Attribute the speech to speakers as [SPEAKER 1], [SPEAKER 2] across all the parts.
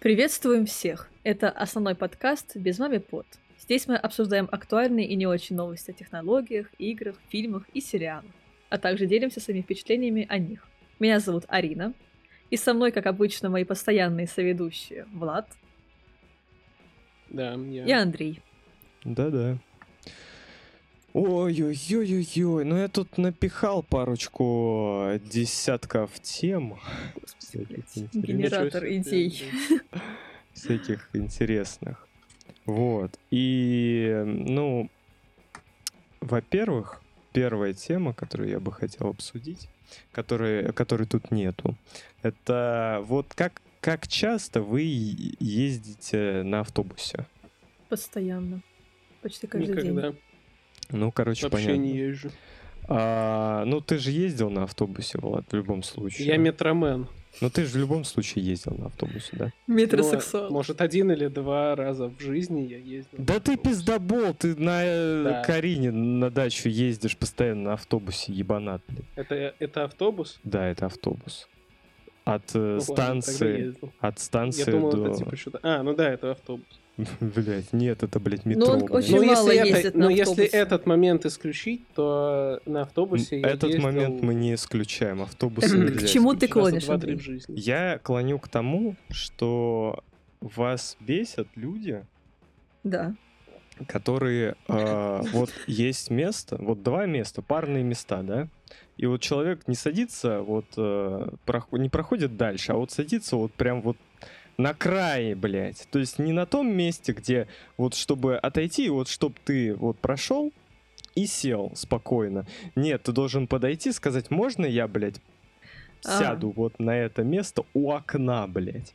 [SPEAKER 1] Приветствуем всех! Это основной подкаст «Без маме под». Здесь мы обсуждаем актуальные и не очень новости о технологиях, играх, фильмах и сериалах, а также делимся своими впечатлениями о них. Меня зовут Арина, и со мной, как обычно, мои постоянные соведущие Влад
[SPEAKER 2] Да, я.
[SPEAKER 1] и Андрей.
[SPEAKER 3] Да-да. Ой-ой-ой-ой-ой, ну я тут напихал парочку десятков тем,
[SPEAKER 1] Господи, блядь,
[SPEAKER 3] Интересно.
[SPEAKER 1] генератор
[SPEAKER 2] Ничего себе,
[SPEAKER 1] идей.
[SPEAKER 3] всяких интересных. Вот. И, ну, во-первых, первая тема, которую я бы хотел обсудить, которой, которой тут нету, это вот как, как часто вы е- ездите на автобусе?
[SPEAKER 1] Постоянно. Почти
[SPEAKER 2] да.
[SPEAKER 1] каждый день.
[SPEAKER 2] Никогда.
[SPEAKER 3] Ну, короче,
[SPEAKER 2] Вообще
[SPEAKER 3] понятно.
[SPEAKER 2] не езжу.
[SPEAKER 3] А, ну, ты же ездил на автобусе, Влад, в любом случае.
[SPEAKER 2] Я метромен.
[SPEAKER 3] Ну, ты же в любом случае ездил на автобусе, да?
[SPEAKER 2] Ну,
[SPEAKER 1] Метросексуал.
[SPEAKER 2] Может, один или два раза в жизни я ездил.
[SPEAKER 3] Да ты пиздобол, ты на э,
[SPEAKER 2] Да.
[SPEAKER 3] Карине на дачу ездишь постоянно на автобусе, ебанат. блин.
[SPEAKER 2] Это, это автобус?
[SPEAKER 3] Да, это автобус. От э,
[SPEAKER 2] Ну, ладно, тогда
[SPEAKER 3] станции,
[SPEAKER 2] ездил.
[SPEAKER 3] от станции
[SPEAKER 2] Я думал,
[SPEAKER 3] до...
[SPEAKER 2] это типа что-то... А, ну да, это автобус.
[SPEAKER 3] Блять, нет, это, блядь,
[SPEAKER 1] Ну,
[SPEAKER 3] метро.
[SPEAKER 1] он
[SPEAKER 3] блядь.
[SPEAKER 1] очень
[SPEAKER 2] Ну,
[SPEAKER 1] мало
[SPEAKER 2] если, это-
[SPEAKER 1] ездят на
[SPEAKER 2] но если
[SPEAKER 1] автобусе.
[SPEAKER 2] этот момент исключить, то на автобусе я
[SPEAKER 3] Этот
[SPEAKER 2] ездил
[SPEAKER 3] момент мы не исключаем, автобусы
[SPEAKER 2] К
[SPEAKER 3] нельзя
[SPEAKER 1] К чему
[SPEAKER 3] исключать.
[SPEAKER 1] ты клонишь,
[SPEAKER 2] раза два-три в
[SPEAKER 1] Андрей?
[SPEAKER 2] жизни.
[SPEAKER 3] Я клоню к тому, что вас бесят люди,
[SPEAKER 1] Да.
[SPEAKER 3] которые э, вот есть место, вот два места, парные места, да, и вот человек не садится, вот э, проход- не проходит дальше, а вот садится вот прям вот на крае, блядь. То есть не на том месте, где вот чтобы отойти, вот чтоб ты вот прошел и сел спокойно. Нет, ты должен подойти, сказать, можно я, блядь,
[SPEAKER 1] А.
[SPEAKER 3] сяду вот на это место у окна, блядь.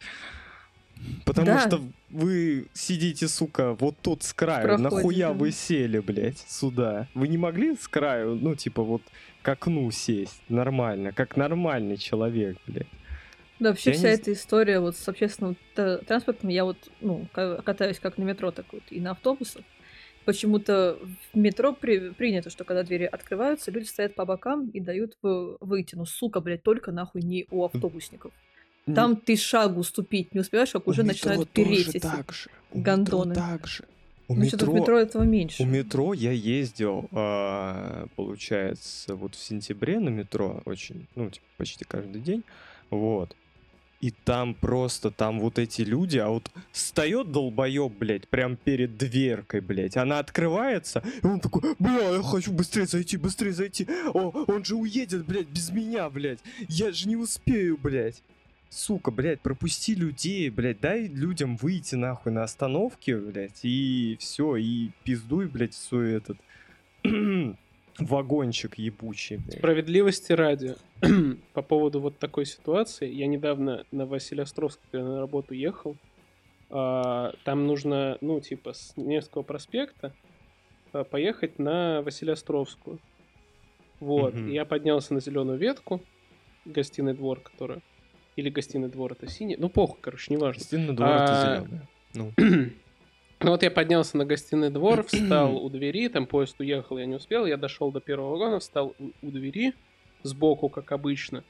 [SPEAKER 3] Потому
[SPEAKER 1] Да.
[SPEAKER 3] что вы сидите, сука, вот тут с краю.
[SPEAKER 1] проходе,
[SPEAKER 3] А Нахуя
[SPEAKER 1] да.
[SPEAKER 3] вы сели, блядь, сюда? Вы не могли с краю, ну, типа, вот к окну сесть нормально, как нормальный человек, блядь.
[SPEAKER 1] Да, вообще
[SPEAKER 3] Я
[SPEAKER 1] вся
[SPEAKER 3] не
[SPEAKER 1] эта история вот с общественным та- транспортом, я вот, ну, ка- катаюсь как на метро так вот и на автобусах. Почему-то в метро при- принято, что когда двери открываются, люди стоят по бокам и дают в- выйти. Ну, сука, блядь, только нахуй не у автобусников. Там ты шагу ступить не успеваешь, как уже начинают переть эти.
[SPEAKER 3] же.
[SPEAKER 1] У метро гондоны.
[SPEAKER 3] так же. У
[SPEAKER 1] Ну, что-то в метро этого меньше.
[SPEAKER 3] У метро я ездил, а, получается, вот в сентябре на метро очень, ну, типа, почти каждый день, вот. И там просто, там вот эти люди, а вот встает долбоеб, блядь, прям перед дверкой, блядь. Она открывается, и он такой, бля, я хочу быстрее зайти, быстрее зайти. О, он же уедет, блядь, без меня, блядь. Я же не успею, блядь. Сука, блядь, пропусти людей, блядь, дай людям выйти нахуй на остановке, блядь, и все, и пиздуй, блядь, в свой этот вагончик ебучий, блядь.
[SPEAKER 2] Справедливости ради, по поводу вот такой ситуации, я недавно на Василеостровск, когда на работу ехал, а, там нужно, ну, типа, с Невского проспекта а, поехать на Василеостровскую. Вот,
[SPEAKER 3] Мгм.
[SPEAKER 2] И я поднялся на зеленую ветку, гостиный двор, которая... Или гостиный двор это синий, ну, похуй, короче, неважно.
[SPEAKER 3] Гостиный двор это
[SPEAKER 2] А,
[SPEAKER 3] зелёное. Ну,
[SPEAKER 2] Ну вот я поднялся на гостиный двор, встал у двери, там поезд уехал, я не успел, я дошел до первого вагона, встал у- у двери, сбоку, как обычно.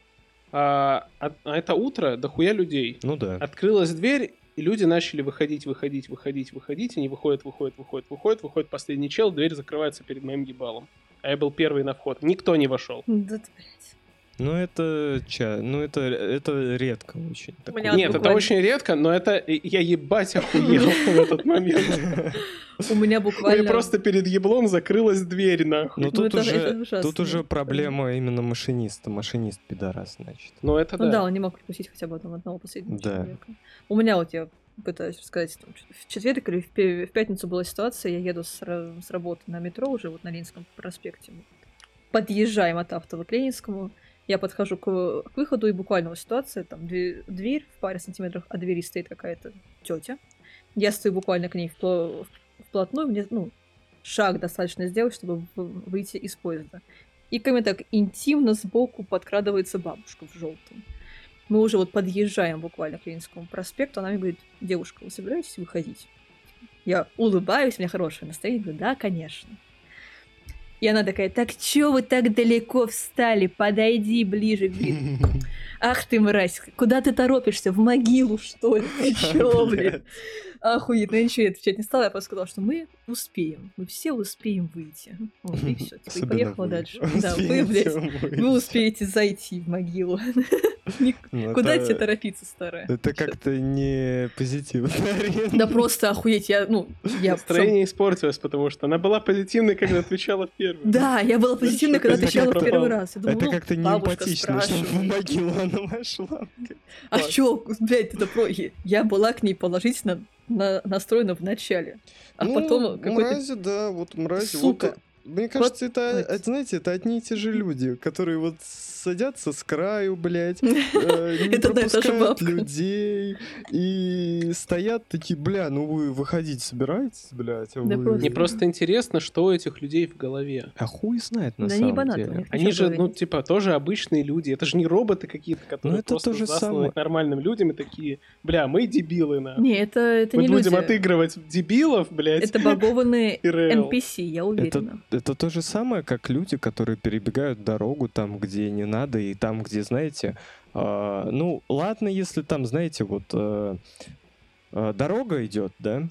[SPEAKER 2] А, а- а это утро, дохуя людей.
[SPEAKER 3] ну да.
[SPEAKER 2] Открылась дверь, и люди начали выходить, выходить, выходить, выходить, они выходят, выходят, выходят, выходят, выходит последний чел, дверь закрывается перед моим ебалом. А я был первый на вход, никто не вошел.
[SPEAKER 1] Да ты, блядь.
[SPEAKER 3] Ну это ча... ну это это редко очень. такое.
[SPEAKER 1] меня
[SPEAKER 2] Нет, это
[SPEAKER 1] буквально-
[SPEAKER 2] очень редко, но это э, я ебать охуел в этот момент.
[SPEAKER 1] У меня
[SPEAKER 2] У меня
[SPEAKER 1] буквально...
[SPEAKER 2] просто перед еблом закрылась дверь, нахуй.
[SPEAKER 3] Ну
[SPEAKER 1] Ну,
[SPEAKER 3] тут
[SPEAKER 1] это- это
[SPEAKER 3] уже
[SPEAKER 1] ужасно.
[SPEAKER 3] тут уже проблема именно машиниста, машинист пидорас, значит.
[SPEAKER 2] Ну это
[SPEAKER 1] Ну да, он не мог пропустить хотя бы там одного последнего
[SPEAKER 3] Да.
[SPEAKER 1] человека. У меня вот я пытаюсь рассказать, там, ч- в четверг или в пе- в пятницу была ситуация, я еду с, ра- с работы на метро уже вот на Ленинском проспекте. Мы Подъезжаем от автова к Ленинскому, я подхожу к, к выходу, и буквально вот ситуация, там две- дверь в паре сантиметрах от двери стоит какая-то тетя. Я стою буквально к ней впло- вплотную, мне, ну, шаг достаточно сделать, чтобы в- выйти из поезда. И ко мне так интимно сбоку подкрадывается бабушка в желтом. Мы уже вот подъезжаем буквально к Ленинскому проспекту, она мне говорит, девушка, вы собираетесь выходить? Я улыбаюсь, у меня хорошее настроение, говорю, да, конечно. И она такая, так чё вы так далеко встали, подойди ближе. Говорит, Ах ты мразь, куда ты торопишься? В могилу, что ли? Ты чё, блин?
[SPEAKER 3] Блядь.
[SPEAKER 1] Охуенно, я ничего ей отвечать не стала, я просто сказала, что мы успеем, мы все успеем выйти. Вот, и все, типа, и
[SPEAKER 3] Особенно
[SPEAKER 1] поехала
[SPEAKER 3] вы.
[SPEAKER 1] дальше. Да, вы,
[SPEAKER 3] Успеете
[SPEAKER 1] блядь,
[SPEAKER 3] вы.
[SPEAKER 1] вы успеете зайти в могилу. Ник-
[SPEAKER 3] Ну,
[SPEAKER 1] Куда
[SPEAKER 3] это-
[SPEAKER 1] тебе торопиться, старая?
[SPEAKER 3] Это как-то не позитивно.
[SPEAKER 1] Да просто охуеть, я, ну, я... в целом-
[SPEAKER 2] Настроение испортилось, потому что она была позитивной, когда отвечала в первую.
[SPEAKER 1] Да, я была позитивной,
[SPEAKER 2] что
[SPEAKER 1] когда
[SPEAKER 2] ты так
[SPEAKER 1] отвечала в
[SPEAKER 2] пропал?
[SPEAKER 1] первый раз. Я думала,
[SPEAKER 3] Это
[SPEAKER 1] ну,
[SPEAKER 3] как-то не
[SPEAKER 1] бабушка
[SPEAKER 3] эмпатично, что в
[SPEAKER 1] спрашивает.
[SPEAKER 3] могилу она вошла.
[SPEAKER 1] А чё, блядь, это про... Я была к ней положительно на- настроена в начале. А
[SPEAKER 3] Ну,
[SPEAKER 1] потом какой-то...
[SPEAKER 3] мрази, да, вот мрази.
[SPEAKER 1] Сука.
[SPEAKER 3] вот, мне кажется, это,
[SPEAKER 1] мать.
[SPEAKER 3] это, знаете, это одни и те же люди, которые вот садятся с краю, блядь, э, не
[SPEAKER 1] Это одна и та же
[SPEAKER 3] пропускают
[SPEAKER 1] бабка.
[SPEAKER 3] людей и стоят такие, бля, ну вы выходить собираетесь, блядь, а
[SPEAKER 1] Да
[SPEAKER 3] вы-
[SPEAKER 1] просто-
[SPEAKER 2] Мне просто интересно, что у этих людей в голове.
[SPEAKER 3] А хуй знает, на
[SPEAKER 1] Да не
[SPEAKER 3] самом
[SPEAKER 1] ебанаты у
[SPEAKER 3] деле.
[SPEAKER 1] них.
[SPEAKER 2] Они
[SPEAKER 1] Ничего
[SPEAKER 2] же,
[SPEAKER 1] говорить.
[SPEAKER 2] ну, типа, тоже обычные люди. Это же не роботы какие-то, которые
[SPEAKER 3] Ну, это
[SPEAKER 2] просто
[SPEAKER 3] то же
[SPEAKER 2] засланы
[SPEAKER 3] самое.
[SPEAKER 2] к нормальным людям и такие, бля, мы дебилы, на.
[SPEAKER 1] Не, это, это
[SPEAKER 2] Мы
[SPEAKER 1] не
[SPEAKER 2] будем
[SPEAKER 1] люди.
[SPEAKER 2] отыгрывать дебилов, блядь.
[SPEAKER 1] Это багованные
[SPEAKER 2] IRL.
[SPEAKER 1] NPC, я уверена.
[SPEAKER 3] Это то же самое, как люди, которые перебегают дорогу там, где не надо, и там, где, знаете, а, ну, ладно, если там, знаете, вот э, э, дорога идет, да,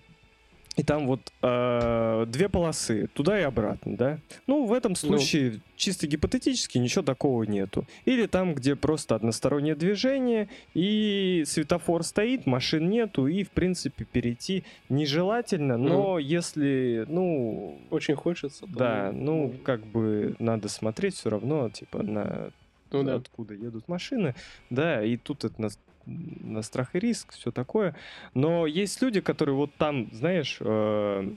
[SPEAKER 3] и там вот э, две полосы, туда и обратно, да. Ну, в этом случае, чисто гипотетически, ничего такого нету. Или там, где просто одностороннее движение, и светофор стоит, машин нету, и, в принципе, перейти нежелательно, но если, ну,
[SPEAKER 2] Очень хочется. то-
[SPEAKER 3] да, ну, как бы надо смотреть все равно, типа, на
[SPEAKER 2] Ну да.
[SPEAKER 3] откуда едут машины, да, и тут это на, с- на страх и риск, все такое. Но есть люди, которые вот там, знаешь, э,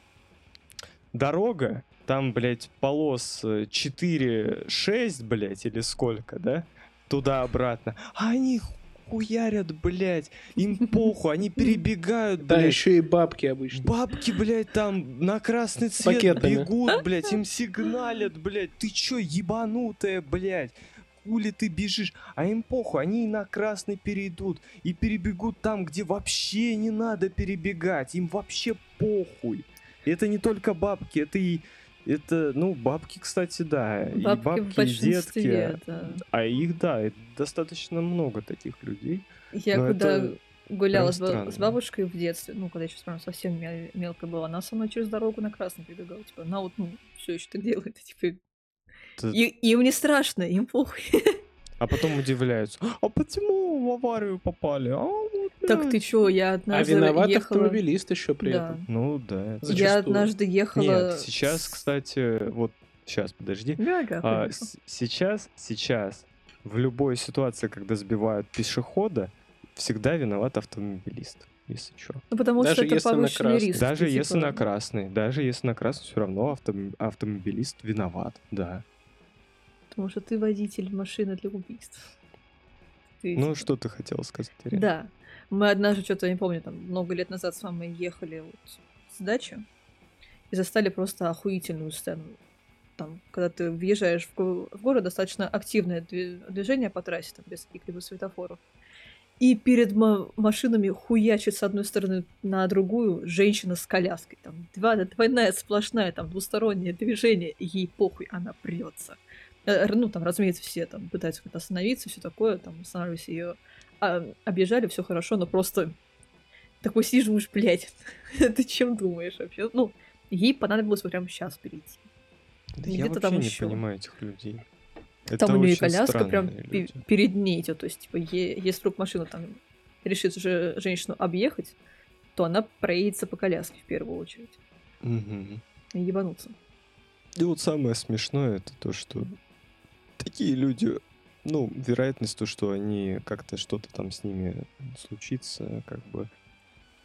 [SPEAKER 3] дорога, там, блядь, полос э, 4-6, блядь, или сколько, да, туда-обратно, а они хуярят, блядь, им похуй, они перебегают,
[SPEAKER 2] Да,
[SPEAKER 3] блядь,
[SPEAKER 2] еще и бабки обычно.
[SPEAKER 3] Бабки, блядь, там на красный цвет
[SPEAKER 2] пакетами.
[SPEAKER 3] бегут, блядь, им сигналят, блядь, ты чё, ебанутая, блядь, хули ты бежишь, а им похуй, они и на красный перейдут, и перебегут там, где вообще не надо перебегать, им вообще похуй. И Это не только бабки, это и... Это, ну, бабки, кстати, да, и
[SPEAKER 1] Бабки в
[SPEAKER 3] бабки, и детки,
[SPEAKER 1] большинстве, да.
[SPEAKER 3] а их, да, и достаточно много таких людей.
[SPEAKER 1] Я
[SPEAKER 3] Но
[SPEAKER 1] когда
[SPEAKER 3] это
[SPEAKER 1] гуляла
[SPEAKER 3] прям
[SPEAKER 1] с, ба-
[SPEAKER 3] странно.
[SPEAKER 1] с бабушкой в детстве, ну, когда я еще прям совсем мел- мелкая была, она со мной через дорогу на красный прибегала. Типа, она вот, ну, все еще так делает. Типа,
[SPEAKER 3] Ты-
[SPEAKER 1] и- им не страшно, им похуй.
[SPEAKER 3] А потом удивляются, а почему в аварию попали? А, вот,
[SPEAKER 1] Так
[SPEAKER 3] блядь».
[SPEAKER 1] ты чё, Ну, я
[SPEAKER 2] А
[SPEAKER 1] однажды
[SPEAKER 2] виноват
[SPEAKER 1] ехала...
[SPEAKER 2] автомобилист еще при
[SPEAKER 1] Да.
[SPEAKER 2] этом.
[SPEAKER 3] Ну да. это-
[SPEAKER 2] Зачастую.
[SPEAKER 1] Я однажды ехала...
[SPEAKER 3] Нет, сейчас, кстати, вот сейчас, подожди.
[SPEAKER 1] Да, да,
[SPEAKER 3] А,
[SPEAKER 1] конечно.
[SPEAKER 3] с- сейчас, сейчас в любой ситуации, когда сбивают пешехода, всегда виноват автомобилист, если что.
[SPEAKER 1] Ну, потому
[SPEAKER 2] даже
[SPEAKER 1] что это
[SPEAKER 2] если на
[SPEAKER 1] повышенный
[SPEAKER 2] красный.
[SPEAKER 1] риск.
[SPEAKER 3] Даже
[SPEAKER 1] ты,
[SPEAKER 3] если
[SPEAKER 1] типа,
[SPEAKER 3] на красный, даже если на красный, все равно автом- автомобилист виноват, да.
[SPEAKER 1] Потому что ты водитель машины для убийств. Ты,
[SPEAKER 3] Ну
[SPEAKER 1] типа,
[SPEAKER 3] что ты хотела сказать, Ирина?
[SPEAKER 1] Да. Мы однажды, что-то, я не помню, там, много лет назад с мамой ехали вот с дачи и застали просто охуительную сцену. Там, когда ты въезжаешь в, го- в город, достаточно активное дви- движение по трассе, там, без каких-либо светофоров. И перед ма- машинами хуячит с одной стороны на другую женщина с коляской. Там два, двойная сплошная, там двустороннее движение, и ей похуй, она прется. Э, Ну, там, разумеется, все там пытаются как-то остановиться, все такое, там, останавливаясь ее а, объезжали, все хорошо, но просто такой сидишь, думаешь, блядь, ты чем думаешь вообще? Ну, ей понадобилось вот прям сейчас перейти.
[SPEAKER 3] Да
[SPEAKER 1] И
[SPEAKER 3] я
[SPEAKER 1] где-то
[SPEAKER 3] вообще
[SPEAKER 1] там
[SPEAKER 3] не
[SPEAKER 1] ещё.
[SPEAKER 3] понимаю этих людей. Это
[SPEAKER 1] там у нее
[SPEAKER 3] очень
[SPEAKER 1] коляска прям
[SPEAKER 3] странные
[SPEAKER 1] пе-
[SPEAKER 3] люди.
[SPEAKER 1] перед ней идет. То есть, типа, е- если вдруг машина там решит уже женщину объехать, то она проедется по коляске в первую очередь.
[SPEAKER 3] Мгм.
[SPEAKER 1] И ебанутся.
[SPEAKER 3] И вот самое смешное это то, что такие люди, ну, вероятность то, что они как-то что-то там с ними случится, как бы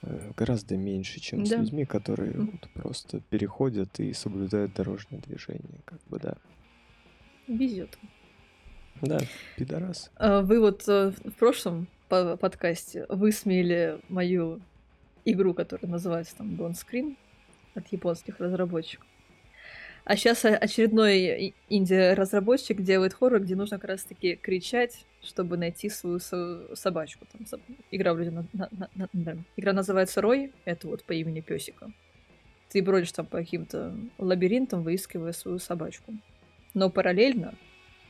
[SPEAKER 3] э, гораздо меньше, чем с
[SPEAKER 1] Да.
[SPEAKER 3] людьми, которые
[SPEAKER 1] Мгм.
[SPEAKER 3] вот просто переходят и соблюдают дорожное движение, как бы, да.
[SPEAKER 1] Везет.
[SPEAKER 3] Да, пидорас.
[SPEAKER 1] А, Вы вот э, в в прошлом по- подкасте высмеяли мою игру, которая называется там Don't Scream от японских разработчиков. А сейчас очередной и- инди-разработчик делает хоррор, где нужно как раз-таки кричать, чтобы найти свою со- собачку. Там, со- игра, вроде на- на- на- на- да. игра называется Рой, это вот по имени песика. Ты бродишь там по каким-то лабиринтам, выискивая свою собачку. Но параллельно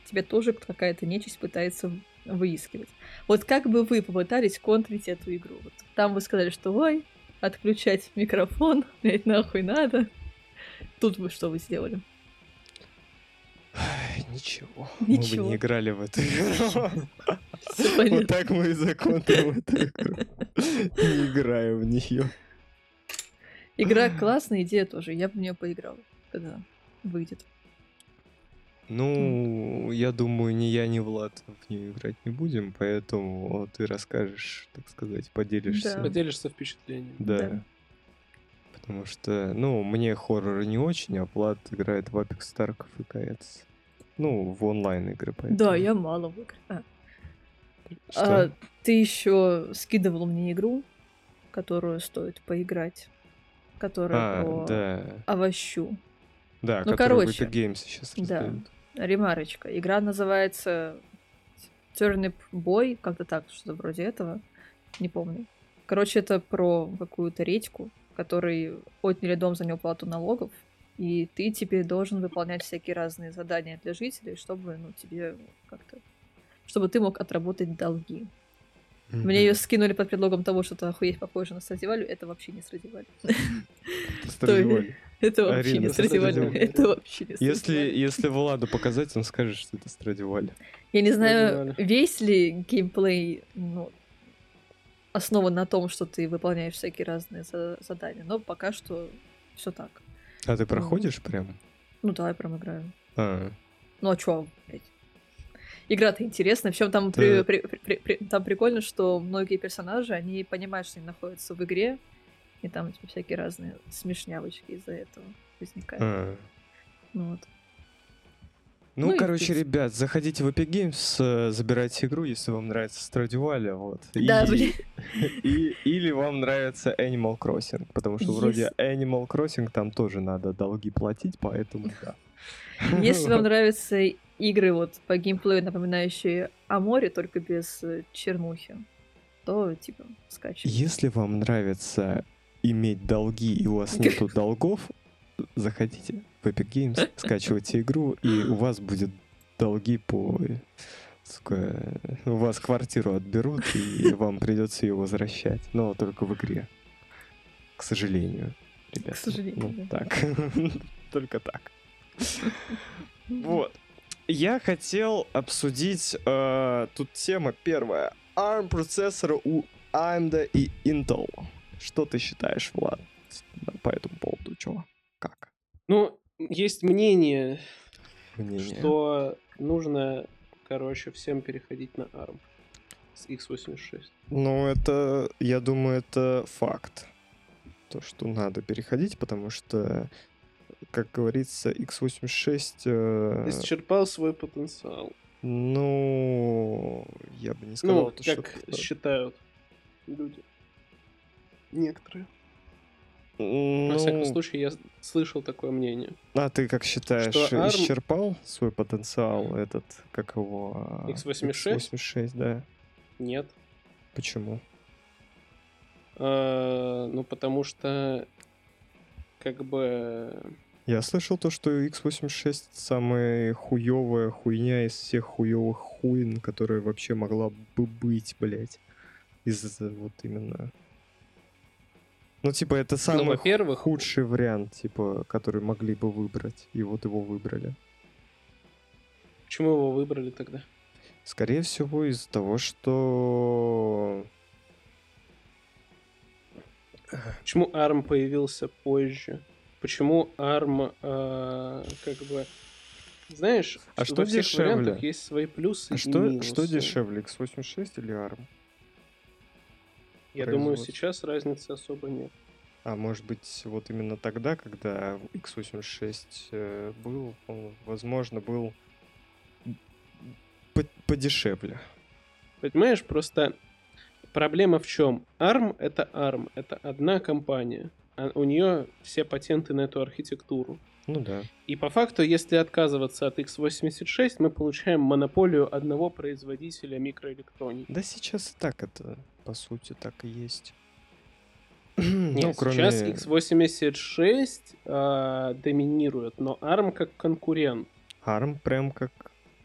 [SPEAKER 1] тебе тоже какая-то нечисть пытается выискивать. Вот как бы вы попытались контрить эту игру? Вот там вы сказали, что ой, отключать микрофон, блядь, нахуй надо. Тут вы что вы сделали?
[SPEAKER 3] Ай, Ничего. Мы
[SPEAKER 1] Ничего.
[SPEAKER 3] бы не играли в эту игру.
[SPEAKER 1] Всё
[SPEAKER 3] Вот
[SPEAKER 1] понятно.
[SPEAKER 3] так мы и законтрим эту игру. Не играем в нее.
[SPEAKER 1] Игра классная, идея тоже. Я бы в нее поиграла, когда выйдет.
[SPEAKER 3] Ну, я думаю, ни я, ни Влад в нее играть не будем, поэтому ты расскажешь, так сказать, поделишься.
[SPEAKER 1] Да.
[SPEAKER 2] Поделишься впечатлением.
[SPEAKER 3] Да.
[SPEAKER 1] Да.
[SPEAKER 3] Потому что, ну, мне хорроры не очень, а Влад играет в Apex Старков и КС. Ну, в онлайн игры, поэтому.
[SPEAKER 1] Да, я мало в игры. А,
[SPEAKER 3] Что?
[SPEAKER 1] а, ты еще скидывал мне игру, которую стоит поиграть, которая
[SPEAKER 3] А,
[SPEAKER 1] про
[SPEAKER 3] да.
[SPEAKER 1] овощу.
[SPEAKER 3] Да,
[SPEAKER 1] ну,
[SPEAKER 3] которую
[SPEAKER 1] короче.
[SPEAKER 3] Beta Games сейчас
[SPEAKER 1] Да.
[SPEAKER 3] раздают.
[SPEAKER 1] Ремарочка. Игра называется Turnip Boy, как-то так, что-то вроде этого. Не помню. Короче, это про какую-то редьку, который отняли дом за неуплату налогов, и ты теперь должен выполнять всякие разные задания для жителей, чтобы, ну, тебе как-то... Чтобы ты мог отработать долги. Мне ее скинули под предлогом того, что это охуеть похоже на Страдивалю. Это вообще не Страдивалю.
[SPEAKER 3] Страдивали.
[SPEAKER 1] Это вообще
[SPEAKER 3] Арина,
[SPEAKER 1] не
[SPEAKER 3] это
[SPEAKER 1] Страдивалю.
[SPEAKER 2] Страдивалю.
[SPEAKER 1] Это вообще не
[SPEAKER 3] Если,
[SPEAKER 1] Страдивалю.
[SPEAKER 3] если Владу показать, он скажет, что это Страдивали.
[SPEAKER 1] Я не знаю,
[SPEAKER 2] Страдивалю.
[SPEAKER 1] весь ли геймплей ну, основан на том, что ты выполняешь всякие разные за- задания, но пока что все так.
[SPEAKER 3] А ты проходишь прям?
[SPEAKER 1] Ну да, я прям играю.
[SPEAKER 3] А,
[SPEAKER 1] Ну а чё, блядь? Игра-то интересная, причем там, при-
[SPEAKER 3] Да.
[SPEAKER 1] при- при- при- там прикольно, что многие персонажи, они понимают, что они находятся в игре, и там типа, всякие разные смешнявочки из-за этого возникают.
[SPEAKER 3] а.
[SPEAKER 1] Ну, вот.
[SPEAKER 3] Ну,
[SPEAKER 1] Ну и
[SPEAKER 3] короче,
[SPEAKER 1] пиц.
[SPEAKER 3] ребят, заходите в Epic Games, э, забирайте игру, если вам нравится Страдивали, вот.
[SPEAKER 1] Да,
[SPEAKER 3] И-
[SPEAKER 1] блин.
[SPEAKER 3] И, или вам нравится Animal Crossing, потому что вроде Animal Crossing там тоже надо долги платить, поэтому да.
[SPEAKER 1] Если вам нравятся игры вот по геймплею, напоминающие о море, только без э, чернухи, то типа скачивайте.
[SPEAKER 3] Если вам нравится иметь долги и у вас нету долгов, заходите в Epic Games, скачивайте игру, и у вас будет долги по... Сука, у вас квартиру отберут, и вам придется ее возвращать, но только в игре. К сожалению, ребята.
[SPEAKER 1] сожалению,
[SPEAKER 3] Ну,
[SPEAKER 1] да.
[SPEAKER 3] так. Только так. Вот. Я хотел обсудить э, тут тема первая. ARM процессора у AMD и Intel. Что ты считаешь, Влад, по этому поводу? Чего? Как?
[SPEAKER 2] Ну, есть мнение,
[SPEAKER 3] Мнение?
[SPEAKER 2] что нужно, короче, всем переходить на ARM с x86.
[SPEAKER 3] Ну, это, я думаю, это факт. То, что надо переходить, потому что, как говорится, x86... э,
[SPEAKER 2] Исчерпал свой потенциал.
[SPEAKER 3] Ну, я бы не сказал,
[SPEAKER 2] Ну,
[SPEAKER 3] то, что...
[SPEAKER 2] как считают люди. Некоторые. Во всяком
[SPEAKER 3] Ну,
[SPEAKER 2] случае, я с- слышал такое мнение.
[SPEAKER 3] А ты как считаешь,
[SPEAKER 2] Что ARM
[SPEAKER 3] исчерпал свой потенциал этот, как его... а,
[SPEAKER 2] X86?
[SPEAKER 3] X86, да.
[SPEAKER 2] Нет.
[SPEAKER 3] Почему?
[SPEAKER 2] Э, ну, потому что как бы... ну,
[SPEAKER 3] Я слышал то, что X86 самая хуевая хуйня из всех хуевых хуин, которая вообще могла бы быть, блядь. Из вот именно... Ну, типа, это
[SPEAKER 2] Ну,
[SPEAKER 3] самый
[SPEAKER 2] во-первых,
[SPEAKER 3] худший вариант, типа, который могли бы выбрать. И вот его выбрали.
[SPEAKER 2] почему его выбрали тогда?
[SPEAKER 3] Скорее всего, из-за того, что...
[SPEAKER 2] Почему ARM появился позже? Почему ARM э, как бы... Знаешь,
[SPEAKER 3] А
[SPEAKER 2] во
[SPEAKER 3] что
[SPEAKER 2] всех
[SPEAKER 3] дешевле?
[SPEAKER 2] вариантах есть свои плюсы
[SPEAKER 3] А
[SPEAKER 2] и
[SPEAKER 3] что,
[SPEAKER 2] минусы.
[SPEAKER 3] что дешевле, X86 или ARM?
[SPEAKER 2] Я думаю,
[SPEAKER 3] производства?
[SPEAKER 2] сейчас разницы особо нет.
[SPEAKER 3] А может быть, вот именно тогда, когда X86 э, был, он, возможно, был по- подешевле.
[SPEAKER 2] Понимаешь, просто проблема в чем? ARM это ARM, это одна компания. А у нее все патенты на эту архитектуру.
[SPEAKER 3] Ну да.
[SPEAKER 2] И по факту, если отказываться от x86, мы получаем монополию одного производителя микроэлектроники.
[SPEAKER 3] Да сейчас и так это, по сути, так и есть. Ну,
[SPEAKER 2] Нет, сейчас а, x86 э, доминирует, но ARM как конкурент.
[SPEAKER 3] ARM прям как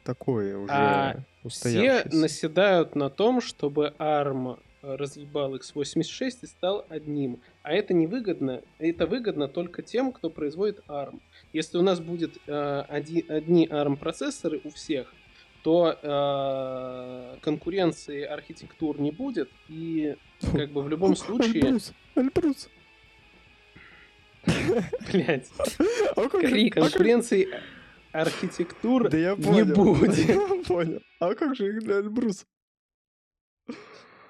[SPEAKER 3] такое уже
[SPEAKER 2] А, Все
[SPEAKER 3] устоявшееся.
[SPEAKER 2] наседают на том, чтобы ARM разъебал x86 и стал одним. А это невыгодно. Это выгодно только тем, кто производит ARM. Если у нас будет э, оди- одни ARM-процессоры у всех, то э, конкуренции архитектур не будет. И как бы в любом случае...
[SPEAKER 3] Эльбрус, Эльбрус.
[SPEAKER 2] Блядь.
[SPEAKER 3] А как же-
[SPEAKER 1] Крик.
[SPEAKER 3] а как же-
[SPEAKER 2] Конкуренции а, архитектур
[SPEAKER 3] Да я
[SPEAKER 2] не
[SPEAKER 3] понял.
[SPEAKER 2] будет.
[SPEAKER 3] Я понял. А как же Эльбрус?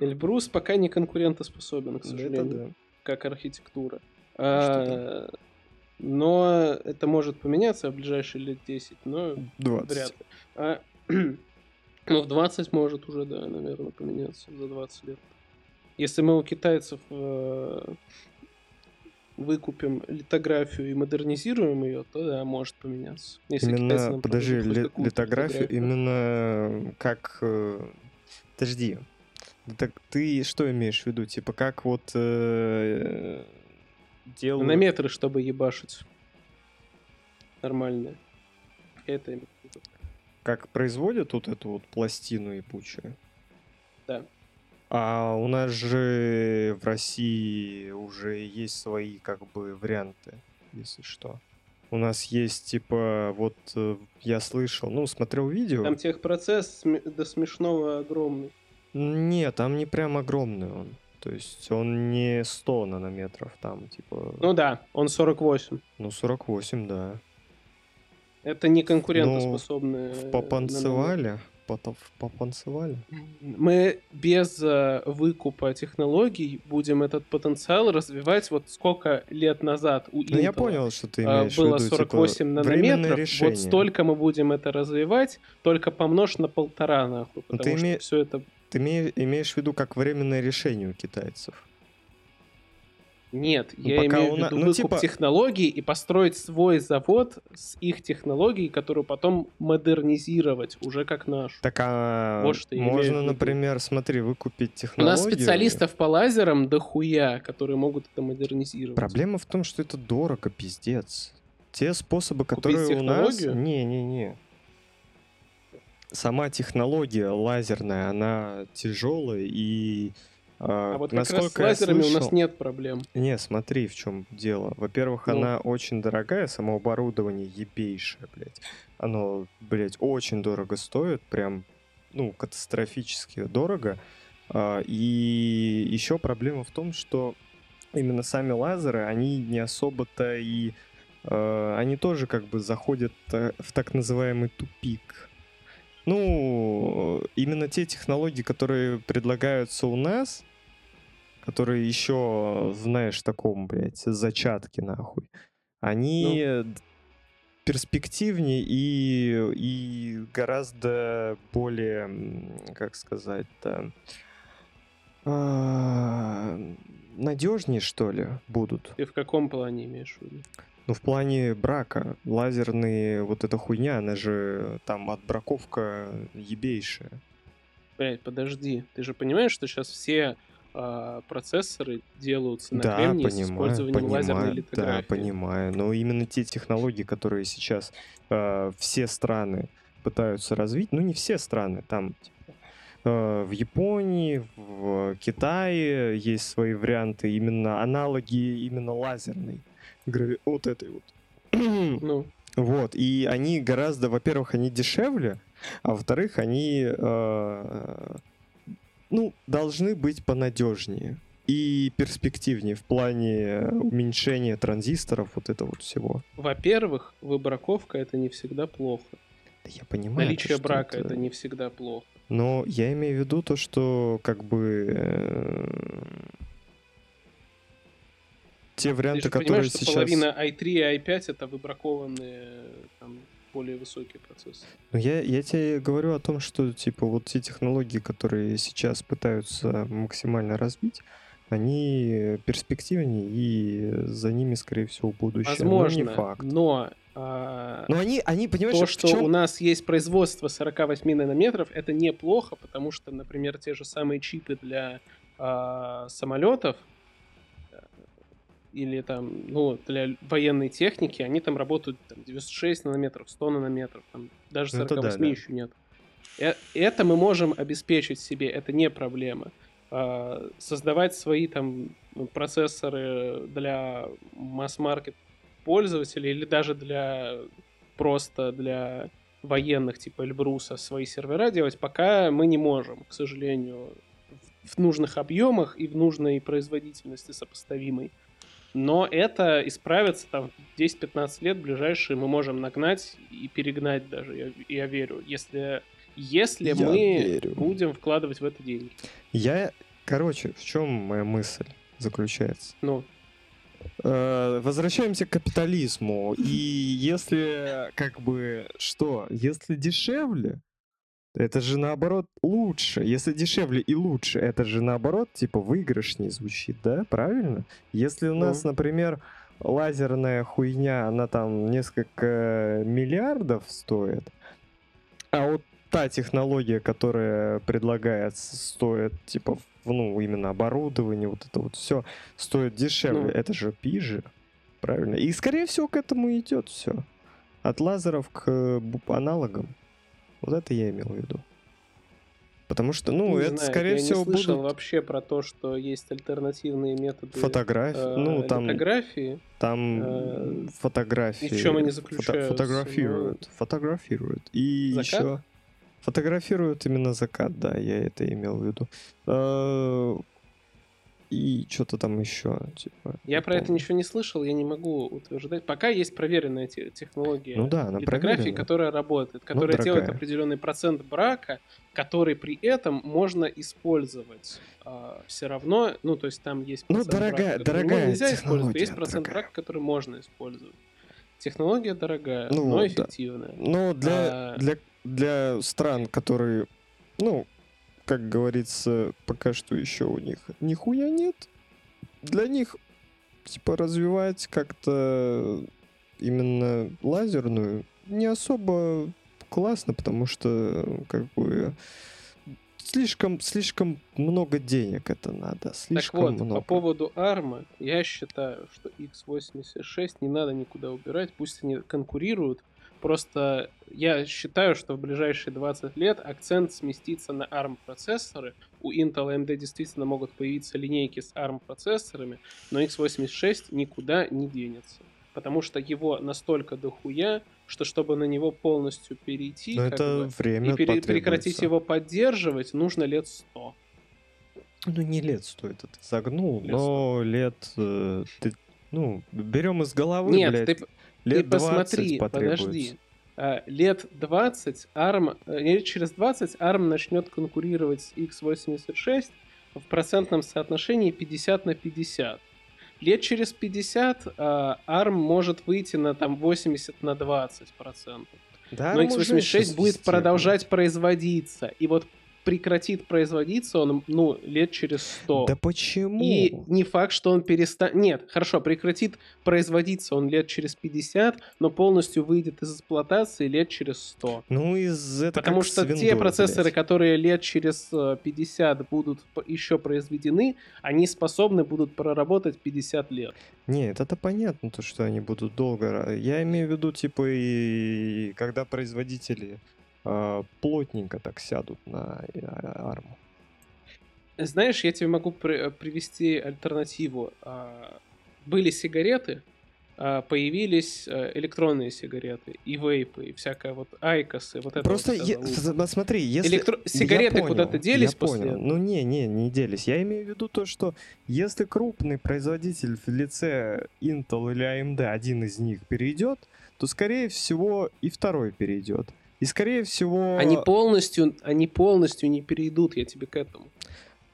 [SPEAKER 2] Эльбрус пока не конкурентоспособен, к
[SPEAKER 3] Ну, Это
[SPEAKER 2] сожалению.
[SPEAKER 3] да.
[SPEAKER 2] как архитектура.
[SPEAKER 3] что
[SPEAKER 2] А, Но это может поменяться в ближайшие лет 10, но
[SPEAKER 3] 20.
[SPEAKER 2] вряд ли. А, Ну, в 20 может уже, да, наверное, поменяться за 20 лет. Если мы у китайцев э, выкупим литографию и модернизируем ее, то да, может поменяться. Если китайцы
[SPEAKER 3] Именно,
[SPEAKER 2] нам
[SPEAKER 3] подожди,
[SPEAKER 2] продадут хоть
[SPEAKER 3] ли-
[SPEAKER 2] какую-то
[SPEAKER 3] литографию, именно как... э, Подожди. Ну Так ты что имеешь в виду? Типа как вот э, делают...
[SPEAKER 2] На метры, чтобы ебашить. Нормально. Это именно.
[SPEAKER 3] Как производят вот эту вот пластину и пучи?
[SPEAKER 2] Да.
[SPEAKER 3] А у нас же в России уже есть свои как бы варианты, если что. У нас есть типа вот э, я слышал, ну смотрел видео.
[SPEAKER 2] Там техпроцесс сме- до смешного огромный.
[SPEAKER 3] Не, там не прям огромный он. То есть он не 100 нанометров, там типа...
[SPEAKER 2] Ну да, он 48.
[SPEAKER 3] Ну, 48, да.
[SPEAKER 2] Это не конкурентоспособные.
[SPEAKER 3] В
[SPEAKER 2] э, ну.
[SPEAKER 3] попанцевали. Потом в попанцевали.
[SPEAKER 2] нанометры. Мы без э, выкупа технологий будем этот потенциал развивать вот сколько лет назад у
[SPEAKER 3] Ну, я
[SPEAKER 2] Intel,
[SPEAKER 3] понял, что ты
[SPEAKER 2] э,
[SPEAKER 3] имеешь в виду.
[SPEAKER 2] было
[SPEAKER 3] типа,
[SPEAKER 2] 48
[SPEAKER 3] временное
[SPEAKER 2] нанометров,
[SPEAKER 3] решение.
[SPEAKER 2] вот столько мы будем это развивать, только помножь на полтора нахуй,
[SPEAKER 3] Ну, ты
[SPEAKER 2] потому что
[SPEAKER 3] име-
[SPEAKER 2] все это
[SPEAKER 3] Ты име- имеешь в виду как временное решение у китайцев.
[SPEAKER 2] нет.
[SPEAKER 3] Ну,
[SPEAKER 2] я
[SPEAKER 3] пока
[SPEAKER 2] имею
[SPEAKER 3] у
[SPEAKER 2] в
[SPEAKER 3] на-
[SPEAKER 2] виду
[SPEAKER 3] ну,
[SPEAKER 2] выкуп
[SPEAKER 3] типа-
[SPEAKER 2] технологий и построить свой завод с их технологией, которую потом модернизировать уже как нашу.
[SPEAKER 3] Так, а
[SPEAKER 2] Вот что я имею в
[SPEAKER 3] можно,
[SPEAKER 2] виду.
[SPEAKER 3] например, смотри, выкупить
[SPEAKER 2] У
[SPEAKER 3] технологию.
[SPEAKER 2] нас специалистов по лазерам дохуя, которые могут это модернизировать.
[SPEAKER 3] Проблема в том, что это дорого, пиздец. Те способы, которые у нас...
[SPEAKER 2] технологию?
[SPEAKER 3] Не-не-не. Сама технология лазерная, она тяжелая и...
[SPEAKER 2] А вот как
[SPEAKER 3] насколько
[SPEAKER 2] раз с лазерами
[SPEAKER 3] я
[SPEAKER 2] у нас
[SPEAKER 3] слышал-
[SPEAKER 2] нет проблем.
[SPEAKER 3] Не, смотри, в чем дело. Во-первых,
[SPEAKER 2] Ну.
[SPEAKER 3] она очень дорогая, само оборудование ебейшее, блядь. Оно, блядь, очень дорого стоит, прям, ну, катастрофически дорого. А, И еще проблема в том, что именно сами лазеры, они не особо-то и... э, Они тоже как бы заходят э, в так называемый тупик. Ну, именно те технологии, которые предлагаются у нас, которые еще, знаешь, в таком, блядь, зачатке, нахуй, они д- перспективнее и, и гораздо более, м, как сказать-то, а, надежнее, что ли, будут.
[SPEAKER 2] Ты в каком плане имеешь в виду?
[SPEAKER 3] Ну, в плане брака. Лазерные, вот эта хуйня, она же там отбраковка ебейшая.
[SPEAKER 2] Блять, подожди. Ты же понимаешь, что сейчас все а, процессоры делаются на
[SPEAKER 3] Да,
[SPEAKER 2] кремнии
[SPEAKER 3] понимаю,
[SPEAKER 2] с использованием лазерной
[SPEAKER 3] понимаю, да,
[SPEAKER 2] литографии.
[SPEAKER 3] понимаю. Но именно те технологии, которые сейчас э, все страны пытаются развить, ну не все страны, там типа, э, в Японии, в Китае есть свои варианты, именно аналоги именно лазерной, грави- вот этой вот.
[SPEAKER 2] Ну,
[SPEAKER 3] Вот, и они гораздо, во-первых, они дешевле, а во-вторых, они, э, ну, должны быть понадежнее и перспективнее в плане уменьшения транзисторов, вот это вот всего.
[SPEAKER 2] во-первых, выбраковка это не всегда плохо.
[SPEAKER 3] Да я понимаю.
[SPEAKER 2] Наличие
[SPEAKER 3] что
[SPEAKER 2] брака это... не всегда плохо.
[SPEAKER 3] Но я имею в виду то, что как бы... э, Те
[SPEAKER 2] Ты
[SPEAKER 3] варианты,
[SPEAKER 2] же
[SPEAKER 3] которые
[SPEAKER 2] понимаешь, что
[SPEAKER 3] сейчас...
[SPEAKER 2] половина i3 и i5 это выбракованные там, более высокие процессы.
[SPEAKER 3] Ну, я, я тебе говорю о том, что, типа, вот те технологии, которые сейчас пытаются максимально разбить, они перспективнее, и за ними, скорее всего, будущее.
[SPEAKER 2] Возможно,
[SPEAKER 3] Но ну не факт.
[SPEAKER 2] но а,
[SPEAKER 3] Но они, они понимаешь,
[SPEAKER 2] то,
[SPEAKER 3] в
[SPEAKER 2] что
[SPEAKER 3] чем...
[SPEAKER 2] у нас есть производство 48 нанометров, это неплохо, потому что, например, те же самые чипы для а, самолетов, э, или там, ну, для военной техники, они там работают там, 96 нанометров, 100 нанометров, там, даже
[SPEAKER 3] Ну, это
[SPEAKER 2] 48
[SPEAKER 3] да, да.
[SPEAKER 2] еще нет. Э- Это мы можем обеспечить себе, это не проблема. А, Создавать свои там ну, процессоры для масс-маркет пользователей или даже для просто для военных типа Эльбруса свои сервера делать, пока мы не можем, к сожалению, в- в нужных объемах и в нужной производительности сопоставимой. Но это исправится там в 10-15 лет ближайшие мы можем нагнать и перегнать даже, я, я верю, если, если
[SPEAKER 3] Я
[SPEAKER 2] мы
[SPEAKER 3] верю.
[SPEAKER 2] будем вкладывать в это деньги.
[SPEAKER 3] Я, короче, в чем моя мысль заключается?
[SPEAKER 2] Ну,
[SPEAKER 3] Э, Возвращаемся к капитализму. И если, как бы, что? Если дешевле, это же наоборот лучше. Если дешевле и лучше, это же наоборот, типа, выигрышнее звучит, да? Правильно? Если у нас, например, лазерная хуйня, она там несколько миллиардов стоит, а вот та технология, которая предлагается, стоит, типа, в- ну, именно оборудование, вот это вот все, стоит дешевле.
[SPEAKER 2] Ну.
[SPEAKER 3] Это же пиже, правильно? И, скорее всего, к этому и идет все. От лазеров к э, бу- аналогам. Вот это я имел в виду. Потому что, ну,
[SPEAKER 2] не
[SPEAKER 3] это,
[SPEAKER 2] знаю,
[SPEAKER 3] скорее
[SPEAKER 2] я
[SPEAKER 3] всего,
[SPEAKER 2] не слышал
[SPEAKER 3] будут
[SPEAKER 2] вообще про то, что есть альтернативные методы
[SPEAKER 3] фотографии.
[SPEAKER 2] э,
[SPEAKER 3] ну, там,
[SPEAKER 2] литографии.
[SPEAKER 3] там
[SPEAKER 2] э,
[SPEAKER 3] м, фотографии.
[SPEAKER 2] и в чём они
[SPEAKER 3] фото-
[SPEAKER 2] заключаются, Ну,
[SPEAKER 3] фотографируют. Фотографируют. И
[SPEAKER 2] Закат?
[SPEAKER 3] еще фотографируют именно закат, да, я это имел в виду. Э, И что-то там еще, типа.
[SPEAKER 2] Я про это
[SPEAKER 3] помню.
[SPEAKER 2] ничего не слышал, я не могу утверждать. Пока есть проверенная те- технология
[SPEAKER 3] Ну да, она
[SPEAKER 2] литографии,
[SPEAKER 3] проверена.
[SPEAKER 2] которая работает, которая
[SPEAKER 3] дорогая.
[SPEAKER 2] делает определенный процент брака, который при этом можно использовать все равно. Ну, то есть там есть
[SPEAKER 3] Ну,
[SPEAKER 2] процент
[SPEAKER 3] дорогая-
[SPEAKER 2] брака, который
[SPEAKER 3] дорогая
[SPEAKER 2] нельзя использовать, а есть
[SPEAKER 3] технология,
[SPEAKER 2] процент
[SPEAKER 3] дорогая.
[SPEAKER 2] брака, который можно использовать. Технология дорогая,
[SPEAKER 3] Ну
[SPEAKER 2] но
[SPEAKER 3] вот, да.
[SPEAKER 2] эффективная.
[SPEAKER 3] Ну, для,
[SPEAKER 2] А.
[SPEAKER 3] для, для стран, которые, ну, как говорится, пока что еще у них нихуя нет, для них, типа, развивать как-то именно лазерную не особо классно, потому что, как бы, слишком, слишком много денег это надо,
[SPEAKER 2] Так
[SPEAKER 3] слишком
[SPEAKER 2] вот,
[SPEAKER 3] много.
[SPEAKER 2] по поводу армы, я считаю, что x86 не надо никуда убирать, пусть они конкурируют. Просто я считаю, что в ближайшие 20 лет акцент сместится на ARM-процессоры. У Intel и AMD действительно могут появиться линейки с ARM-процессорами, но x86 никуда не денется. Потому что его настолько дохуя, что чтобы на него полностью перейти, как
[SPEAKER 3] Но
[SPEAKER 2] бы,
[SPEAKER 3] это время
[SPEAKER 2] и пере- прекратить
[SPEAKER 3] потребуется.
[SPEAKER 2] его поддерживать, нужно лет 100.
[SPEAKER 3] Ну, не лет стоит, это загнул,
[SPEAKER 2] Лет
[SPEAKER 3] но лет... э, ты- ну, берем из головы,
[SPEAKER 2] Нет,
[SPEAKER 3] блядь,
[SPEAKER 2] ты, Ты
[SPEAKER 3] лет 20
[SPEAKER 2] посмотри,
[SPEAKER 3] потребуется.
[SPEAKER 2] подожди. А, Лет 20 ARM, э, или через 20 ARM начнет конкурировать с x86 в процентном соотношении 50 на 50. Лет через 50 а, ARM может выйти на там 80 на 20 процентов.
[SPEAKER 3] Да, типа.
[SPEAKER 2] Но
[SPEAKER 3] мы уже
[SPEAKER 2] x86
[SPEAKER 3] щас
[SPEAKER 2] будет
[SPEAKER 3] везде,
[SPEAKER 2] продолжать производиться. И вот прекратит производиться он, ну, лет через 100.
[SPEAKER 3] блядь. Да почему?
[SPEAKER 2] И не факт, что он перестанет... Нет, хорошо, прекратит производиться он лет через 50, но полностью выйдет из эксплуатации лет через 100.
[SPEAKER 3] Ну, из это
[SPEAKER 2] Потому
[SPEAKER 3] как
[SPEAKER 2] что
[SPEAKER 3] с
[SPEAKER 2] те
[SPEAKER 3] Windows,
[SPEAKER 2] процессоры,
[SPEAKER 3] блядь.
[SPEAKER 2] которые лет через э, 50 будут п- еще произведены, они способны будут проработать 50 лет.
[SPEAKER 3] Нет, это понятно, то, что они будут долго... ра- Я имею в виду, типа, и когда производители э, плотненько так сядут на э, арму.
[SPEAKER 2] Знаешь, я тебе могу при- э, привести альтернативу. А, Были сигареты, а, появились э, электронные сигареты и вейпы, и всякое вот айкосы, вот это
[SPEAKER 3] Просто
[SPEAKER 2] вот вся
[SPEAKER 3] е-
[SPEAKER 2] залупа.
[SPEAKER 3] с- смотри, если...
[SPEAKER 2] Электро-
[SPEAKER 3] Ну, Я
[SPEAKER 2] Сигареты
[SPEAKER 3] понял,
[SPEAKER 2] куда-то делись
[SPEAKER 3] я
[SPEAKER 2] после
[SPEAKER 3] понял.
[SPEAKER 2] этого?
[SPEAKER 3] Ну не, не, не делись. Я имею в виду то, что если крупный производитель в лице Intel или AMD, один из них перейдет, то скорее всего и второй перейдет. И скорее всего...
[SPEAKER 2] Они полностью, они полностью не перейдут, я тебе к этому.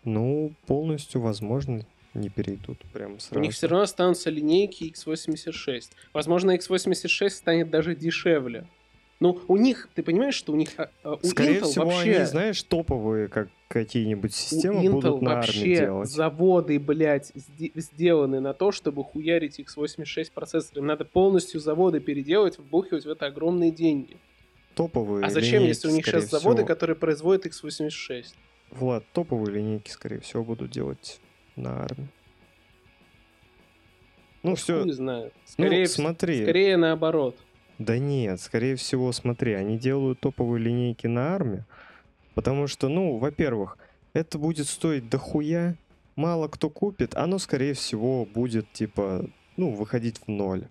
[SPEAKER 3] Ну, полностью, возможно, не перейдут прям сразу.
[SPEAKER 2] У них все равно останутся линейки x86. Возможно, x86 станет даже дешевле. Ну, у них, ты понимаешь, что у них а, а, у
[SPEAKER 3] Скорее
[SPEAKER 2] Intel
[SPEAKER 3] всего,
[SPEAKER 2] вообще,
[SPEAKER 3] они, знаешь, топовые, как какие-нибудь
[SPEAKER 2] у
[SPEAKER 3] системы
[SPEAKER 2] Intel
[SPEAKER 3] будут на армии
[SPEAKER 2] вообще
[SPEAKER 3] делать.
[SPEAKER 2] заводы, блядь, сде- сделаны на то, чтобы хуярить x86 процессоры. Им надо полностью заводы переделать, вбухивать в это огромные деньги.
[SPEAKER 3] Топовые
[SPEAKER 2] А зачем,
[SPEAKER 3] линейки,
[SPEAKER 2] если у них
[SPEAKER 3] скорее
[SPEAKER 2] сейчас заводы,
[SPEAKER 3] всего-
[SPEAKER 2] которые производят x86?
[SPEAKER 3] Влад, топовые линейки, скорее всего, будут делать на армии. Ну,
[SPEAKER 2] Хуй
[SPEAKER 3] все,
[SPEAKER 2] знает. Скорее,
[SPEAKER 3] ну,
[SPEAKER 2] вс-
[SPEAKER 3] смотри.
[SPEAKER 2] скорее наоборот.
[SPEAKER 3] Да нет, скорее всего, смотри, они делают топовые линейки на армию, потому что, ну, во-первых, это будет стоить дохуя, мало кто купит, оно, скорее всего, будет, типа, ну, выходить в ноль.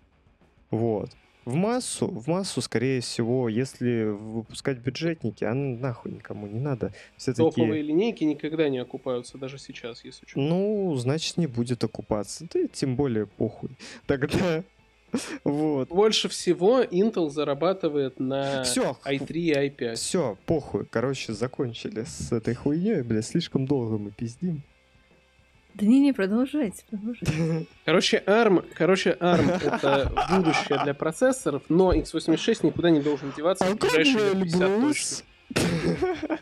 [SPEAKER 3] Вот. В массу, в массу, скорее всего, если выпускать бюджетники, оно нахуй никому не надо. Все
[SPEAKER 2] Топовые
[SPEAKER 3] такие,
[SPEAKER 2] линейки никогда не окупаются, даже сейчас, если что.
[SPEAKER 3] ну, значит, не будет окупаться. Да и тем более похуй. Тогда, вот.
[SPEAKER 2] Больше всего Intel зарабатывает на
[SPEAKER 3] Все,
[SPEAKER 2] i3 Э, а и i5.
[SPEAKER 3] Все, похуй. Короче, закончили с этой хуйней, бля, слишком долго мы пиздим.
[SPEAKER 1] Да не, не, продолжайте, продолжайте.
[SPEAKER 2] Короче, ARM, короче, ARM это будущее для процессоров, но x86 никуда не должен деваться.
[SPEAKER 3] А
[SPEAKER 2] в ближайшие лет 50 точно.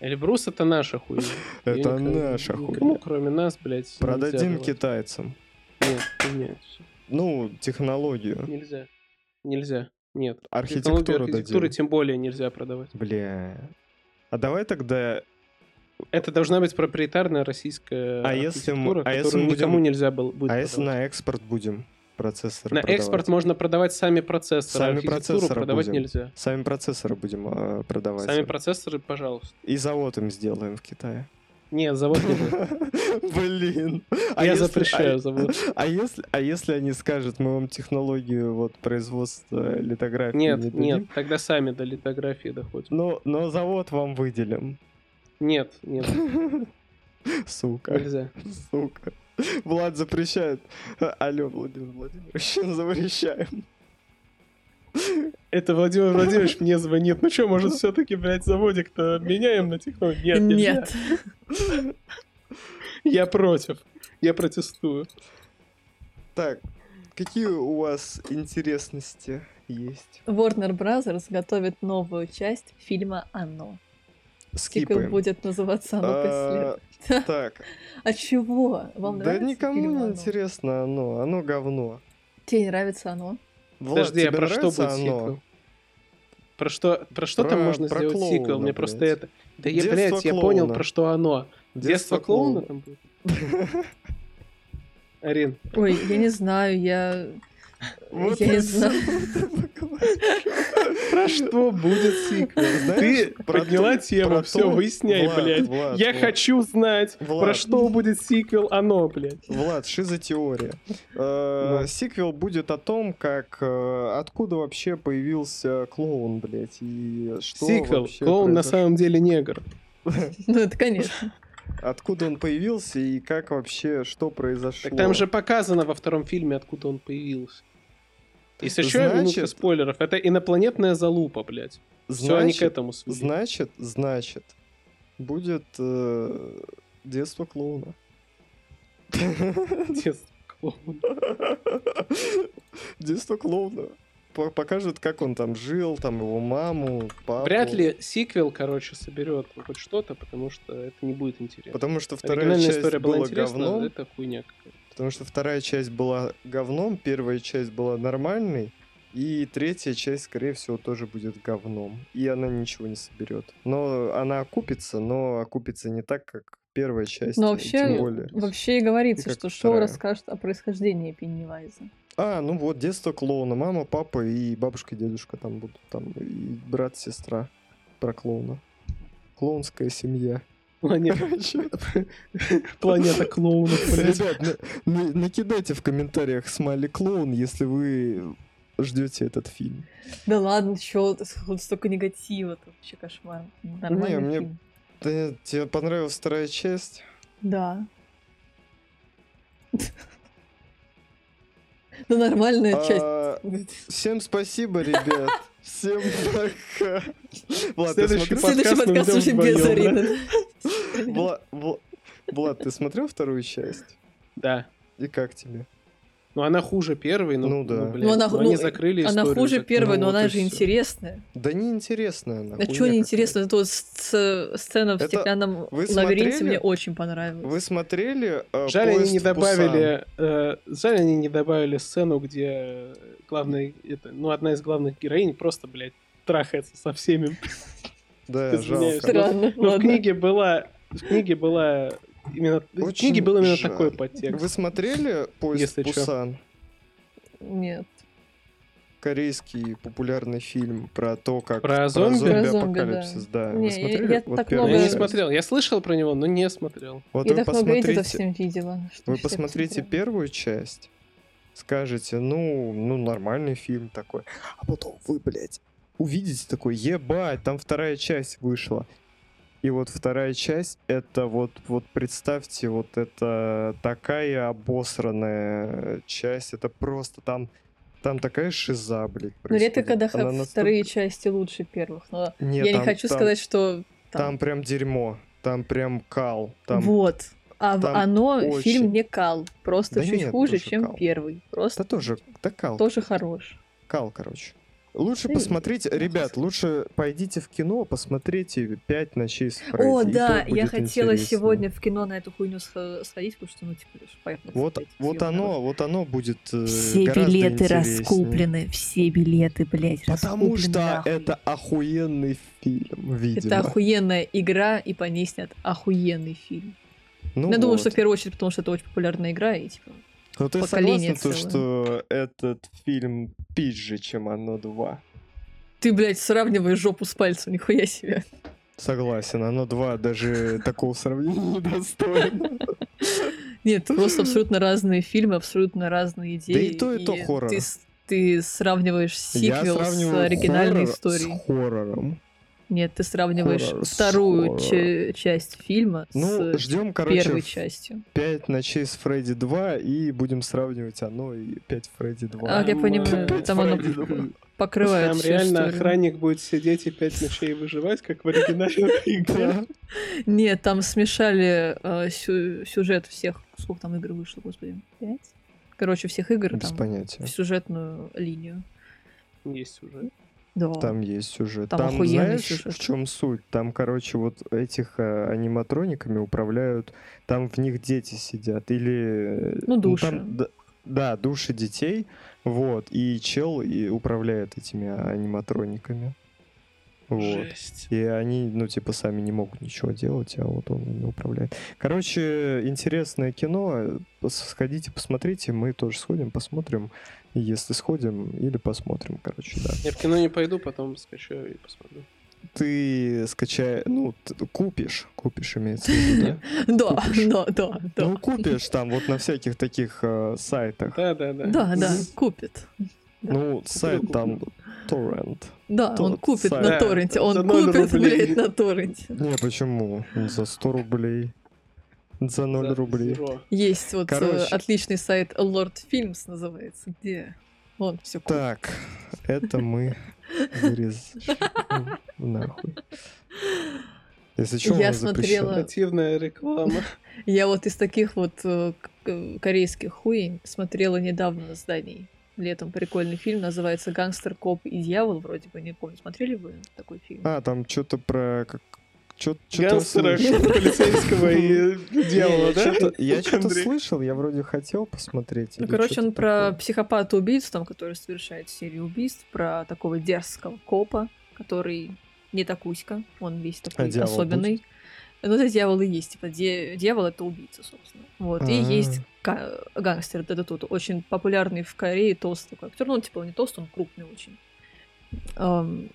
[SPEAKER 2] Эльбрус это наша хуйня. Её
[SPEAKER 3] Это
[SPEAKER 2] никому-
[SPEAKER 3] наша
[SPEAKER 2] Никому,
[SPEAKER 3] хуйня.
[SPEAKER 2] кроме нас, блядь, нельзя
[SPEAKER 3] Продадим
[SPEAKER 2] давать.
[SPEAKER 3] китайцам.
[SPEAKER 2] Нет, нет, всё,
[SPEAKER 3] Ну, технологию.
[SPEAKER 2] нельзя. Нельзя. Нет.
[SPEAKER 3] Архитектуру
[SPEAKER 2] Технологию архитектуры типа.
[SPEAKER 3] дадим.
[SPEAKER 2] тем более нельзя продавать.
[SPEAKER 3] Бля. А давай тогда...
[SPEAKER 2] Это должна быть проприетарная российская
[SPEAKER 3] А если мы-
[SPEAKER 2] архитектура,
[SPEAKER 3] а если
[SPEAKER 2] которую
[SPEAKER 3] мы будем-
[SPEAKER 2] никому нельзя было будет
[SPEAKER 3] А если
[SPEAKER 2] продавать.
[SPEAKER 3] на экспорт будем процессоры
[SPEAKER 2] На
[SPEAKER 3] продавать?
[SPEAKER 2] экспорт можно продавать сами процессоры,
[SPEAKER 3] Сами
[SPEAKER 2] архитектуру
[SPEAKER 3] процессоры
[SPEAKER 2] продавать
[SPEAKER 3] будем.
[SPEAKER 2] нельзя.
[SPEAKER 3] Сами процессоры будем э, продавать.
[SPEAKER 2] Сами процессоры, пожалуйста.
[SPEAKER 3] И завод им сделаем в Китае.
[SPEAKER 2] Нет, завод нельзя.
[SPEAKER 3] Блин. А
[SPEAKER 2] Я
[SPEAKER 3] если- а-
[SPEAKER 2] запрещаю завод.
[SPEAKER 3] А если, а если они скажут, мы вам технологию вот производства литографии
[SPEAKER 2] Нет,
[SPEAKER 3] не дадим?
[SPEAKER 2] нет, тогда сами до литографии доходим.
[SPEAKER 3] Но, но завод вам выделим.
[SPEAKER 2] Нет, нет,
[SPEAKER 3] Сука,
[SPEAKER 2] нельзя.
[SPEAKER 3] сука. Влад запрещает. Алло, Владимир Владимирович, запрещаем.
[SPEAKER 2] Это Владимир Владимирович мне звонит. Ну что, может, все-таки, блядь, заводик-то меняем на технологию? Нет, нельзя.
[SPEAKER 1] Нет.
[SPEAKER 2] Я против. Я протестую.
[SPEAKER 3] Так, какие у вас интересности есть?
[SPEAKER 1] Warner Brothers готовит новую часть фильма «Оно». Сиквел
[SPEAKER 3] Скипаем.
[SPEAKER 1] будет называться «Оно
[SPEAKER 3] А,
[SPEAKER 1] как следует».
[SPEAKER 3] Так,
[SPEAKER 1] А чего? Вам
[SPEAKER 3] да
[SPEAKER 1] нравится
[SPEAKER 3] никому
[SPEAKER 1] фильм
[SPEAKER 3] не
[SPEAKER 1] «Оно»?
[SPEAKER 3] интересно оно, оно говно.
[SPEAKER 1] Тебе не нравится «Оно»?
[SPEAKER 3] Влад,
[SPEAKER 2] Подожди, а
[SPEAKER 3] Ну тебе
[SPEAKER 2] про что будет
[SPEAKER 3] нравится оно?
[SPEAKER 2] сиквел? Про что, про что там
[SPEAKER 3] Про-
[SPEAKER 2] можно
[SPEAKER 3] про
[SPEAKER 2] сделать
[SPEAKER 3] клоуна,
[SPEAKER 2] сиквел? Мне
[SPEAKER 3] блядь.
[SPEAKER 2] просто это... Да я,
[SPEAKER 3] Детство
[SPEAKER 2] блядь, я
[SPEAKER 3] клоуна.
[SPEAKER 2] понял, про что оно. Детство, клоуна там будет? Арин,
[SPEAKER 1] Ой, я не знаю, я...
[SPEAKER 3] Вот
[SPEAKER 1] я не
[SPEAKER 3] и
[SPEAKER 1] знаю.
[SPEAKER 2] про что будет сиквел?
[SPEAKER 3] Знаешь,
[SPEAKER 2] Ты
[SPEAKER 3] про
[SPEAKER 2] подняла
[SPEAKER 3] то-
[SPEAKER 2] тему,
[SPEAKER 3] про
[SPEAKER 2] все,
[SPEAKER 3] то-
[SPEAKER 2] выясняй,
[SPEAKER 3] Влад,
[SPEAKER 2] блядь.
[SPEAKER 3] Влад,
[SPEAKER 2] Я
[SPEAKER 3] Влад.
[SPEAKER 2] хочу знать,
[SPEAKER 3] Влад.
[SPEAKER 2] про что будет сиквел оно, блядь.
[SPEAKER 3] Влад, шизотеория. Э,
[SPEAKER 2] Ну.
[SPEAKER 3] Сиквел будет о том, как э, откуда вообще появился клоун, блядь, и что
[SPEAKER 2] сиквел.
[SPEAKER 3] вообще
[SPEAKER 2] Клоун на
[SPEAKER 3] произош-
[SPEAKER 2] самом деле негр.
[SPEAKER 1] Ну, это конечно.
[SPEAKER 3] Откуда он появился и как вообще, что произошло.
[SPEAKER 2] Так там же показано во втором фильме, откуда он появился. Если еще
[SPEAKER 3] Значит-
[SPEAKER 2] минутка спойлеров, это инопланетная залупа, блядь. Все они к
[SPEAKER 3] значит,
[SPEAKER 2] этому сведут.
[SPEAKER 3] значит, значит, будет э, детство клоуна.
[SPEAKER 2] Детство клоуна.
[SPEAKER 3] А, Детство клоуна. По- Покажут, как он там жил, там его маму, папу.
[SPEAKER 2] Вряд ли сиквел, короче, соберет хоть что-то, потому что это не будет интересно.
[SPEAKER 3] Потому что вторая
[SPEAKER 2] Оригинальная
[SPEAKER 3] часть
[SPEAKER 2] история была
[SPEAKER 3] была
[SPEAKER 2] интересна,
[SPEAKER 3] говном.
[SPEAKER 2] это хуйня какая-то.
[SPEAKER 3] Потому что вторая часть была говном, первая часть была нормальной, и третья часть, скорее всего, тоже будет говном. И она ничего не соберет. Но она окупится, но окупится не так, как первая часть.
[SPEAKER 1] Но
[SPEAKER 3] и
[SPEAKER 1] вообще,
[SPEAKER 3] Тем более.
[SPEAKER 1] вообще и говорится,
[SPEAKER 3] Как
[SPEAKER 1] что шоу
[SPEAKER 3] вторая.
[SPEAKER 1] расскажет о происхождении Пеннивайза.
[SPEAKER 3] А, ну вот, детство клоуна. Мама, папа и бабушка, и дедушка там будут. Там и брат, сестра про клоуна. Клоунская семья.
[SPEAKER 2] Планета,
[SPEAKER 3] Короче,
[SPEAKER 2] планета клоунов, блядь.
[SPEAKER 3] ребят, на- на- накидайте в комментариях смайли клоун, если вы ждете этот фильм.
[SPEAKER 1] Да ладно, чё, ты, вот столько негатива, это вообще кошмар. Нормальный
[SPEAKER 3] Не, мне-
[SPEAKER 1] фильм.
[SPEAKER 3] Да, тебе понравилась вторая часть?
[SPEAKER 1] Да. Да Ну, нормальная часть.
[SPEAKER 3] А,
[SPEAKER 1] будет.
[SPEAKER 3] Всем спасибо, ребят. Всем пока. Влад, ты
[SPEAKER 2] Следующий
[SPEAKER 1] Следующий
[SPEAKER 3] смотрел-
[SPEAKER 2] подкаст мы
[SPEAKER 1] подкаст
[SPEAKER 2] ведём
[SPEAKER 1] уже без
[SPEAKER 2] вдвоём, да?
[SPEAKER 1] Арины.
[SPEAKER 3] Вла- Вла- Влад, ты смотрел вторую часть?
[SPEAKER 2] Да.
[SPEAKER 3] И как тебе?
[SPEAKER 2] Ну, она хуже первой, но,
[SPEAKER 3] Ну да.
[SPEAKER 2] блядь,
[SPEAKER 1] Ну, она-
[SPEAKER 2] но они
[SPEAKER 1] ну,
[SPEAKER 2] закрыли
[SPEAKER 1] Она
[SPEAKER 2] историю,
[SPEAKER 1] хуже
[SPEAKER 2] зак-
[SPEAKER 1] первой,
[SPEAKER 3] ну
[SPEAKER 1] но
[SPEAKER 3] вот
[SPEAKER 1] она
[SPEAKER 3] и
[SPEAKER 1] же
[SPEAKER 3] всё.
[SPEAKER 1] интересная.
[SPEAKER 3] Да неинтересная она.
[SPEAKER 1] А
[SPEAKER 3] хуйня
[SPEAKER 1] что
[SPEAKER 3] какая-то.
[SPEAKER 1] неинтересно, это вот с- с- сцена в
[SPEAKER 3] Это
[SPEAKER 1] стеклянном
[SPEAKER 3] вы
[SPEAKER 1] лабиринте
[SPEAKER 3] смотрели?
[SPEAKER 1] мне очень понравилась.
[SPEAKER 3] Вы смотрели э,
[SPEAKER 2] Жаль, они
[SPEAKER 3] «Поезд
[SPEAKER 2] не
[SPEAKER 3] в Пусан»?
[SPEAKER 2] добавили, э, жаль, они не добавили сцену, где главная, это, ну, одна из главных героинь просто, блядь, трахается со всеми.
[SPEAKER 3] Да,
[SPEAKER 2] Извиняюсь.
[SPEAKER 3] жалко.
[SPEAKER 1] Странно,
[SPEAKER 2] Ну, в
[SPEAKER 1] ладно.
[SPEAKER 2] книге была, в книге была Именно в
[SPEAKER 3] Очень
[SPEAKER 2] книге был именно
[SPEAKER 3] жаль.
[SPEAKER 2] такой подтекст.
[SPEAKER 3] Вы смотрели поезд
[SPEAKER 2] Если чё.
[SPEAKER 3] Пусан?
[SPEAKER 1] Нет.
[SPEAKER 3] Корейский популярный фильм про то, как
[SPEAKER 2] Про зомби?
[SPEAKER 1] Про зомби,
[SPEAKER 3] апокалипсис, да.
[SPEAKER 1] Не,
[SPEAKER 3] Вы
[SPEAKER 1] я-
[SPEAKER 3] смотрели?
[SPEAKER 1] я
[SPEAKER 3] Вот
[SPEAKER 1] так
[SPEAKER 3] первую
[SPEAKER 1] много-
[SPEAKER 2] Ну, Я не
[SPEAKER 3] часть.
[SPEAKER 2] смотрел. Я слышал про него, но не смотрел.
[SPEAKER 3] Вот
[SPEAKER 1] я
[SPEAKER 3] вы
[SPEAKER 1] так много
[SPEAKER 3] посмотрите,
[SPEAKER 1] эдитов с ним видела. что
[SPEAKER 3] вы
[SPEAKER 1] всё
[SPEAKER 3] посмотрите
[SPEAKER 1] посмотрела.
[SPEAKER 3] первую часть, скажете, ну, ну нормальный фильм такой, а потом вы, блядь, увидите такой, ебать, там вторая часть вышла. И вот вторая часть, это вот, вот представьте, вот это такая обосранная часть, это просто там, там такая шиза, блядь,
[SPEAKER 1] Ну, редко,
[SPEAKER 3] происходит.
[SPEAKER 1] когда
[SPEAKER 3] Она
[SPEAKER 1] ха-
[SPEAKER 3] настолько-
[SPEAKER 1] вторые части лучше первых. Но
[SPEAKER 3] Не,
[SPEAKER 1] я не
[SPEAKER 3] там-
[SPEAKER 1] хочу
[SPEAKER 3] там-
[SPEAKER 1] сказать, что
[SPEAKER 3] Там, прям дерьмо, там прям кал, там...
[SPEAKER 1] Вот. А в
[SPEAKER 3] там
[SPEAKER 1] оно
[SPEAKER 3] очень-
[SPEAKER 1] фильм не кал. Просто
[SPEAKER 3] Да
[SPEAKER 1] чуть
[SPEAKER 3] нет,
[SPEAKER 1] хуже,
[SPEAKER 3] тоже
[SPEAKER 1] чем
[SPEAKER 3] кал.
[SPEAKER 1] первый. Просто
[SPEAKER 3] Да тоже, да кал,
[SPEAKER 1] тоже хорош.
[SPEAKER 3] Кал, короче. Лучше
[SPEAKER 1] Да и-
[SPEAKER 3] посмотрите, ребят, лучше пойдите в кино, посмотрите «Пять ночей с Фредди»,
[SPEAKER 1] О,
[SPEAKER 3] и
[SPEAKER 1] да,
[SPEAKER 3] то
[SPEAKER 1] я
[SPEAKER 3] будет
[SPEAKER 1] хотела
[SPEAKER 3] интереснее.
[SPEAKER 1] сегодня в кино на эту хуйню сх- сходить, потому что, ну, типа, лишь поехали.
[SPEAKER 3] Вот,
[SPEAKER 1] смотреть,
[SPEAKER 3] вот
[SPEAKER 1] съёмка.
[SPEAKER 3] оно, вот оно будет э,
[SPEAKER 1] Все
[SPEAKER 3] гораздо
[SPEAKER 1] билеты
[SPEAKER 3] интереснее.
[SPEAKER 1] раскуплены, все билеты, блядь,
[SPEAKER 3] Потому
[SPEAKER 1] раскуплены,
[SPEAKER 3] что
[SPEAKER 1] нахуй.
[SPEAKER 3] это охуенный фильм, видимо.
[SPEAKER 1] Это охуенная игра, и по ней снят охуенный фильм.
[SPEAKER 3] Ну
[SPEAKER 1] Я думаю,
[SPEAKER 3] вот.
[SPEAKER 1] что в первую очередь, потому что это очень популярная игра, и типа...
[SPEAKER 3] Но ты
[SPEAKER 1] поколение
[SPEAKER 3] согласна, то,
[SPEAKER 1] целое.
[SPEAKER 3] что этот фильм пизже, чем «Оно 2»?
[SPEAKER 1] Ты, блядь, сравниваешь жопу с пальцем, нихуя себе.
[SPEAKER 3] Согласен, «Оно 2» даже такого сравнения недостойно.
[SPEAKER 1] Нет, просто абсолютно разные фильмы, абсолютно разные идеи.
[SPEAKER 3] то, и то хоррор.
[SPEAKER 1] Ты, с- ты сравниваешь
[SPEAKER 3] Я
[SPEAKER 1] сиквел с
[SPEAKER 3] сравниваю
[SPEAKER 1] оригинальной
[SPEAKER 3] хоррор
[SPEAKER 1] историей.
[SPEAKER 3] с хоррором.
[SPEAKER 1] Нет, ты сравниваешь
[SPEAKER 3] Хоррор с
[SPEAKER 1] вторую
[SPEAKER 3] хоррором.
[SPEAKER 1] че- часть фильма
[SPEAKER 3] Ну,
[SPEAKER 1] с
[SPEAKER 3] ждем, короче,
[SPEAKER 1] первой частью.
[SPEAKER 3] «Пять ночей с Фредди 2» и будем сравнивать оно и 5 Фредди 2.
[SPEAKER 1] А, я
[SPEAKER 2] Там,
[SPEAKER 1] понимаю,
[SPEAKER 2] э,
[SPEAKER 1] там оно
[SPEAKER 3] Фредди два.
[SPEAKER 1] покрывает
[SPEAKER 2] Там
[SPEAKER 1] всю
[SPEAKER 2] реально
[SPEAKER 1] историю.
[SPEAKER 2] охранник будет сидеть и пять ночей выживать, как в оригинальной игре.
[SPEAKER 3] Да.
[SPEAKER 1] Нет, там смешали э, сю- сюжет всех... Сколько там игр вышло, господи? Пять? Короче, всех игр
[SPEAKER 3] Без
[SPEAKER 1] там
[SPEAKER 3] понятия.
[SPEAKER 1] в сюжетную линию.
[SPEAKER 2] Есть уже.
[SPEAKER 1] Да.
[SPEAKER 3] Там есть сюжет.
[SPEAKER 1] Там
[SPEAKER 3] Там,
[SPEAKER 1] охуенный
[SPEAKER 3] знаешь,
[SPEAKER 1] сюжет.
[SPEAKER 3] в чем суть? Там, короче, вот этих э, аниматрониками управляют, там в них дети сидят. Или... э,
[SPEAKER 1] Ну, души.
[SPEAKER 3] там, да, да, души детей. Вот. И чел и управляет этими аниматрониками. Вот.
[SPEAKER 2] Жесть.
[SPEAKER 3] И они, ну, типа, сами не могут ничего делать, а вот он ими управляет. Короче, интересное кино. Сходите, посмотрите. Мы тоже сходим, посмотрим. И Если сходим, или посмотрим, короче, да.
[SPEAKER 2] Я в кино не пойду, потом скачаю и посмотрю.
[SPEAKER 3] Ты скачай, ну, т- купишь, купишь, имеется в виду, да?
[SPEAKER 1] Да,
[SPEAKER 3] Купишь.
[SPEAKER 1] да, да, да.
[SPEAKER 3] Ну, купишь там вот на всяких таких э, сайтах.
[SPEAKER 2] Да, да, да.
[SPEAKER 1] Да, да,
[SPEAKER 2] Мгм.
[SPEAKER 1] купит. да.
[SPEAKER 3] Ну, сайт там торрент.
[SPEAKER 1] Да, он
[SPEAKER 3] Тот
[SPEAKER 1] купит
[SPEAKER 3] сайт.
[SPEAKER 1] на
[SPEAKER 2] Да,
[SPEAKER 1] торренте.
[SPEAKER 2] за
[SPEAKER 1] Он
[SPEAKER 2] ноль
[SPEAKER 1] купит,
[SPEAKER 2] рублей.
[SPEAKER 1] блядь, на торренте.
[SPEAKER 3] Не, почему? За 100 рублей. За 0
[SPEAKER 2] За
[SPEAKER 3] рублей.
[SPEAKER 2] зеро.
[SPEAKER 1] Есть вот э,
[SPEAKER 3] Короче.
[SPEAKER 1] отличный сайт Lord Films называется, где он все купит.
[SPEAKER 3] Так, это мы вырежем нахуй. Если что,
[SPEAKER 1] Я
[SPEAKER 3] оно запрещено.
[SPEAKER 1] смотрела-
[SPEAKER 2] Нативная реклама.
[SPEAKER 1] Я вот из таких вот э, к- э, корейских хуй смотрела недавно с Даней. Летом прикольный фильм, называется «Гангстер, коп и дьявол», вроде бы, не помню, смотрели вы такой фильм?
[SPEAKER 3] А, там что-то про... Как... Чё, чё-то
[SPEAKER 2] Гангстера,
[SPEAKER 3] слышал.
[SPEAKER 2] полицейского и
[SPEAKER 3] Не,
[SPEAKER 2] дьявола,
[SPEAKER 3] я
[SPEAKER 2] да?
[SPEAKER 3] чё-то- Я что-то
[SPEAKER 2] Андрей.
[SPEAKER 3] слышал, я вроде хотел посмотреть.
[SPEAKER 1] Ну,
[SPEAKER 3] или
[SPEAKER 1] короче,
[SPEAKER 3] чё-то
[SPEAKER 1] он про
[SPEAKER 3] такое.
[SPEAKER 1] психопата-убийцу, там, который совершает серию убийств, про такого дерзкого копа, который не такуська, он весь такой
[SPEAKER 3] А дьявол
[SPEAKER 1] особенный.
[SPEAKER 3] будет?
[SPEAKER 1] Ну, это дьявол и есть, типа, де- дьявол — это убийца, собственно. Вот, и
[SPEAKER 3] А.
[SPEAKER 1] есть га- гангстер, это тот очень популярный в Корее толстый такой актер, ну, он, типа, он не толстый, он крупный очень. Эм,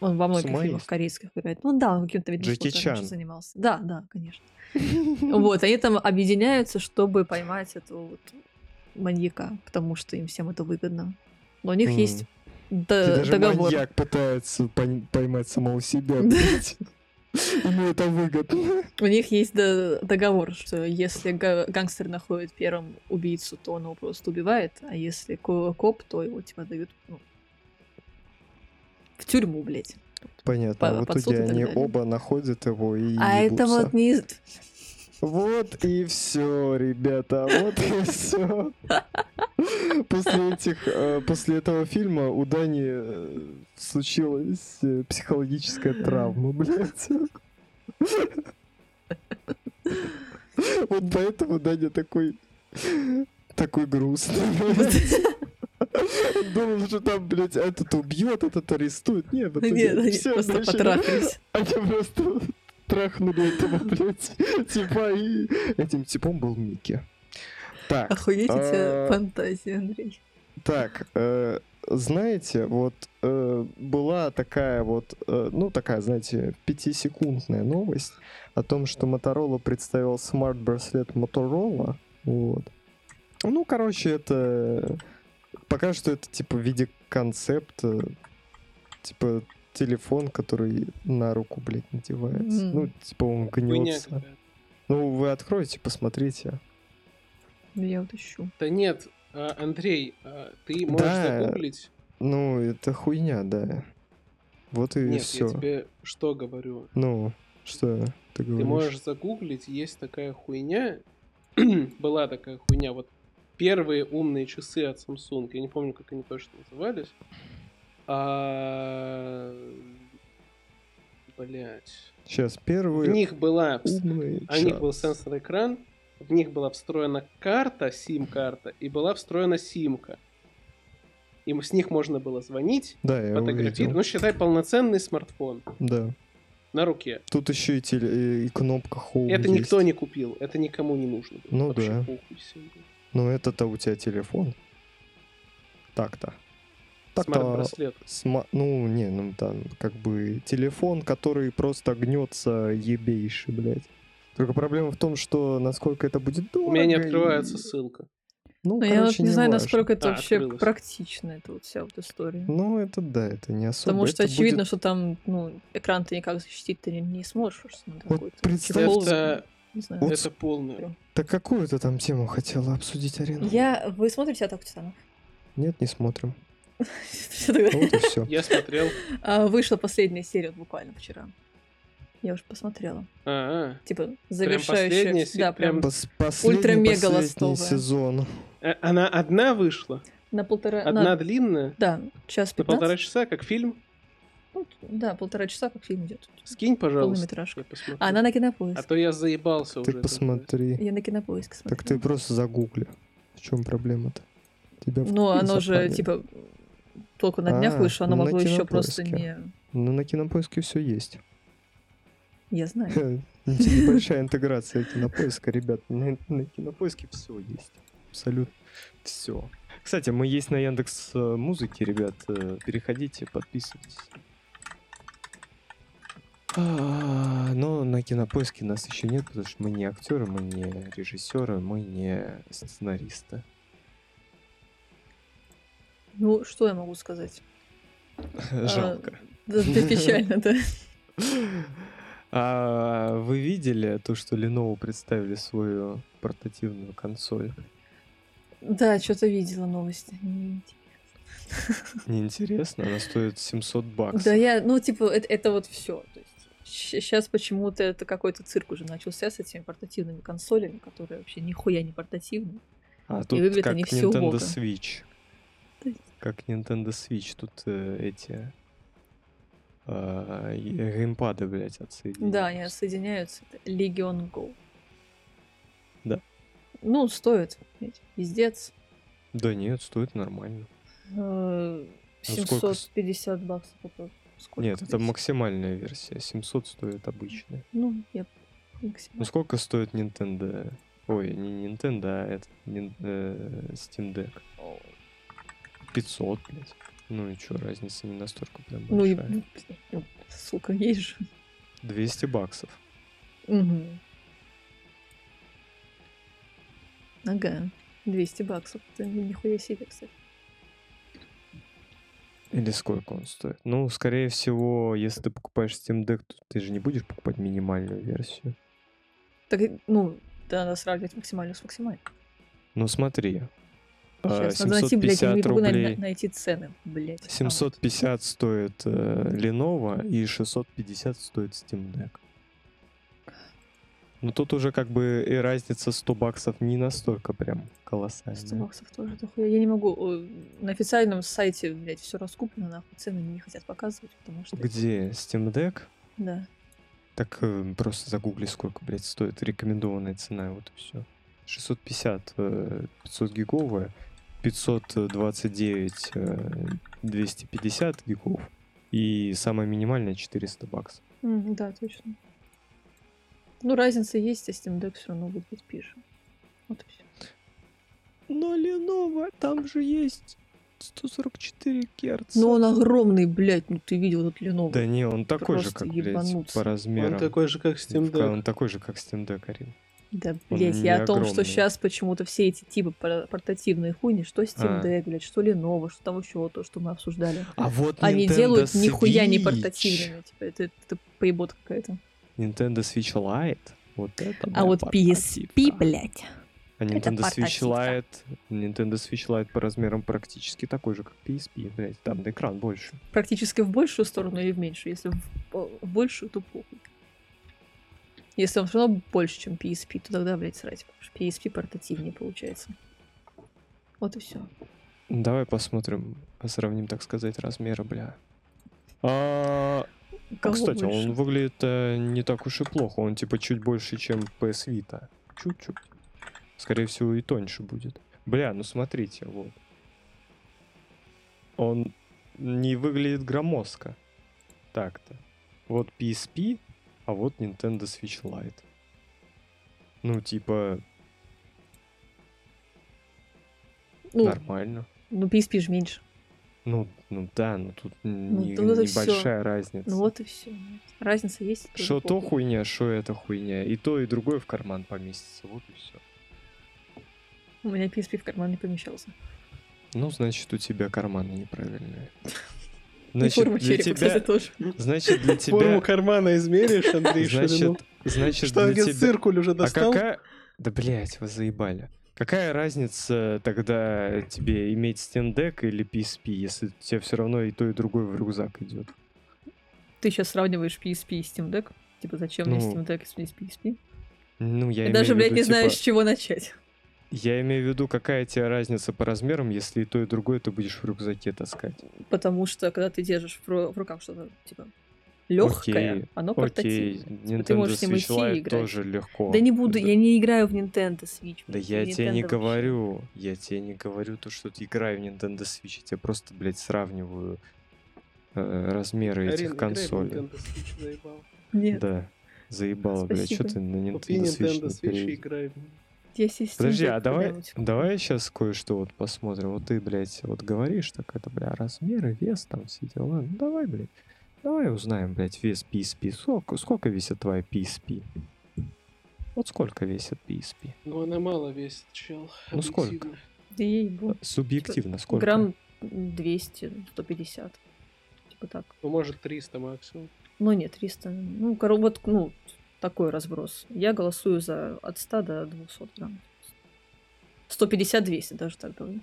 [SPEAKER 1] он во многих
[SPEAKER 3] Сама
[SPEAKER 1] фильмах
[SPEAKER 3] есть?
[SPEAKER 1] корейских играет. Ну да, он каким-то видом
[SPEAKER 3] Джеки
[SPEAKER 1] спорта раньше
[SPEAKER 3] Чан.
[SPEAKER 1] занимался. Да, да, конечно. Вот, они там объединяются, чтобы поймать этого вот маньяка, потому что им всем это выгодно. Но у них
[SPEAKER 3] М.
[SPEAKER 1] есть
[SPEAKER 3] Ты
[SPEAKER 1] до-
[SPEAKER 3] даже
[SPEAKER 1] договор.
[SPEAKER 3] маньяк пытается пон- поймать самого себя.
[SPEAKER 1] Да.
[SPEAKER 3] блядь. Ему это выгодно.
[SPEAKER 1] У них есть до- договор, что если га- гангстер находит первым убийцу, то он его просто убивает, а если ко- коп, то его типа дают ну, в тюрьму, блядь.
[SPEAKER 3] Понятно, а
[SPEAKER 1] По-
[SPEAKER 3] в
[SPEAKER 1] под суд и
[SPEAKER 3] итоге
[SPEAKER 1] так
[SPEAKER 3] они
[SPEAKER 1] далее.
[SPEAKER 3] оба находят его и
[SPEAKER 1] а это
[SPEAKER 3] ебутся.
[SPEAKER 1] вот не... из-
[SPEAKER 3] Вот и все, ребята, вот и все. После этих, э, после этого фильма у Дани э, случилась э, психологическая травма, блядь. Вот поэтому Даня такой, такой грустный. блядь. Он Думал, что там, блядь, этот убьет, этот арестует. Нет, в итоге
[SPEAKER 1] Нет, они
[SPEAKER 3] все
[SPEAKER 1] просто
[SPEAKER 3] дальше-
[SPEAKER 1] потрахались.
[SPEAKER 3] Они просто трахнули этого, блядь, типа, и этим типом был Микки. Так.
[SPEAKER 1] Охуеть у тебя
[SPEAKER 3] а,
[SPEAKER 1] фантазии, Андрей.
[SPEAKER 3] Так, э, знаете, вот э, была такая вот, э, ну такая, знаете, пятисекундная новость о том, что Motorola представил смарт-браслет Motorola. Вот. Ну, короче, это пока что это типа в виде концепта, типа телефон, который на руку, блядь, надевается.
[SPEAKER 1] Мгм.
[SPEAKER 3] Ну, типа он
[SPEAKER 2] Хуйня
[SPEAKER 3] гнется.
[SPEAKER 2] какая-то.
[SPEAKER 3] Ну, вы откройте, посмотрите.
[SPEAKER 1] Ну, Я утащу.
[SPEAKER 2] Да нет, а, Андрей, а, ты можешь
[SPEAKER 3] Да.
[SPEAKER 2] загуглить?
[SPEAKER 3] Ну, это хуйня, да. Вот и
[SPEAKER 2] Нет,
[SPEAKER 3] все.
[SPEAKER 2] я тебе что говорю?
[SPEAKER 3] Ну, что ты говоришь?
[SPEAKER 2] Ты можешь загуглить, есть такая хуйня. Была такая хуйня. Вот первые умные часы от Samsung, я не помню, как они точно назывались. А... Блять.
[SPEAKER 3] Сейчас
[SPEAKER 2] В
[SPEAKER 3] первый
[SPEAKER 2] них была... вс-
[SPEAKER 3] умный
[SPEAKER 2] а У них
[SPEAKER 3] чат.
[SPEAKER 2] был сенсорный экран, в них была встроена карта, сим-карта, и была встроена симка. И м- с них можно было звонить,
[SPEAKER 3] Да, я
[SPEAKER 2] фотографировать.
[SPEAKER 3] увидел.
[SPEAKER 2] Ну, считай, полноценный смартфон
[SPEAKER 3] Да.
[SPEAKER 2] на руке.
[SPEAKER 3] Тут еще и, теле... и кнопка Home
[SPEAKER 2] Это
[SPEAKER 3] есть.
[SPEAKER 2] никто не купил, это никому не нужно было.
[SPEAKER 3] Ну
[SPEAKER 2] Вообще
[SPEAKER 3] да.
[SPEAKER 2] похуй всем было.
[SPEAKER 3] Ну, это-то у тебя телефон. Так-то. Так-то...
[SPEAKER 2] Смарт-браслет.
[SPEAKER 3] сма- Ну, не, ну там как бы телефон, который просто гнется ебейший, блядь. Только проблема в том, что насколько это будет дорого.
[SPEAKER 2] У меня не
[SPEAKER 3] и-
[SPEAKER 2] открывается ссылка.
[SPEAKER 3] Ну,
[SPEAKER 1] Но я вот
[SPEAKER 3] короче,
[SPEAKER 1] не знаю,
[SPEAKER 3] важно.
[SPEAKER 1] насколько это
[SPEAKER 2] А,
[SPEAKER 1] вообще
[SPEAKER 2] открылось.
[SPEAKER 1] практично, эта вот вся вот история.
[SPEAKER 3] Ну, это да, это не особо.
[SPEAKER 1] Потому что
[SPEAKER 3] Это будет-
[SPEAKER 1] очевидно, что там, ну, экран ты никак защитить ты не, не сможешь, что там
[SPEAKER 3] Вот
[SPEAKER 1] какой-то
[SPEAKER 3] представь-
[SPEAKER 1] чехол,
[SPEAKER 2] Это,
[SPEAKER 1] не знаю.
[SPEAKER 3] Вот
[SPEAKER 2] это полное.
[SPEAKER 3] Так какую ты там тему хотела обсудить, Арина?
[SPEAKER 1] Я... Вы смотрите «Атаку Титанов»?
[SPEAKER 3] Нет, не смотрим.
[SPEAKER 1] Всё тогда.
[SPEAKER 3] Ну, вот и все.
[SPEAKER 2] Я смотрел.
[SPEAKER 1] А, Вышла последняя серия вот буквально вчера. Я уже посмотрела.
[SPEAKER 2] А,
[SPEAKER 1] Типа, завершающая.
[SPEAKER 2] последняя се-
[SPEAKER 1] Да, прям
[SPEAKER 2] прям
[SPEAKER 3] Пос- последний,
[SPEAKER 1] Ультра-мега
[SPEAKER 3] последний
[SPEAKER 1] ластовая.
[SPEAKER 3] сезон.
[SPEAKER 2] а. Э, Она одна вышла.
[SPEAKER 1] на полтора... на-
[SPEAKER 2] Одна длинная.
[SPEAKER 1] Да, час
[SPEAKER 2] На полтора
[SPEAKER 1] 15.
[SPEAKER 2] часа, как фильм.
[SPEAKER 1] Ну, Да, полтора часа, как фильм идет.
[SPEAKER 2] Скинь, пожалуйста.
[SPEAKER 1] Полнометражка.
[SPEAKER 2] Я посмотрю.
[SPEAKER 1] А она на
[SPEAKER 2] А
[SPEAKER 1] кинопоиск.
[SPEAKER 2] то я заебался уже.
[SPEAKER 3] Ты
[SPEAKER 2] это.
[SPEAKER 3] посмотри.
[SPEAKER 1] Я на кинопоиск
[SPEAKER 3] Так ты
[SPEAKER 1] смотрела.
[SPEAKER 3] просто загугли. В чем проблема-то? Тебя в
[SPEAKER 1] Ну,
[SPEAKER 3] хуй
[SPEAKER 1] оно же,
[SPEAKER 3] запалит.
[SPEAKER 1] типа, только на днях
[SPEAKER 3] А,
[SPEAKER 1] вышло, оно
[SPEAKER 3] ну, на
[SPEAKER 1] могло еще просто
[SPEAKER 3] «Кинопоиске».
[SPEAKER 1] не...
[SPEAKER 3] Ну, на кинопоиске все есть.
[SPEAKER 1] Я знаю.
[SPEAKER 3] Э, Небольшая интеграция кинопоиска, ребят. На, на кинопоиске все есть. Абсолютно все. Кстати, мы есть на Яндекс э, Музыке, ребят. э, Переходите, подписывайтесь. А, Но на кинопоиске нас еще нет, потому что мы не актеры, мы не режиссеры, мы не сценаристы.
[SPEAKER 1] Ну, что я могу сказать? А,
[SPEAKER 3] Жалко.
[SPEAKER 1] Да, да, печально, да.
[SPEAKER 3] А, вы видели то, что Lenovo представили свою портативную консоль?
[SPEAKER 1] Да, что-то видела новости. М, типа,
[SPEAKER 3] Неинтересно, она стоит 700 баксов.
[SPEAKER 1] Да я, ну, типа, это, это вот все. Сейчас почему-то это какой-то цирк уже начался с этими портативными консолями, которые вообще нихуя не портативные.
[SPEAKER 3] А тут
[SPEAKER 1] выглядят
[SPEAKER 3] как
[SPEAKER 1] они всё
[SPEAKER 3] Nintendo
[SPEAKER 1] убого.
[SPEAKER 3] Switch.
[SPEAKER 1] Да.
[SPEAKER 3] Как Nintendo Switch. Тут э, эти э, и- геймпады, блядь, отсоединены.
[SPEAKER 1] Да, они соединяются. Это Legion Go.
[SPEAKER 3] Да.
[SPEAKER 1] Ну, стоит. ведь Пиздец.
[SPEAKER 3] Да нет, стоит нормально.
[SPEAKER 1] Э,
[SPEAKER 3] Ну, сколько с-
[SPEAKER 1] 750 баксов. Это сколько
[SPEAKER 3] нет, это
[SPEAKER 1] здесь?
[SPEAKER 3] максимальная версия. 700 стоит обычная.
[SPEAKER 1] Ну, я
[SPEAKER 3] Ну
[SPEAKER 1] максимально.
[SPEAKER 3] сколько стоит Nintendo? Ой, не Nintendo, а этот нин- э, Steam Deck. 500, блядь. Ну и чё, разница не настолько прям
[SPEAKER 1] Ну, и-
[SPEAKER 3] большая.
[SPEAKER 1] ну, сука, есть же.
[SPEAKER 3] 200 баксов.
[SPEAKER 1] Мгм. Ага, 200 баксов. Это нихуя себе, кстати.
[SPEAKER 3] Или сколько он стоит? Ну, скорее всего, если ты покупаешь Steam Deck, то ты же не будешь покупать минимальную версию.
[SPEAKER 1] Так, и- ну, да, надо сравнивать максимально с максимальным.
[SPEAKER 3] Ну, смотри. а,
[SPEAKER 1] Сейчас надо найти, блядь, я не
[SPEAKER 3] 750
[SPEAKER 1] могу на- на-
[SPEAKER 3] рублей.
[SPEAKER 1] найти цены, блядь. А,
[SPEAKER 3] 750 стоит э, Lenovo и 650 стоит Steam Deck. Ну, тут уже как бы и разница 100 баксов не настолько прям
[SPEAKER 1] 100
[SPEAKER 3] колоссальная.
[SPEAKER 1] баксов тоже дохуя. Я не могу. э, На официальном сайте, блядь, все раскуплено, нахуй. Цены не хотят показывать, потому что...
[SPEAKER 3] Где Steam Deck?
[SPEAKER 1] Да.
[SPEAKER 3] Так э, просто загугли, сколько, блядь, стоит рекомендованная цена, вот и все. 650, э, 500 гиговая, 529, э, 250 гигов и самая минимальная 400 баксов.
[SPEAKER 1] М, Да, точно. Ну, разница есть, а Steam Deck все равно будет пишем. Вот и все.
[SPEAKER 3] Но Lenovo, там же есть 144 Гц.
[SPEAKER 1] Но Ну, он огромный, блядь, ну ты видел этот Lenovo.
[SPEAKER 3] Да не, он такой же,
[SPEAKER 1] Просто
[SPEAKER 3] как, блядь,
[SPEAKER 1] ебануться.
[SPEAKER 3] по
[SPEAKER 1] Он
[SPEAKER 3] размерам.
[SPEAKER 2] Он такой же, как Steam
[SPEAKER 3] В- Он
[SPEAKER 2] Deck.
[SPEAKER 3] такой же, как Steam Deck, Арина.
[SPEAKER 1] Да,
[SPEAKER 3] Он
[SPEAKER 1] блядь, я
[SPEAKER 3] не
[SPEAKER 1] о том, что
[SPEAKER 3] огромный.
[SPEAKER 1] сейчас почему-то все эти типы пор- портативные хуйни, что Steam
[SPEAKER 3] А.
[SPEAKER 1] Deck, блядь, что Lenovo, что там еще то, что мы обсуждали.
[SPEAKER 3] А вот
[SPEAKER 1] Они
[SPEAKER 3] Nintendo
[SPEAKER 1] делают нихуя не
[SPEAKER 3] Switch,
[SPEAKER 1] портативными, типа, это, это поебот какая-то.
[SPEAKER 3] Nintendo Switch Lite, вот это да,
[SPEAKER 1] А вот PSP,
[SPEAKER 3] портативка.
[SPEAKER 1] блядь,
[SPEAKER 3] А Nintendo Switch
[SPEAKER 1] портативка.
[SPEAKER 3] Lite, Nintendo Switch Lite по размерам практически такой же, как PSP, блядь, там на экран больше.
[SPEAKER 1] практически в большую сторону или в меньшую. Если в, по- в большую, то похуй. Если он все равно больше, чем PSP, то тогда, блядь, срать. Потому что PSP портативнее получается. Вот и все.
[SPEAKER 3] Давай посмотрим, сравним, так сказать, размеры, бля. А, а, кстати, он выглядит э, не так уж и плохо, он типа чуть больше, чем PS Vita. Чуть-чуть. Скорее всего, и тоньше будет. Бля, ну смотрите, вот. Он не выглядит громоздко. Так-то. Вот PSP, а вот Nintendo Switch Lite. Ну, типа,
[SPEAKER 1] Ну,
[SPEAKER 3] нормально.
[SPEAKER 1] ну, PSP же меньше.
[SPEAKER 3] Ну, ну да, ну тут не-
[SPEAKER 1] тут это
[SPEAKER 3] небольшая разница.
[SPEAKER 1] Ну вот и все. Разница есть. тоже
[SPEAKER 3] Что то
[SPEAKER 1] похуй.
[SPEAKER 3] хуйня, что это хуйня. И то, и другое в карман поместится. Вот и все.
[SPEAKER 1] У меня PSP в карман не помещался.
[SPEAKER 3] Ну, значит, у тебя карманы неправильные.
[SPEAKER 1] и
[SPEAKER 3] Ну, Значит,
[SPEAKER 1] форма
[SPEAKER 3] для
[SPEAKER 1] черепа, кстати,
[SPEAKER 3] тебя...
[SPEAKER 1] тоже.
[SPEAKER 3] Значит, для тебя...
[SPEAKER 2] Форму кармана измеришь, Андрей ширину?
[SPEAKER 3] Значит, значит,
[SPEAKER 2] Что,
[SPEAKER 3] для
[SPEAKER 2] где
[SPEAKER 3] тебя...
[SPEAKER 2] циркуль уже
[SPEAKER 3] А
[SPEAKER 2] достал?
[SPEAKER 3] какая... Да, блядь, вы заебали. Какая разница тогда тебе иметь Steam Deck или PSP, если у тебя все равно и то, и другое в рюкзак идет?
[SPEAKER 1] Ты сейчас сравниваешь PSP и Steam Deck. Типа, зачем мне
[SPEAKER 3] Ну,
[SPEAKER 1] Steam Deck, если есть PSP?
[SPEAKER 3] Ну, я
[SPEAKER 1] Я даже,
[SPEAKER 3] имею
[SPEAKER 1] блядь,
[SPEAKER 3] в виду,
[SPEAKER 1] не
[SPEAKER 3] типа,
[SPEAKER 1] знаю, с чего начать.
[SPEAKER 3] Я имею в виду, какая тебе разница по размерам, если и то, и другое ты будешь в рюкзаке таскать.
[SPEAKER 1] Потому что, когда ты держишь в, ру- в руках что-то, типа, легкое,
[SPEAKER 3] Окей,
[SPEAKER 1] оно
[SPEAKER 3] Окей,
[SPEAKER 1] портативное. Ну, Типа, ты
[SPEAKER 3] Nintendo
[SPEAKER 1] можешь с ним
[SPEAKER 3] Switch
[SPEAKER 1] идти и
[SPEAKER 3] Lite
[SPEAKER 1] играть.
[SPEAKER 3] тоже легко.
[SPEAKER 1] Да не буду, я не играю в Nintendo Switch.
[SPEAKER 3] Да
[SPEAKER 1] блядь,
[SPEAKER 3] я
[SPEAKER 1] в
[SPEAKER 3] тебе не
[SPEAKER 1] Nintendo вообще.
[SPEAKER 3] говорю, я тебе не говорю то, что ты играешь в Nintendo Switch, я тебе просто, блядь, сравниваю э, размеры
[SPEAKER 2] Арина, играй
[SPEAKER 3] этих
[SPEAKER 2] в
[SPEAKER 3] консолей.
[SPEAKER 2] Nintendo Switch, заебал.
[SPEAKER 1] Нет,
[SPEAKER 3] Да, заебало, блядь,
[SPEAKER 1] Спасибо.
[SPEAKER 3] что ты на
[SPEAKER 2] Купи
[SPEAKER 3] Nintendo Switch
[SPEAKER 2] Nintendo
[SPEAKER 3] не
[SPEAKER 2] Switch и
[SPEAKER 3] пере-
[SPEAKER 2] играй.
[SPEAKER 1] я себе Steam
[SPEAKER 3] Подожди,
[SPEAKER 1] Deck типа.
[SPEAKER 3] а давай,
[SPEAKER 1] когда-нибудь куплю.
[SPEAKER 3] давай сейчас кое-что вот посмотрим. Вот ты, блядь, вот говоришь, так это, бля, размеры, вес, там все дела. Ну давай, блядь, давай узнаем, блядь, вес PSP. Сколько, сколько весит твоя PSP? Вот сколько весит PSP?
[SPEAKER 2] Ну, она мало весит, чел.
[SPEAKER 3] Ну, сколько?
[SPEAKER 2] объективно.
[SPEAKER 1] Да ей-богу.
[SPEAKER 3] Субъективно, сколько?
[SPEAKER 1] Грамм 200, 150. Типа так.
[SPEAKER 2] Ну, может, 300 максимум.
[SPEAKER 1] Ну нет, 300. Ну, коро- вот, ну, такой разброс. Я голосую за от 100 до 200 грамм. 150-200 даже так говорю.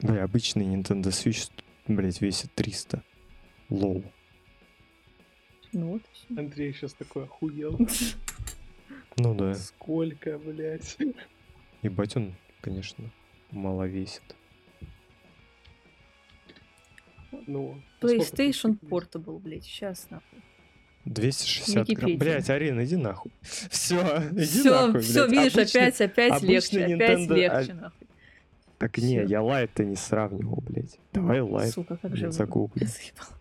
[SPEAKER 3] Бля, Ну обычный Nintendo Switch, блядь, весит 300. Лол.
[SPEAKER 1] Ну вот. и всё.
[SPEAKER 2] Андрей сейчас такой охуел.
[SPEAKER 3] Ну да,
[SPEAKER 2] Сколько, блядь?
[SPEAKER 3] ебать он, конечно, мало весит.
[SPEAKER 2] Ну, сколько тут
[SPEAKER 1] PlayStation
[SPEAKER 2] весит?
[SPEAKER 1] Portable, блядь, сейчас нахуй.
[SPEAKER 3] 260 грамм.
[SPEAKER 1] Википедия.
[SPEAKER 3] Блять, Арина, иди нахуй. Все, иди
[SPEAKER 1] Все,
[SPEAKER 3] нахуй,
[SPEAKER 1] все,
[SPEAKER 3] блядь.
[SPEAKER 1] видишь,
[SPEAKER 3] Обычный-
[SPEAKER 1] опять, опять
[SPEAKER 3] обычный
[SPEAKER 1] легче, опять
[SPEAKER 3] Nintendo,
[SPEAKER 1] легче,
[SPEAKER 3] а-
[SPEAKER 1] нахуй.
[SPEAKER 3] Так не,
[SPEAKER 1] Всё.
[SPEAKER 3] я лайт-то не сравнивал, блядь. Давай лайт.
[SPEAKER 1] Сука, как
[SPEAKER 3] блядь,
[SPEAKER 1] же...
[SPEAKER 3] загугли.
[SPEAKER 1] я заебала.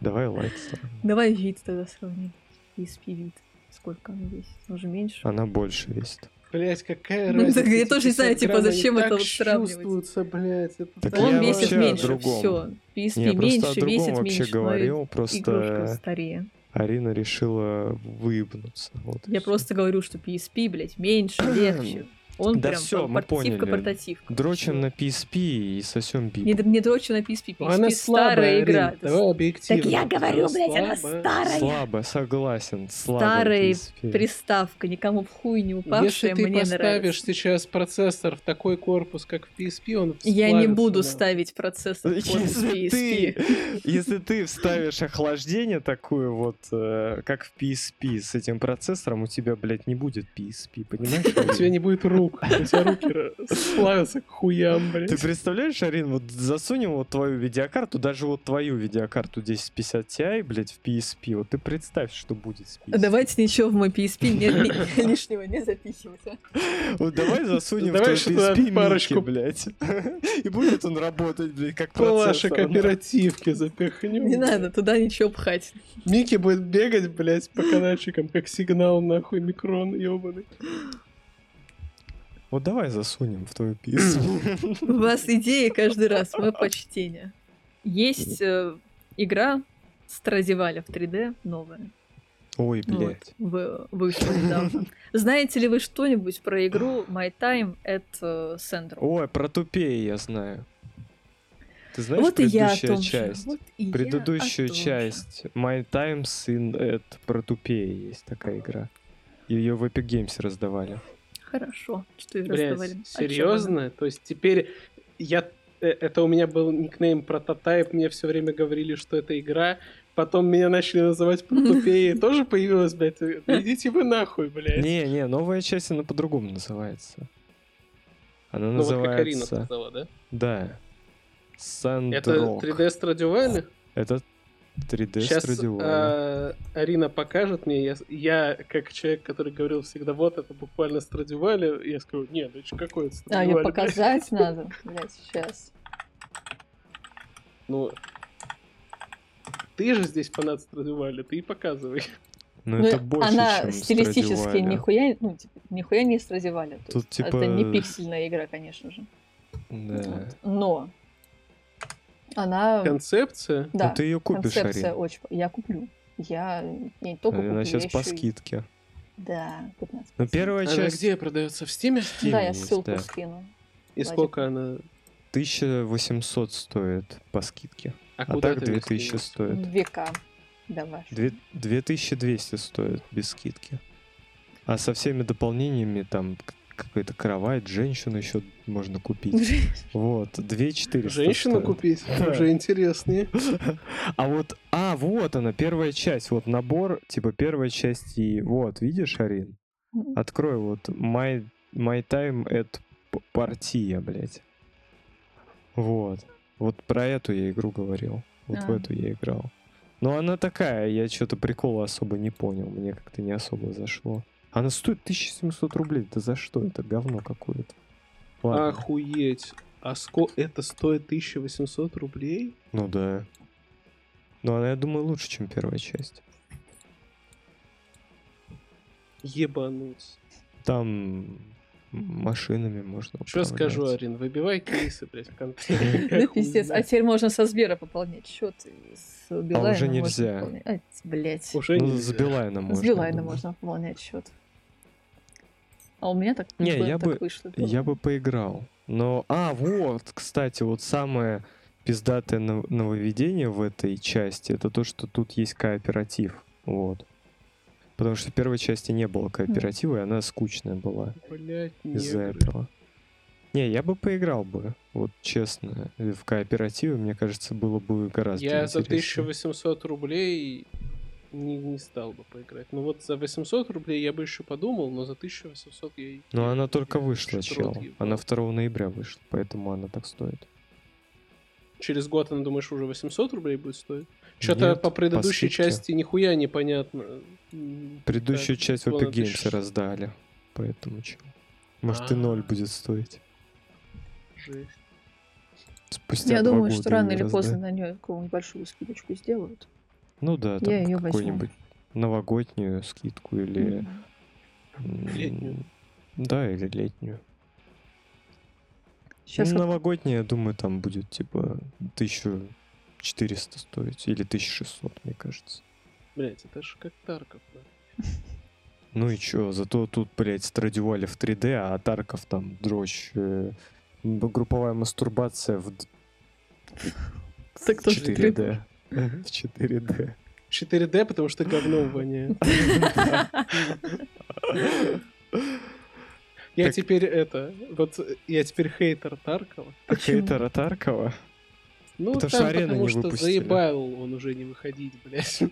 [SPEAKER 3] Давай лайт сравним.
[SPEAKER 1] Давай вид тогда сравним. PSP вид. Сколько он весит? Он же меньше.
[SPEAKER 3] Она больше весит.
[SPEAKER 2] Блять, какая
[SPEAKER 1] Ну,
[SPEAKER 2] разница?
[SPEAKER 1] так я
[SPEAKER 2] эти
[SPEAKER 1] тоже не знаю,
[SPEAKER 2] 50
[SPEAKER 1] типа,
[SPEAKER 2] грамм,
[SPEAKER 1] зачем
[SPEAKER 2] они
[SPEAKER 1] это
[SPEAKER 2] так
[SPEAKER 1] вот сравнивать?
[SPEAKER 2] чувствуются, блядь, это
[SPEAKER 3] Так
[SPEAKER 2] такая
[SPEAKER 1] он
[SPEAKER 3] А, я
[SPEAKER 1] весит
[SPEAKER 3] вообще о
[SPEAKER 1] меньше,
[SPEAKER 3] другом.
[SPEAKER 1] все. PSP
[SPEAKER 3] Не, я просто
[SPEAKER 1] меньше,
[SPEAKER 3] о другом
[SPEAKER 1] весит
[SPEAKER 3] вообще
[SPEAKER 1] меньше. но и
[SPEAKER 3] говорил,
[SPEAKER 1] Игрушка
[SPEAKER 3] просто
[SPEAKER 1] старее.
[SPEAKER 3] Арина решила выебнуться. вот и
[SPEAKER 1] Я
[SPEAKER 3] всё.
[SPEAKER 1] просто говорю, что PSP, блядь, меньше, легче. Он
[SPEAKER 3] Да
[SPEAKER 1] прям
[SPEAKER 3] всё,
[SPEAKER 1] пор-
[SPEAKER 3] мы
[SPEAKER 1] портативка,
[SPEAKER 3] поняли.
[SPEAKER 1] портативка.
[SPEAKER 3] Дрочим на PSP и сосем
[SPEAKER 1] Не,
[SPEAKER 3] пип.
[SPEAKER 1] д- не дрочу на PSP. PSP
[SPEAKER 2] Она
[SPEAKER 1] старая
[SPEAKER 2] слабая,
[SPEAKER 1] игра.
[SPEAKER 2] Рин, давай объективно.
[SPEAKER 1] Так я говорю, блядь, она
[SPEAKER 2] слабая.
[SPEAKER 1] старая.
[SPEAKER 3] Слабо, согласен.
[SPEAKER 1] А Старый
[SPEAKER 3] Слабый PSP.
[SPEAKER 1] Приставка, никому в хуй не упавшая,
[SPEAKER 2] Если ты
[SPEAKER 1] мне
[SPEAKER 2] поставишь
[SPEAKER 1] нравится.
[SPEAKER 2] сейчас процессор в такой корпус, как в PSP, он
[SPEAKER 1] Я не
[SPEAKER 2] сплавится,
[SPEAKER 1] буду
[SPEAKER 2] да.
[SPEAKER 1] ставить процессор под
[SPEAKER 3] Если
[SPEAKER 1] PSP.
[SPEAKER 3] ты, если ты вставишь охлаждение такое вот, э, как в PSP, с этим процессором, у тебя, блядь, не будет PSP, понимаешь?
[SPEAKER 2] У тебя не будет рук. У тебя руки ра- славятся к хуям,
[SPEAKER 3] Ты
[SPEAKER 2] блядь.
[SPEAKER 3] представляешь, Арин, вот засунем вот твою видеокарту, даже вот твою видеокарту 1050 Ti, блядь, в PSP, вот ты представь, что будет с PSP.
[SPEAKER 1] Давайте ничего в мой PSP не- не- лишнего не запихивать. а.
[SPEAKER 3] Вот давай засунем в
[SPEAKER 2] Давай
[SPEAKER 3] твой
[SPEAKER 2] что-то
[SPEAKER 3] PSP
[SPEAKER 2] парочку.
[SPEAKER 3] парочку, блядь. И будет он работать, блядь, как
[SPEAKER 2] Ваши
[SPEAKER 3] процессор.
[SPEAKER 2] кооперативки запихнем.
[SPEAKER 1] Не надо туда ничего пхать.
[SPEAKER 2] Микки будет бегать, блядь, по канальчикам, как сигнал, нахуй, микрон, ебаный.
[SPEAKER 3] Вот давай засунем в твою PSP.
[SPEAKER 1] У вас идеи каждый раз, мое почтение. Есть э, игра Страдиваля в 3D новая. Ну
[SPEAKER 3] Ой, блядь.
[SPEAKER 1] Вот, вы- вышла недавно. Знаете ли вы что-нибудь про игру My Time at э, Syndrome?
[SPEAKER 3] Ой, про тупее я знаю. Ты знаешь
[SPEAKER 1] Вот и я о
[SPEAKER 3] предыдущая
[SPEAKER 1] том же.
[SPEAKER 3] часть?
[SPEAKER 1] вот и я о
[SPEAKER 3] Предыдущую
[SPEAKER 1] том же.
[SPEAKER 3] часть My Time Sin это про тупее есть такая игра. Ее в Epic Games раздавали.
[SPEAKER 1] Хорошо, что я разговариваю.
[SPEAKER 2] Блядь, серьезно? То есть теперь я... э, Это у меня был никнейм прототайп, мне все время говорили, что это игра. Потом меня начали называть протупее. Тоже появилась, блядь. э, Идите вы нахуй, блядь.
[SPEAKER 3] Не, не, новая часть она по-другому называется. Она
[SPEAKER 2] Ну вот как Арина
[SPEAKER 3] называется.
[SPEAKER 2] сказала, да?
[SPEAKER 3] да.
[SPEAKER 2] Это
[SPEAKER 3] Сандро.
[SPEAKER 2] 3D Stradivarius?
[SPEAKER 3] Это 3D
[SPEAKER 2] Сейчас а,
[SPEAKER 3] Stradivarius.
[SPEAKER 2] э, Арина покажет мне. Я, с- я, как человек, который говорил всегда, вот это буквально Страдивали, я скажу, нет, да чё, какой это
[SPEAKER 1] А,
[SPEAKER 2] Страдивали?
[SPEAKER 1] ее
[SPEAKER 2] блядь?»
[SPEAKER 1] показать надо. Блядь, сейчас.
[SPEAKER 2] Ну, ты же здесь фанат Страдивали, ты и показывай.
[SPEAKER 3] Но
[SPEAKER 1] Ну,
[SPEAKER 3] это больше,
[SPEAKER 1] она
[SPEAKER 3] чем
[SPEAKER 1] стилистически
[SPEAKER 3] Stradivarius.
[SPEAKER 1] нихуя, ну, типа, нихуя не Страдивали.
[SPEAKER 3] Тут, типа,
[SPEAKER 1] Это не пиксельная игра, конечно же.
[SPEAKER 3] Да.
[SPEAKER 1] Вот. Но она...
[SPEAKER 2] Концепция?
[SPEAKER 3] Ну,
[SPEAKER 1] да,
[SPEAKER 3] ты ее купишь,
[SPEAKER 1] концепция
[SPEAKER 3] Арина.
[SPEAKER 1] очень... Я куплю. Я не только куплю,
[SPEAKER 3] Она Ну,
[SPEAKER 1] я
[SPEAKER 3] сейчас по
[SPEAKER 1] ещё и-
[SPEAKER 3] скидке.
[SPEAKER 1] Да, 15.
[SPEAKER 3] Но первая
[SPEAKER 2] Она
[SPEAKER 3] часть
[SPEAKER 2] где продается в Стиме?
[SPEAKER 3] Steam
[SPEAKER 1] А, ну, Да, я
[SPEAKER 3] есть,
[SPEAKER 1] ссылку
[SPEAKER 3] да.
[SPEAKER 1] скину.
[SPEAKER 2] И
[SPEAKER 1] Владик.
[SPEAKER 2] сколько она?
[SPEAKER 3] 1800 стоит по скидке. А
[SPEAKER 2] куда
[SPEAKER 3] так
[SPEAKER 2] ты её
[SPEAKER 3] 2000
[SPEAKER 2] скинешь?
[SPEAKER 3] стоит.
[SPEAKER 1] Века. Давай.
[SPEAKER 3] Две- 2200 стоит без скидки. А со всеми дополнениями там к- какая-то кровать, женщину еще можно купить. Вот, 2400
[SPEAKER 2] Женщину
[SPEAKER 3] стоит.
[SPEAKER 2] купить?
[SPEAKER 3] Да.
[SPEAKER 2] Уже интереснее.
[SPEAKER 3] А вот, а, вот она, первая часть, вот набор, типа первая часть и вот, видишь, Арин?
[SPEAKER 1] Мгм.
[SPEAKER 3] Открой вот My, my Time at P- Partia, блядь. Вот. Вот про эту я игру говорил. Вот в
[SPEAKER 1] А.
[SPEAKER 3] эту я играл. Но она такая, я что-то прикола особо не понял. Мне как-то не особо зашло. Она стоит 1700 рублей. Да за что это говно какое-то? Ладно.
[SPEAKER 2] Охуеть. А сколько это стоит 1800 рублей?
[SPEAKER 3] Ну да. Но она, я думаю, лучше, чем первая часть.
[SPEAKER 2] Ебануть.
[SPEAKER 3] Там машинами можно
[SPEAKER 2] Что скажу,
[SPEAKER 3] управлять.
[SPEAKER 2] Арин, выбивай кейсы, блядь, в конце.
[SPEAKER 1] Да пиздец. А теперь можно со Сбера пополнять. Чё ты с Билайна
[SPEAKER 3] А уже
[SPEAKER 1] можно
[SPEAKER 3] нельзя.
[SPEAKER 1] пополнять? А, блядь.
[SPEAKER 2] Уже
[SPEAKER 3] Ну, с
[SPEAKER 2] нельзя.
[SPEAKER 3] Билайна можно.
[SPEAKER 1] С
[SPEAKER 3] я
[SPEAKER 1] Билайна
[SPEAKER 3] думаю.
[SPEAKER 1] можно пополнять счет. А у меня так
[SPEAKER 3] Не,
[SPEAKER 1] как бы
[SPEAKER 3] я
[SPEAKER 1] так
[SPEAKER 3] бы-
[SPEAKER 1] вышло.
[SPEAKER 3] Я бы поиграл. Но... А, вот, кстати, вот самое пиздатое нов- нововведение в этой части, это то, что тут есть кооператив. Вот. Потому что в первой части не было кооператива, и она скучная была
[SPEAKER 2] Блядь,
[SPEAKER 3] из-за
[SPEAKER 2] негры.
[SPEAKER 3] этого. Не, я бы поиграл бы, вот честно. И В кооперативе, мне кажется, было бы гораздо
[SPEAKER 2] Я за
[SPEAKER 3] интереснее.
[SPEAKER 2] 1800 рублей не, не стал бы поиграть. Ну вот за 800 рублей я бы еще подумал, но за 1800 я... и-
[SPEAKER 3] Но она только
[SPEAKER 2] я
[SPEAKER 3] вышла,
[SPEAKER 2] чё-то
[SPEAKER 3] чел.
[SPEAKER 2] рот ебал.
[SPEAKER 3] Она 2 ноября вышла, поэтому она так стоит.
[SPEAKER 2] Через год, она, думаешь, уже 800 рублей будет стоить? Что-то
[SPEAKER 3] Нет,
[SPEAKER 2] по предыдущей
[SPEAKER 3] скидке.
[SPEAKER 2] части нихуя непонятно. М,
[SPEAKER 3] Предыдущую часть в
[SPEAKER 2] ладно,
[SPEAKER 3] Epic
[SPEAKER 2] ты
[SPEAKER 3] Games
[SPEAKER 2] ж-
[SPEAKER 3] раздали. Поэтому чё. Может, и ноль
[SPEAKER 2] А.
[SPEAKER 3] будет стоить.
[SPEAKER 2] Жесть.
[SPEAKER 3] Спустя
[SPEAKER 1] Я
[SPEAKER 3] два
[SPEAKER 1] думаю,
[SPEAKER 3] года
[SPEAKER 1] что рано
[SPEAKER 3] её
[SPEAKER 1] или
[SPEAKER 3] раздали.
[SPEAKER 1] поздно на нее какую-нибудь большую скидочку сделают.
[SPEAKER 3] Ну да,
[SPEAKER 1] я
[SPEAKER 3] там
[SPEAKER 1] ее возьму.
[SPEAKER 3] какую-нибудь новогоднюю скидку или...
[SPEAKER 1] Мгм.
[SPEAKER 3] м,
[SPEAKER 2] Летнюю.
[SPEAKER 3] Да, или летнюю.
[SPEAKER 1] Сейчас
[SPEAKER 3] Ну,
[SPEAKER 1] вот
[SPEAKER 3] Новогодняя, я думаю, там будет типа 1400 стоить или 1600, мне кажется.
[SPEAKER 2] Блять, это же как Тарков. да.
[SPEAKER 3] Ну и чё, зато тут, блядь, Страдивали в 3D, а Тарков там дрочь. э, м, групповая мастурбация в д-
[SPEAKER 1] так тоже
[SPEAKER 3] 4D. В 4D.
[SPEAKER 2] 4D, потому что говном воняет. Я
[SPEAKER 3] Так-
[SPEAKER 2] теперь это... Вот э, я теперь хейтер Таркова.
[SPEAKER 1] Почему?
[SPEAKER 3] Хейтера Таркова?
[SPEAKER 2] Ну,
[SPEAKER 3] Потому
[SPEAKER 2] там
[SPEAKER 3] что арены
[SPEAKER 2] потому
[SPEAKER 3] не
[SPEAKER 2] что
[SPEAKER 3] выпустили.
[SPEAKER 2] заебал он уже не выходить, блядь.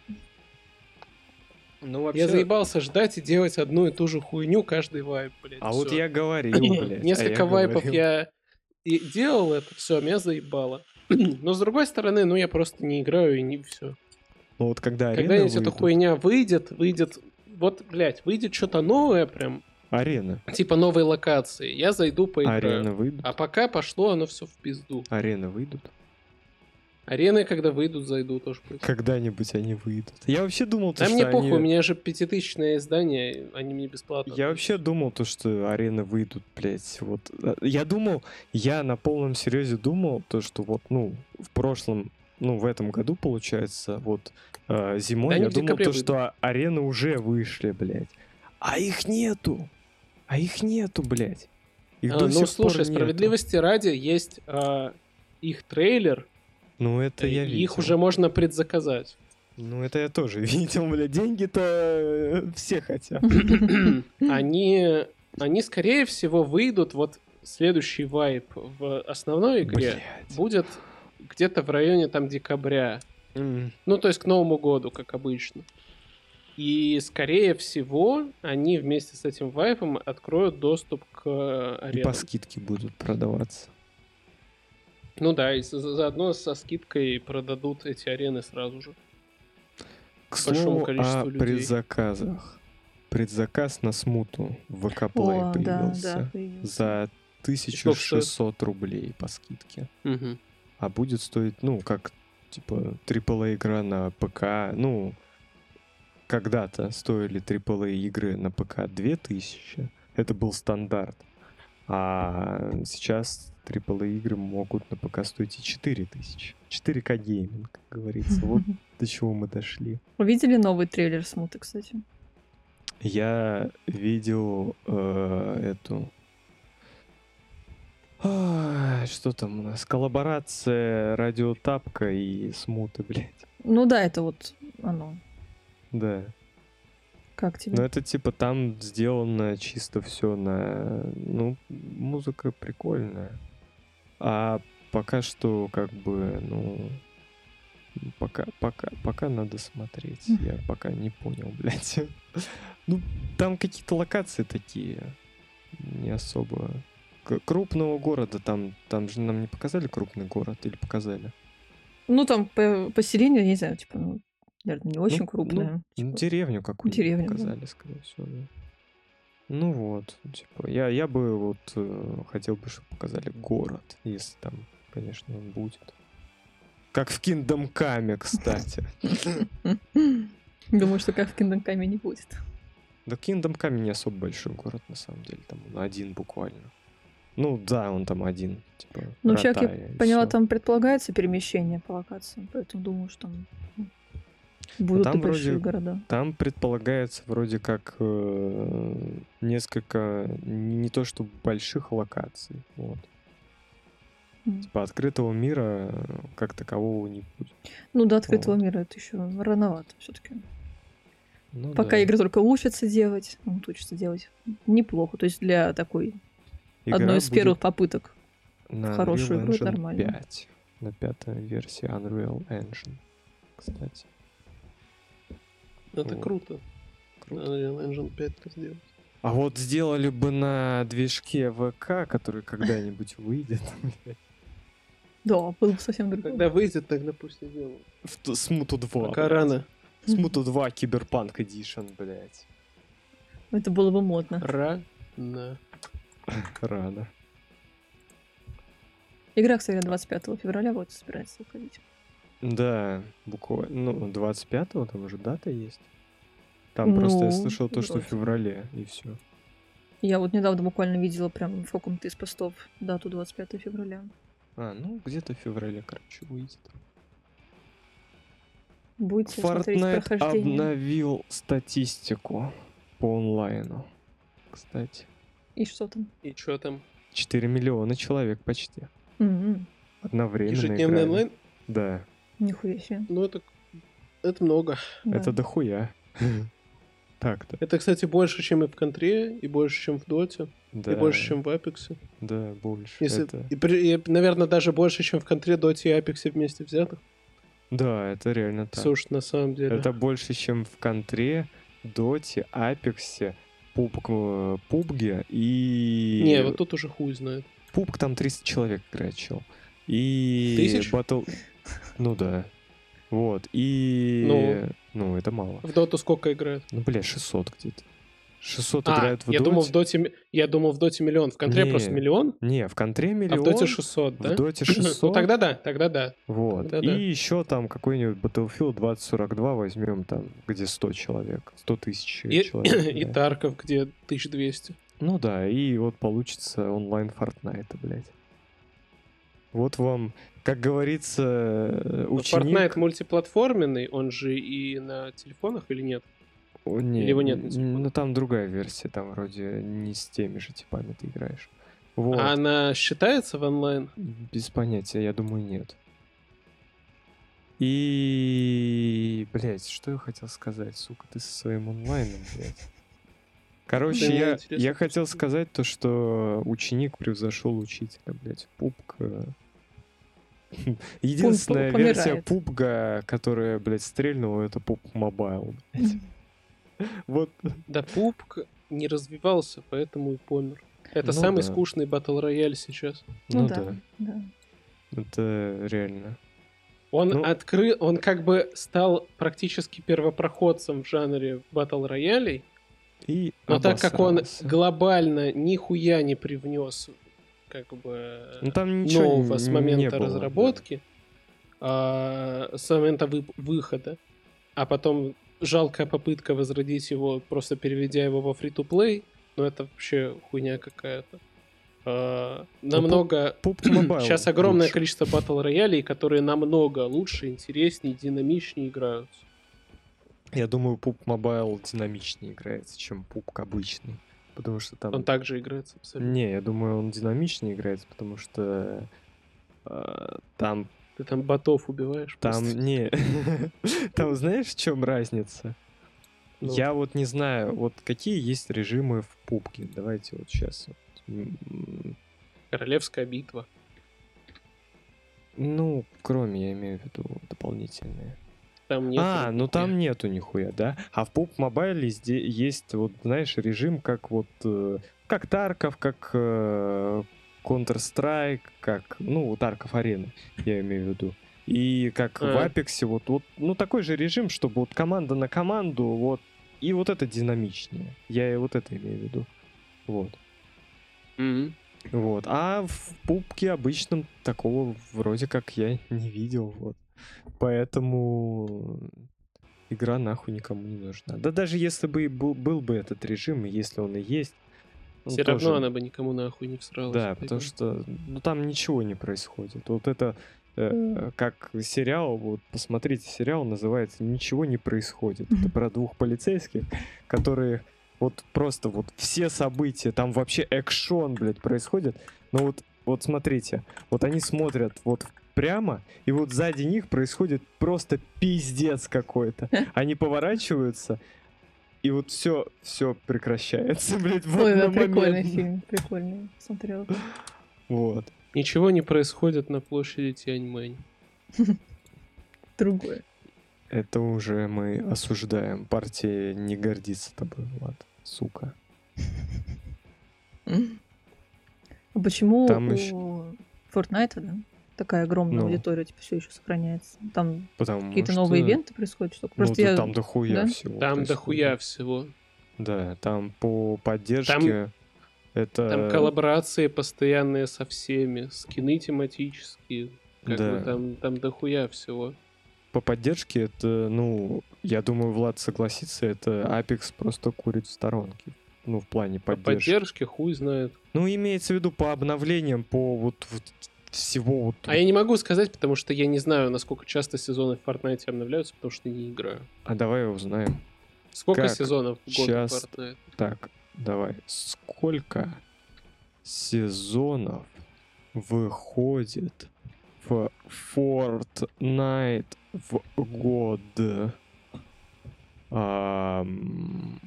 [SPEAKER 3] Ну, вообще...
[SPEAKER 2] Я заебался ждать и делать одну и ту же хуйню каждый вайп, блядь.
[SPEAKER 3] А
[SPEAKER 2] всё.
[SPEAKER 3] вот я говорил, блядь. а
[SPEAKER 2] Несколько вайпов
[SPEAKER 3] говорил.
[SPEAKER 2] я и делал это, все, меня заебало. Но с другой стороны, ну я просто не играю и не все.
[SPEAKER 3] Ну вот когда арена
[SPEAKER 2] Когда-нибудь эта
[SPEAKER 3] выйдут-
[SPEAKER 2] хуйня выйдет, выйдет, вот, блядь, выйдет что-то новое прям,
[SPEAKER 3] Арена.
[SPEAKER 2] типа новые локации, я зайду поиграю.
[SPEAKER 3] Арена выйдут.
[SPEAKER 2] А пока пошло оно все в пизду.
[SPEAKER 3] Арена выйдут.
[SPEAKER 2] Арены, когда выйдут, зайду тоже. будет.
[SPEAKER 3] Когда-нибудь они выйдут. Я вообще думал, то,
[SPEAKER 2] Да
[SPEAKER 3] что
[SPEAKER 2] мне похуй,
[SPEAKER 3] они-
[SPEAKER 2] у меня же пятитысячное издание, они мне бесплатно.
[SPEAKER 3] Я вообще думал, то, что арены выйдут, блядь. Вот. э, Я думал, я на полном серьезе думал, то, что вот, ну, в прошлом, ну, в этом году, получается, вот э,
[SPEAKER 2] Да
[SPEAKER 3] зимой
[SPEAKER 2] они
[SPEAKER 3] я
[SPEAKER 2] в
[SPEAKER 3] думал,
[SPEAKER 2] декабре
[SPEAKER 3] то, что арены уже вышли, блядь. А их нету. А их нету, блядь. Их
[SPEAKER 2] А,
[SPEAKER 3] до
[SPEAKER 2] ну
[SPEAKER 3] сих пор
[SPEAKER 2] слушай,
[SPEAKER 3] нету.
[SPEAKER 2] справедливости ради есть а, их трейлер,
[SPEAKER 3] Ну, это я
[SPEAKER 2] и
[SPEAKER 3] видел.
[SPEAKER 2] э, их уже можно предзаказать.
[SPEAKER 3] Ну, это я тоже видел, блядь. Деньги-то э, все хотят.
[SPEAKER 2] они, они, скорее всего, выйдут вот следующий вайп в основной игре
[SPEAKER 3] Блядь.
[SPEAKER 2] будет где-то в районе там декабря.
[SPEAKER 3] М.
[SPEAKER 2] Ну, то есть к Новому году, как обычно. И, скорее всего, они вместе с этим вайпом откроют доступ к э,
[SPEAKER 3] И
[SPEAKER 2] аренам.
[SPEAKER 3] по скидке будут продаваться.
[SPEAKER 2] Ну да, и за- заодно со скидкой продадут эти арены сразу же.
[SPEAKER 3] К
[SPEAKER 2] большому
[SPEAKER 3] слову
[SPEAKER 2] количеству
[SPEAKER 3] о
[SPEAKER 2] людей.
[SPEAKER 3] предзаказах. Предзаказ на смуту в ВК Play
[SPEAKER 1] О, да, да,
[SPEAKER 3] появился
[SPEAKER 1] появился.
[SPEAKER 3] за
[SPEAKER 2] сколько стоит?
[SPEAKER 3] 1600 рублей по скидке. А будет стоить, ну, как, типа, AAA игра на ПК, ну, когда-то стоили AAA игры на ПК 2000, это был стандарт. А сейчас AAA игры могут на ПК стоить и 4000. 4К гейминг, как говорится. Вот до чего мы дошли.
[SPEAKER 1] Вы Видели новый трейлер Смуты, кстати?
[SPEAKER 3] Я видел э, эту... Ай, Что там у нас? Коллаборация Радио Тапка и Смуты, блядь.
[SPEAKER 1] Ну да, это вот оно.
[SPEAKER 3] Да.
[SPEAKER 1] Как
[SPEAKER 3] Но
[SPEAKER 1] тебе?
[SPEAKER 3] это типа там сделано чисто все на... Ну, музыка прикольная. А пока что как бы, ну... Пока, пока, пока надо смотреть. Я пока не понял, блядь. Ну, там какие-то локации такие. Не особо. К- крупного города там... Там же нам не показали крупный город или показали?
[SPEAKER 1] Ну там по- поселение, я не знаю, типа, ну, наверное, не очень
[SPEAKER 3] ну,
[SPEAKER 1] крупное.
[SPEAKER 3] Ну,
[SPEAKER 1] Типа,
[SPEAKER 3] деревню какую-нибудь
[SPEAKER 1] деревню, да.
[SPEAKER 3] показали, скорее всего, да. Ну вот, типа, я, я бы вот э, хотел бы, чтобы показали город, если там, конечно, он будет. Как в Kingdom Come, кстати.
[SPEAKER 1] Думаю, что как в Kingdom Come не будет.
[SPEAKER 3] Да Kingdom Come не особо большой город, на самом деле, там он один буквально. Ну да, он там один, типа,
[SPEAKER 1] Ну, вообще, как я
[SPEAKER 3] Ротая и
[SPEAKER 1] Поняла,
[SPEAKER 3] всё.
[SPEAKER 1] там предполагается перемещение по локациям, поэтому думаю, что там ну,
[SPEAKER 3] Ну,
[SPEAKER 1] будут
[SPEAKER 3] там
[SPEAKER 1] и большие
[SPEAKER 3] вроде
[SPEAKER 1] города.
[SPEAKER 3] Там предполагается вроде как э, несколько не, не то что больших локаций, вот.
[SPEAKER 1] М.
[SPEAKER 3] Типа открытого мира э, как такового не будет.
[SPEAKER 1] Ну, до открытого
[SPEAKER 3] Вот.
[SPEAKER 1] мира это еще рановато все-таки.
[SPEAKER 3] Ну
[SPEAKER 1] Пока
[SPEAKER 3] да.
[SPEAKER 1] игры только учатся делать, ну, вот учатся делать неплохо. То есть для такой
[SPEAKER 3] Игра
[SPEAKER 1] одной из
[SPEAKER 3] будет
[SPEAKER 1] первых попыток.
[SPEAKER 3] на
[SPEAKER 1] хорошую
[SPEAKER 3] Unreal
[SPEAKER 1] игру, это
[SPEAKER 3] Engine
[SPEAKER 1] нормально.
[SPEAKER 3] 5, на пятой версии Unreal Engine, кстати.
[SPEAKER 2] Это
[SPEAKER 3] Вот.
[SPEAKER 2] круто.
[SPEAKER 3] Круто.
[SPEAKER 2] Unreal Engine 5 это сделать.
[SPEAKER 3] А вот сделали бы на движке ВК, который когда-нибудь выйдет,
[SPEAKER 1] Да, было бы совсем другое.
[SPEAKER 2] Когда выйдет, тогда пусть и делают.
[SPEAKER 3] в т- Смуту 2.
[SPEAKER 2] Пока
[SPEAKER 3] блядь.
[SPEAKER 2] рано.
[SPEAKER 3] Смуту 2 Киберпанк Edition, блядь.
[SPEAKER 1] Это было бы модно.
[SPEAKER 2] Рано.
[SPEAKER 3] Рано.
[SPEAKER 1] Игра, кстати, 25 февраля вот собирается выходить.
[SPEAKER 3] Да, буквально. Ну, 25-го там уже дата есть. Там просто я
[SPEAKER 1] Ну,
[SPEAKER 3] слышал то, что в
[SPEAKER 1] вроде.
[SPEAKER 3] феврале, и все.
[SPEAKER 1] Я вот недавно буквально видела прям в каком-то из постов дату 25 февраля.
[SPEAKER 3] А, ну где-то в феврале, короче, выйдет.
[SPEAKER 1] Будете смотреть
[SPEAKER 3] Fortnite
[SPEAKER 1] прохождение.
[SPEAKER 3] обновил статистику по онлайну. Кстати,
[SPEAKER 1] И что там?
[SPEAKER 2] И что там?
[SPEAKER 3] 4 миллиона человек почти.
[SPEAKER 1] М,
[SPEAKER 3] Одновременно
[SPEAKER 2] Ежедневный
[SPEAKER 3] играли.
[SPEAKER 2] онлайн?
[SPEAKER 3] Да,
[SPEAKER 1] Нихуя себе.
[SPEAKER 2] Ну это... Это много.
[SPEAKER 1] Да.
[SPEAKER 3] это дохуя. Так-то.
[SPEAKER 2] Это, кстати, больше, чем и в контре, и больше, чем в доте,
[SPEAKER 3] Да,
[SPEAKER 2] и больше, чем в апексе.
[SPEAKER 3] Да, больше.
[SPEAKER 2] Если...
[SPEAKER 3] Это...
[SPEAKER 2] И, наверное, даже больше, чем в контре, доте и апексе вместе взятых.
[SPEAKER 3] Да, это реально так.
[SPEAKER 2] Слушай, на самом деле.
[SPEAKER 3] Это больше, чем в контре, Доте, Апексе, Пупк, Пубге и...
[SPEAKER 2] Не, вот тут уже хуй знает.
[SPEAKER 3] Пупк там 300 человек играет, чел. И...
[SPEAKER 2] Тысяч?
[SPEAKER 3] Battle... Ну да. Вот, и...
[SPEAKER 2] Ну.
[SPEAKER 3] ну, это мало.
[SPEAKER 2] В доту сколько играют?
[SPEAKER 3] Ну, бля, 600 где-то. 600
[SPEAKER 2] А,
[SPEAKER 3] играют в
[SPEAKER 2] я
[SPEAKER 3] Доте.
[SPEAKER 2] думал в доте, ми- я думал в доте миллион, в контре
[SPEAKER 3] Не,
[SPEAKER 2] просто миллион,
[SPEAKER 3] Не, в контре миллион,
[SPEAKER 2] а в доте 600, да?
[SPEAKER 3] в доте
[SPEAKER 2] Ну
[SPEAKER 3] 600,
[SPEAKER 2] тогда да, тогда да.
[SPEAKER 3] вот.
[SPEAKER 2] да-да.
[SPEAKER 3] И еще там какой-нибудь Battlefield 2042 возьмем там, где 100 человек, 100 тысяч
[SPEAKER 2] И,
[SPEAKER 3] человек.
[SPEAKER 2] и
[SPEAKER 3] да.
[SPEAKER 2] Тарков где 1200.
[SPEAKER 3] Ну да, и вот получится онлайн Fortnite, блядь. Вот вам, как говорится, э,
[SPEAKER 2] Но
[SPEAKER 3] ученик...
[SPEAKER 2] Ну, Fortnite мультиплатформенный, он же и на телефонах или нет?
[SPEAKER 3] О, не,
[SPEAKER 2] Или его нет на
[SPEAKER 3] н-
[SPEAKER 2] телефоне?
[SPEAKER 3] Ну там другая версия, там вроде не с теми же типами ты играешь. Вот.
[SPEAKER 2] А она считается в онлайн?
[SPEAKER 3] Без понятия, я думаю, нет. И, блядь, что я хотел сказать, сука, ты со своим онлайном, блядь. Короче,
[SPEAKER 2] мне
[SPEAKER 3] я,
[SPEAKER 2] интересно,
[SPEAKER 3] я
[SPEAKER 2] что
[SPEAKER 3] хотел
[SPEAKER 2] ты-
[SPEAKER 3] сказать то, что ученик превзошел учителя, блядь, пупка. Единственная
[SPEAKER 1] помирает.
[SPEAKER 3] версия пупга, которая, блядь, стрельнула, это пуп мобайл. Вот,
[SPEAKER 2] Да пупк не развивался, поэтому и помер. Это
[SPEAKER 3] Ну
[SPEAKER 2] самый
[SPEAKER 3] да.
[SPEAKER 2] скучный батл рояль сейчас.
[SPEAKER 3] ну
[SPEAKER 1] да,
[SPEAKER 3] да,
[SPEAKER 1] да.
[SPEAKER 3] это реально.
[SPEAKER 2] Он
[SPEAKER 3] Ну.
[SPEAKER 2] открыл, он как бы стал практически первопроходцем в жанре батл роялей,
[SPEAKER 3] И
[SPEAKER 2] но так как он
[SPEAKER 3] обосрался.
[SPEAKER 2] глобально нихуя не привнес как бы
[SPEAKER 3] Ну, там ничего
[SPEAKER 2] нового с
[SPEAKER 3] не
[SPEAKER 2] момента
[SPEAKER 3] было, да.
[SPEAKER 2] разработки, а, с момента вып- выхода, а потом жалкая попытка возродить его, просто переведя его во фри-то-плей, но это вообще хуйня какая-то. А,
[SPEAKER 3] Ну,
[SPEAKER 2] намного...
[SPEAKER 3] Пупк мобайл
[SPEAKER 2] Сейчас огромное
[SPEAKER 3] лучше.
[SPEAKER 2] количество батл роялей, которые намного лучше, интереснее, динамичнее играются.
[SPEAKER 3] Я думаю, пуп мобайл динамичнее играется, чем пупк обычный. Потому что там...
[SPEAKER 2] Он также играется абсолютно.
[SPEAKER 3] Не, я думаю, он динамичнее играется, потому что э, там,
[SPEAKER 2] Ты там ботов убиваешь.
[SPEAKER 3] там,
[SPEAKER 2] просто.
[SPEAKER 3] не, там знаешь, в чем разница?
[SPEAKER 2] Ну.
[SPEAKER 3] Я вот не знаю, вот какие есть режимы в пупке. Давайте вот сейчас. Ну,
[SPEAKER 2] Королевская битва.
[SPEAKER 3] ну, кроме, я имею в виду дополнительные.
[SPEAKER 2] Там нет.
[SPEAKER 3] а, ну
[SPEAKER 2] нихуя.
[SPEAKER 3] там нету нихуя, да? А в PUBG Mobile зде- есть, вот, знаешь, режим, как вот, э, как Тарков, как э, Counter-Strike, как, ну, Тарков Арена, я имею в виду. И как в
[SPEAKER 2] А.
[SPEAKER 3] Apex, вот, вот, ну, такой же режим, чтобы вот команда на команду, вот, и вот это динамичнее. Я и вот это имею в виду. Вот.
[SPEAKER 2] Мгм.
[SPEAKER 3] Вот. А в пупке обычном такого вроде как я не видел. Вот. Поэтому игра нахуй никому не нужна. Да даже если бы и был, был бы этот режим, и если он и есть... он
[SPEAKER 2] Все
[SPEAKER 3] Ну, тоже-
[SPEAKER 2] равно она бы никому нахуй не всралась.
[SPEAKER 3] Да,
[SPEAKER 2] эта
[SPEAKER 3] потому
[SPEAKER 2] игра.
[SPEAKER 3] что ну, там ничего не происходит. Вот это э, как сериал, вот посмотрите, сериал называется «Ничего не происходит». Это
[SPEAKER 1] Мгм.
[SPEAKER 3] про двух полицейских, которые вот просто вот все события, там вообще экшон, блядь, происходит. Но вот, вот смотрите, вот они смотрят вот прямо, и вот сзади них происходит просто пиздец какой-то. Они поворачиваются, и вот все, все прекращается, блядь, в
[SPEAKER 1] Ой, да,
[SPEAKER 3] одномоментно.
[SPEAKER 1] прикольный фильм, прикольный. Смотрела.
[SPEAKER 3] Вот.
[SPEAKER 2] Ничего не происходит на площади Тяньмэнь.
[SPEAKER 1] Другое.
[SPEAKER 3] Это уже мы осуждаем. Партия не гордится тобой, Влад. Сука.
[SPEAKER 1] А почему
[SPEAKER 3] Там
[SPEAKER 1] у
[SPEAKER 3] ещё-
[SPEAKER 1] Fortnite, да, такая огромная
[SPEAKER 3] Ну.
[SPEAKER 1] аудитория, типа, все еще сохраняется? Там
[SPEAKER 3] Потому
[SPEAKER 1] какие-то
[SPEAKER 3] что-
[SPEAKER 1] новые ивенты происходят, что ли?
[SPEAKER 3] Ну,
[SPEAKER 1] Просто
[SPEAKER 3] да
[SPEAKER 1] я...
[SPEAKER 3] там дохуя
[SPEAKER 1] да?
[SPEAKER 3] всего.
[SPEAKER 2] Там
[SPEAKER 3] происходит.
[SPEAKER 2] дохуя всего.
[SPEAKER 3] Да, там по поддержке это...
[SPEAKER 2] Там коллаборации постоянные со всеми, скины тематические. Как
[SPEAKER 3] Да.
[SPEAKER 2] бы там, там дохуя всего.
[SPEAKER 3] По поддержке это, ну, я думаю, Влад согласится, это Apex просто курит в сторонке. Ну, в плане
[SPEAKER 2] По
[SPEAKER 3] поддержки.
[SPEAKER 2] поддержке хуй знает.
[SPEAKER 3] Ну, имеется в виду по обновлениям, по вот, вот всего вот...
[SPEAKER 2] А я не могу сказать, потому что я не знаю, насколько часто сезоны в Fortnite обновляются, потому что не играю.
[SPEAKER 3] а давай узнаем.
[SPEAKER 2] Сколько
[SPEAKER 3] Как
[SPEAKER 2] сезонов в год
[SPEAKER 3] щас-
[SPEAKER 2] в Fortnite?
[SPEAKER 3] Так, давай. Сколько сезонов выходит в Fortnite в год? Ам,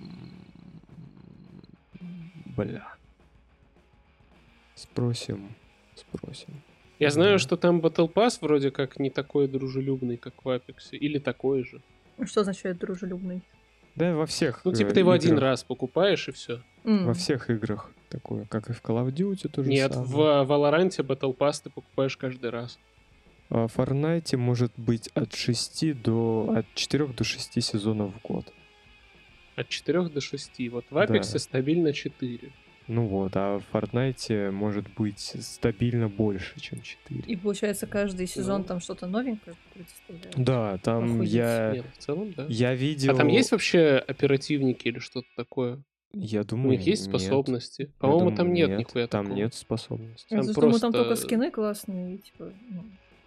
[SPEAKER 3] Бля. Спросим, спросим.
[SPEAKER 2] Я знаю,
[SPEAKER 3] Да.
[SPEAKER 2] что там Battle Pass вроде как не такой дружелюбный, как в Apex. Или такой же.
[SPEAKER 1] Что означает дружелюбный?
[SPEAKER 3] Да, во всех.
[SPEAKER 2] Ну, типа
[SPEAKER 3] э,
[SPEAKER 2] ты его один
[SPEAKER 3] играх.
[SPEAKER 2] раз покупаешь и все.
[SPEAKER 1] М.
[SPEAKER 3] Во всех играх такое, как и в Call of Duty тоже
[SPEAKER 2] Нет, в
[SPEAKER 3] самое.
[SPEAKER 2] э, Valorant Battle Pass ты покупаешь каждый раз.
[SPEAKER 3] А В Fortnite может быть от 6 до... от 4 до 6 сезонов в год.
[SPEAKER 2] От 4 до 6. Вот в
[SPEAKER 3] Да.
[SPEAKER 2] Apex стабильно 4.
[SPEAKER 3] Ну вот, а в Fortnite может быть стабильно больше, чем 4.
[SPEAKER 1] И получается, каждый сезон
[SPEAKER 2] Ну.
[SPEAKER 1] там что-то новенькое представляет.
[SPEAKER 3] Да, там
[SPEAKER 1] Охуеть.
[SPEAKER 3] я...
[SPEAKER 2] Нет, в целом, да.
[SPEAKER 3] Я видел...
[SPEAKER 2] А там есть вообще оперативники или что-то такое?
[SPEAKER 3] Я
[SPEAKER 2] У
[SPEAKER 3] думаю,
[SPEAKER 2] них есть
[SPEAKER 3] нет.
[SPEAKER 2] способности?
[SPEAKER 3] Я
[SPEAKER 2] По-моему,
[SPEAKER 3] думаю,
[SPEAKER 2] там нет, нихуя
[SPEAKER 3] Там
[SPEAKER 2] такого.
[SPEAKER 3] нет способностей.
[SPEAKER 1] Я
[SPEAKER 2] Там
[SPEAKER 1] просто думаю, там только
[SPEAKER 2] просто-
[SPEAKER 1] скины классные, и, типа, ну,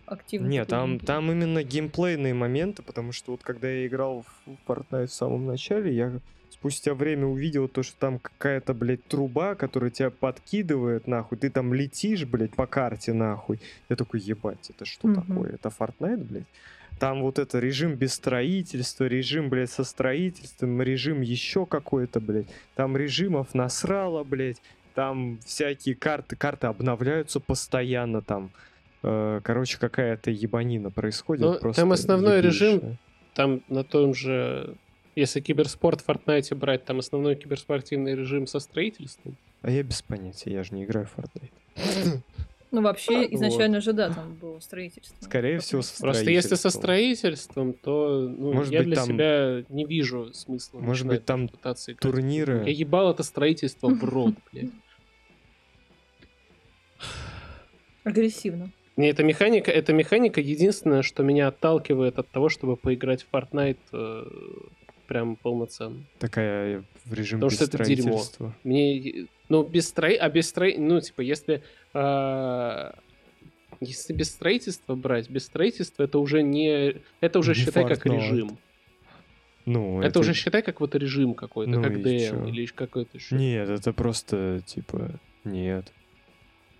[SPEAKER 1] активные.
[SPEAKER 3] Не,
[SPEAKER 1] такие
[SPEAKER 3] там,
[SPEAKER 1] геймплей.
[SPEAKER 3] там именно геймплейные моменты, потому что вот когда я играл в Fortnite в самом начале, я спустя время увидел то, что там какая-то, блядь, труба, которая тебя подкидывает, нахуй, ты там летишь, блядь, по карте, нахуй. Я такой, ебать, это что
[SPEAKER 1] Мгм.
[SPEAKER 3] такое? Это Fortnite, блядь? Там вот это режим без строительства, режим, блядь, со строительством, режим еще какой-то, блядь. Там режимов насрало, блядь. Там всякие карты, карты обновляются постоянно там. Э, Короче, какая-то ебанина происходит.
[SPEAKER 2] Ну, там
[SPEAKER 3] просто
[SPEAKER 2] основной режим
[SPEAKER 3] ебейшая.
[SPEAKER 2] Там на том же... Если киберспорт в Fortnite брать, там основной киберспортивный режим со строительством.
[SPEAKER 3] А я без понятия, я же не играю в Fortnite.
[SPEAKER 1] Ну, вообще,
[SPEAKER 3] Вот.
[SPEAKER 1] изначально же, да, там было строительство.
[SPEAKER 3] Скорее всего, со
[SPEAKER 2] Просто если со строительством,
[SPEAKER 3] строительством.
[SPEAKER 2] то ну,
[SPEAKER 3] Может
[SPEAKER 2] я
[SPEAKER 3] быть,
[SPEAKER 2] для
[SPEAKER 3] там-
[SPEAKER 2] себя не вижу смысла.
[SPEAKER 3] Может
[SPEAKER 2] начинать
[SPEAKER 3] быть, там
[SPEAKER 2] пытаться играть.
[SPEAKER 3] турниры.
[SPEAKER 2] Я ебал это строительство в рот, блядь.
[SPEAKER 1] Агрессивно.
[SPEAKER 2] Мне эта механика, эта механика единственное, что меня отталкивает от того, чтобы поиграть в Fortnite э, прям полноценно.
[SPEAKER 3] Такая в режим
[SPEAKER 2] Потому
[SPEAKER 3] без
[SPEAKER 2] что это дерьмо.
[SPEAKER 3] строительства.
[SPEAKER 2] Мне, ну, без строи... А без строи... Ну, типа, если... а, Если без строительства брать, без строительства это уже не... Это уже
[SPEAKER 3] Не
[SPEAKER 2] считай как
[SPEAKER 3] Fortnite.
[SPEAKER 2] режим.
[SPEAKER 3] Ну,
[SPEAKER 2] Это, уже считай как вот режим какой-то,
[SPEAKER 3] Ну
[SPEAKER 2] как
[SPEAKER 3] и чё?
[SPEAKER 2] DM или какой-то еще.
[SPEAKER 3] Нет, это просто, типа, нет.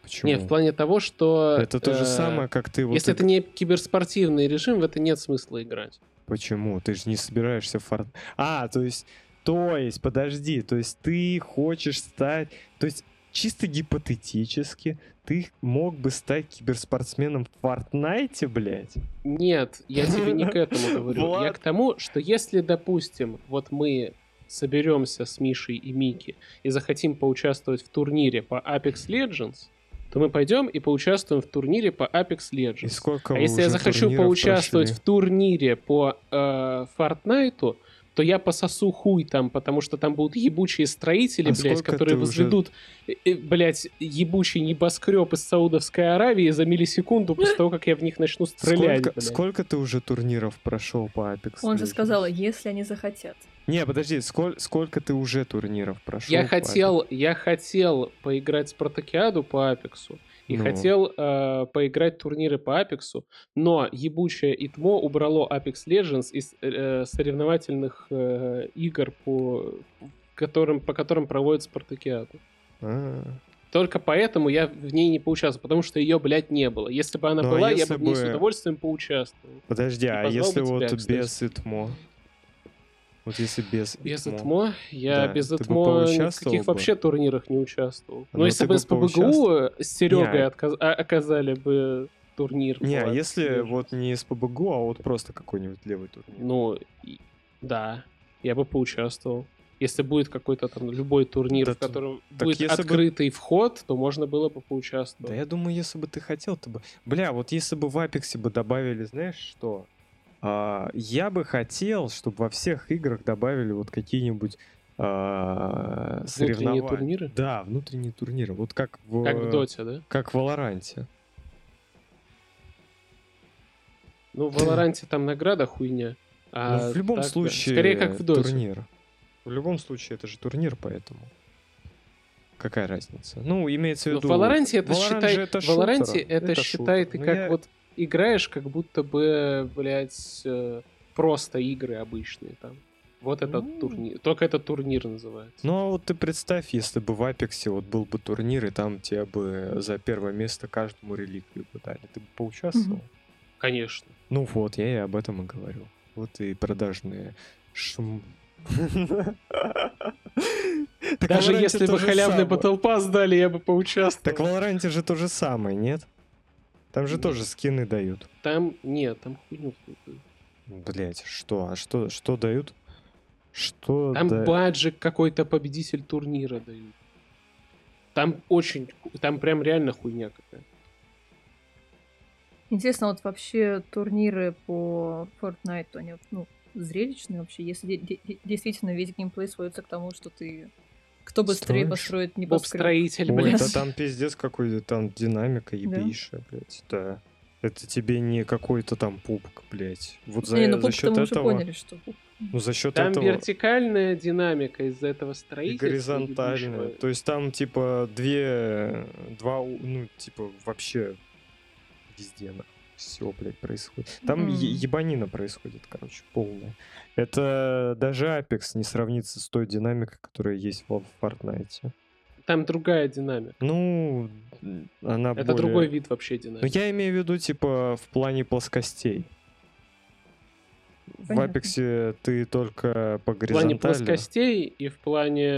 [SPEAKER 3] Почему?
[SPEAKER 2] Не, в плане того, что...
[SPEAKER 3] Это то
[SPEAKER 2] э,
[SPEAKER 3] же самое, как ты вот...
[SPEAKER 2] Если
[SPEAKER 3] иг-
[SPEAKER 2] это не киберспортивный режим, в это нет смысла играть.
[SPEAKER 3] Почему? Ты же не собираешься в Fortnite. А, то есть, то есть, подожди, то есть ты хочешь стать... То есть, чисто гипотетически, ты мог бы стать киберспортсменом в Fortnite, блядь?
[SPEAKER 2] Нет, я тебе не к этому говорю. Я
[SPEAKER 3] Вот.
[SPEAKER 2] к тому, что если, допустим, вот мы соберемся с Мишей и Мики и захотим поучаствовать в турнире по Apex Legends, то мы пойдем и поучаствуем в турнире по Apex
[SPEAKER 3] И
[SPEAKER 2] Legends.
[SPEAKER 3] сколько
[SPEAKER 2] А
[SPEAKER 3] вы
[SPEAKER 2] если я
[SPEAKER 3] уже
[SPEAKER 2] захочу
[SPEAKER 3] турниров
[SPEAKER 2] поучаствовать
[SPEAKER 3] прошли?
[SPEAKER 2] в турнире по э, Fortnite, то я пососу хуй там, потому что там будут ебучие строители,
[SPEAKER 3] А
[SPEAKER 2] блядь,
[SPEAKER 3] сколько
[SPEAKER 2] которые
[SPEAKER 3] ты уже-
[SPEAKER 2] возведут, э, э, блядь, ебучий небоскреб из Саудовской Аравии за миллисекунду после того, как я в них начну стрелять.
[SPEAKER 3] Сколько,
[SPEAKER 2] блядь.
[SPEAKER 3] сколько ты уже турниров прошел по Apex?
[SPEAKER 1] Он же
[SPEAKER 3] Legends?
[SPEAKER 1] сказал, если они захотят.
[SPEAKER 3] Не, подожди, сколь- сколько ты уже турниров прошел?
[SPEAKER 2] Я
[SPEAKER 3] по
[SPEAKER 2] хотел, я хотел поиграть в Спартакиаду по Апексу и
[SPEAKER 3] Ну.
[SPEAKER 2] хотел э, поиграть в турниры по Апексу, но ебучее ИТМО убрало Apex Legends из э, соревновательных э, игр, по которым, по которым проводят Спартакиаду.
[SPEAKER 3] Apex? А.
[SPEAKER 2] Только поэтому я в ней не поучаствовал, потому что ее, блядь, не было. Если бы она
[SPEAKER 3] Ну, а
[SPEAKER 2] была, я
[SPEAKER 3] если
[SPEAKER 2] бы в ней с
[SPEAKER 3] бы-
[SPEAKER 2] удовольствием поучаствовал.
[SPEAKER 3] Подожди, а
[SPEAKER 2] позвал бы
[SPEAKER 3] если
[SPEAKER 2] тебя,
[SPEAKER 3] вот
[SPEAKER 2] кстати.
[SPEAKER 3] без ИТМО? Вот если без
[SPEAKER 2] Без ИТМО я
[SPEAKER 3] Да,
[SPEAKER 2] без
[SPEAKER 3] ты бы
[SPEAKER 2] ИТМО ни в
[SPEAKER 3] поучаствовал
[SPEAKER 2] каких
[SPEAKER 3] бы?
[SPEAKER 2] вообще турнирах не участвовал.
[SPEAKER 3] Ну,
[SPEAKER 2] Но если
[SPEAKER 3] ты
[SPEAKER 2] бы
[SPEAKER 3] бы
[SPEAKER 2] с ПБГУ
[SPEAKER 3] поучаствовал.
[SPEAKER 2] с Серегой
[SPEAKER 3] Не,
[SPEAKER 2] отказ- а- оказали бы турнир.
[SPEAKER 3] Не, а
[SPEAKER 2] вот,
[SPEAKER 3] если
[SPEAKER 2] Сережа.
[SPEAKER 3] вот не из ПБГУ, а вот просто какой-нибудь левый турнир.
[SPEAKER 2] Ну, и- да, я бы поучаствовал. Если будет какой-то там любой турнир,
[SPEAKER 3] Да
[SPEAKER 2] в
[SPEAKER 3] ты-
[SPEAKER 2] котором
[SPEAKER 3] так
[SPEAKER 2] будет
[SPEAKER 3] если бы-
[SPEAKER 2] открытый вход, то можно было бы
[SPEAKER 3] да
[SPEAKER 2] поучаствовать.
[SPEAKER 3] я думаю, если бы ты хотел, ты бы... Бля, вот если бы в Апексе бы добавили, знаешь что? А, я бы хотел, чтобы во всех играх добавили вот какие-нибудь а,
[SPEAKER 2] Внутренние
[SPEAKER 3] соревнования.
[SPEAKER 2] турниры?
[SPEAKER 3] Да, внутренние турниры. Вот как в...
[SPEAKER 2] Как в Доте, да?
[SPEAKER 3] Как в Валоранте.
[SPEAKER 2] Ну, в Валоранте там награда хуйня. а
[SPEAKER 3] Ну, в любом
[SPEAKER 2] так, да.
[SPEAKER 3] случае,
[SPEAKER 2] Скорее, как в Доте.
[SPEAKER 3] турнир. В любом случае, это же турнир, поэтому. Какая разница? Ну, имеется в
[SPEAKER 2] Ну, в
[SPEAKER 3] виду.
[SPEAKER 2] Валоранте это
[SPEAKER 3] Valorant
[SPEAKER 2] считай,
[SPEAKER 3] же это
[SPEAKER 2] в Valorant
[SPEAKER 3] шутер,
[SPEAKER 2] это
[SPEAKER 3] это
[SPEAKER 2] считай,
[SPEAKER 3] шутер.
[SPEAKER 2] ты
[SPEAKER 3] Ну,
[SPEAKER 2] как
[SPEAKER 3] я-
[SPEAKER 2] вот играешь, как будто бы, блядь, э, просто игры обычные там. Вот этот
[SPEAKER 3] Ну.
[SPEAKER 2] турнир, только этот турнир называется.
[SPEAKER 3] Ну, а вот ты представь, если бы в Апексе вот был бы турнир, и там тебе бы за первое место каждому реликвию бы дали. Ты бы поучаствовал?
[SPEAKER 1] Мгм.
[SPEAKER 2] Конечно.
[SPEAKER 3] Ну вот, я и об этом и говорю. Вот и продажные шум. Так
[SPEAKER 2] Даже
[SPEAKER 3] в Valorant
[SPEAKER 2] а если
[SPEAKER 3] то
[SPEAKER 2] бы
[SPEAKER 3] же
[SPEAKER 2] халявный
[SPEAKER 3] самое.
[SPEAKER 2] Battle Pass дали, я бы поучаствовал.
[SPEAKER 3] Так в Валоранте же то же самое, нет? Там же
[SPEAKER 2] Нет.
[SPEAKER 3] тоже скины дают.
[SPEAKER 2] Там нет, там хуйню. какую-то.
[SPEAKER 3] Блять, что? А что, что дают? Что
[SPEAKER 2] Там
[SPEAKER 3] да-
[SPEAKER 2] баджик какой-то победитель турнира дают. Там очень, там прям реально хуйня какая.
[SPEAKER 1] Интересно, вот вообще турниры по Fortnite, они ну, зрелищные вообще, если де- де- действительно весь геймплей сводится к тому, что ты кто быстрее
[SPEAKER 3] Строишь?
[SPEAKER 1] построит
[SPEAKER 2] Боб
[SPEAKER 1] небоскреб.
[SPEAKER 2] строитель,
[SPEAKER 3] Ой,
[SPEAKER 2] блядь.
[SPEAKER 1] блядь.
[SPEAKER 3] да там пиздец какой-то, там динамика ебейшая, блядь, да. Это тебе не какой-то там пупк, блядь. Вот за,
[SPEAKER 1] Не, ну
[SPEAKER 3] за
[SPEAKER 1] пупс,
[SPEAKER 3] счет
[SPEAKER 1] мы уже
[SPEAKER 3] этого...
[SPEAKER 1] поняли, что пуп.
[SPEAKER 3] Ну, за счет
[SPEAKER 2] Там
[SPEAKER 3] этого...
[SPEAKER 2] вертикальная динамика из-за этого
[SPEAKER 3] И
[SPEAKER 2] строительства.
[SPEAKER 3] горизонтально.
[SPEAKER 2] ебучего.
[SPEAKER 3] То есть там, типа, две... Два, у- ну, типа, вообще везде на все, блядь, происходит. Там
[SPEAKER 1] Мгм.
[SPEAKER 3] е- ебанина происходит, короче, полная. Это даже Apex не сравнится с той динамикой, которая есть во Fortnite.
[SPEAKER 2] Там другая динамика.
[SPEAKER 3] Ну, м, она
[SPEAKER 2] Это
[SPEAKER 3] более-
[SPEAKER 2] другой вид вообще
[SPEAKER 3] Ну,
[SPEAKER 2] динамики.
[SPEAKER 3] я имею в виду, типа, в плане плоскостей. В
[SPEAKER 1] Понятно.
[SPEAKER 3] Apex ты только по
[SPEAKER 2] В плане
[SPEAKER 3] горизонтали.
[SPEAKER 2] плоскостей и в плане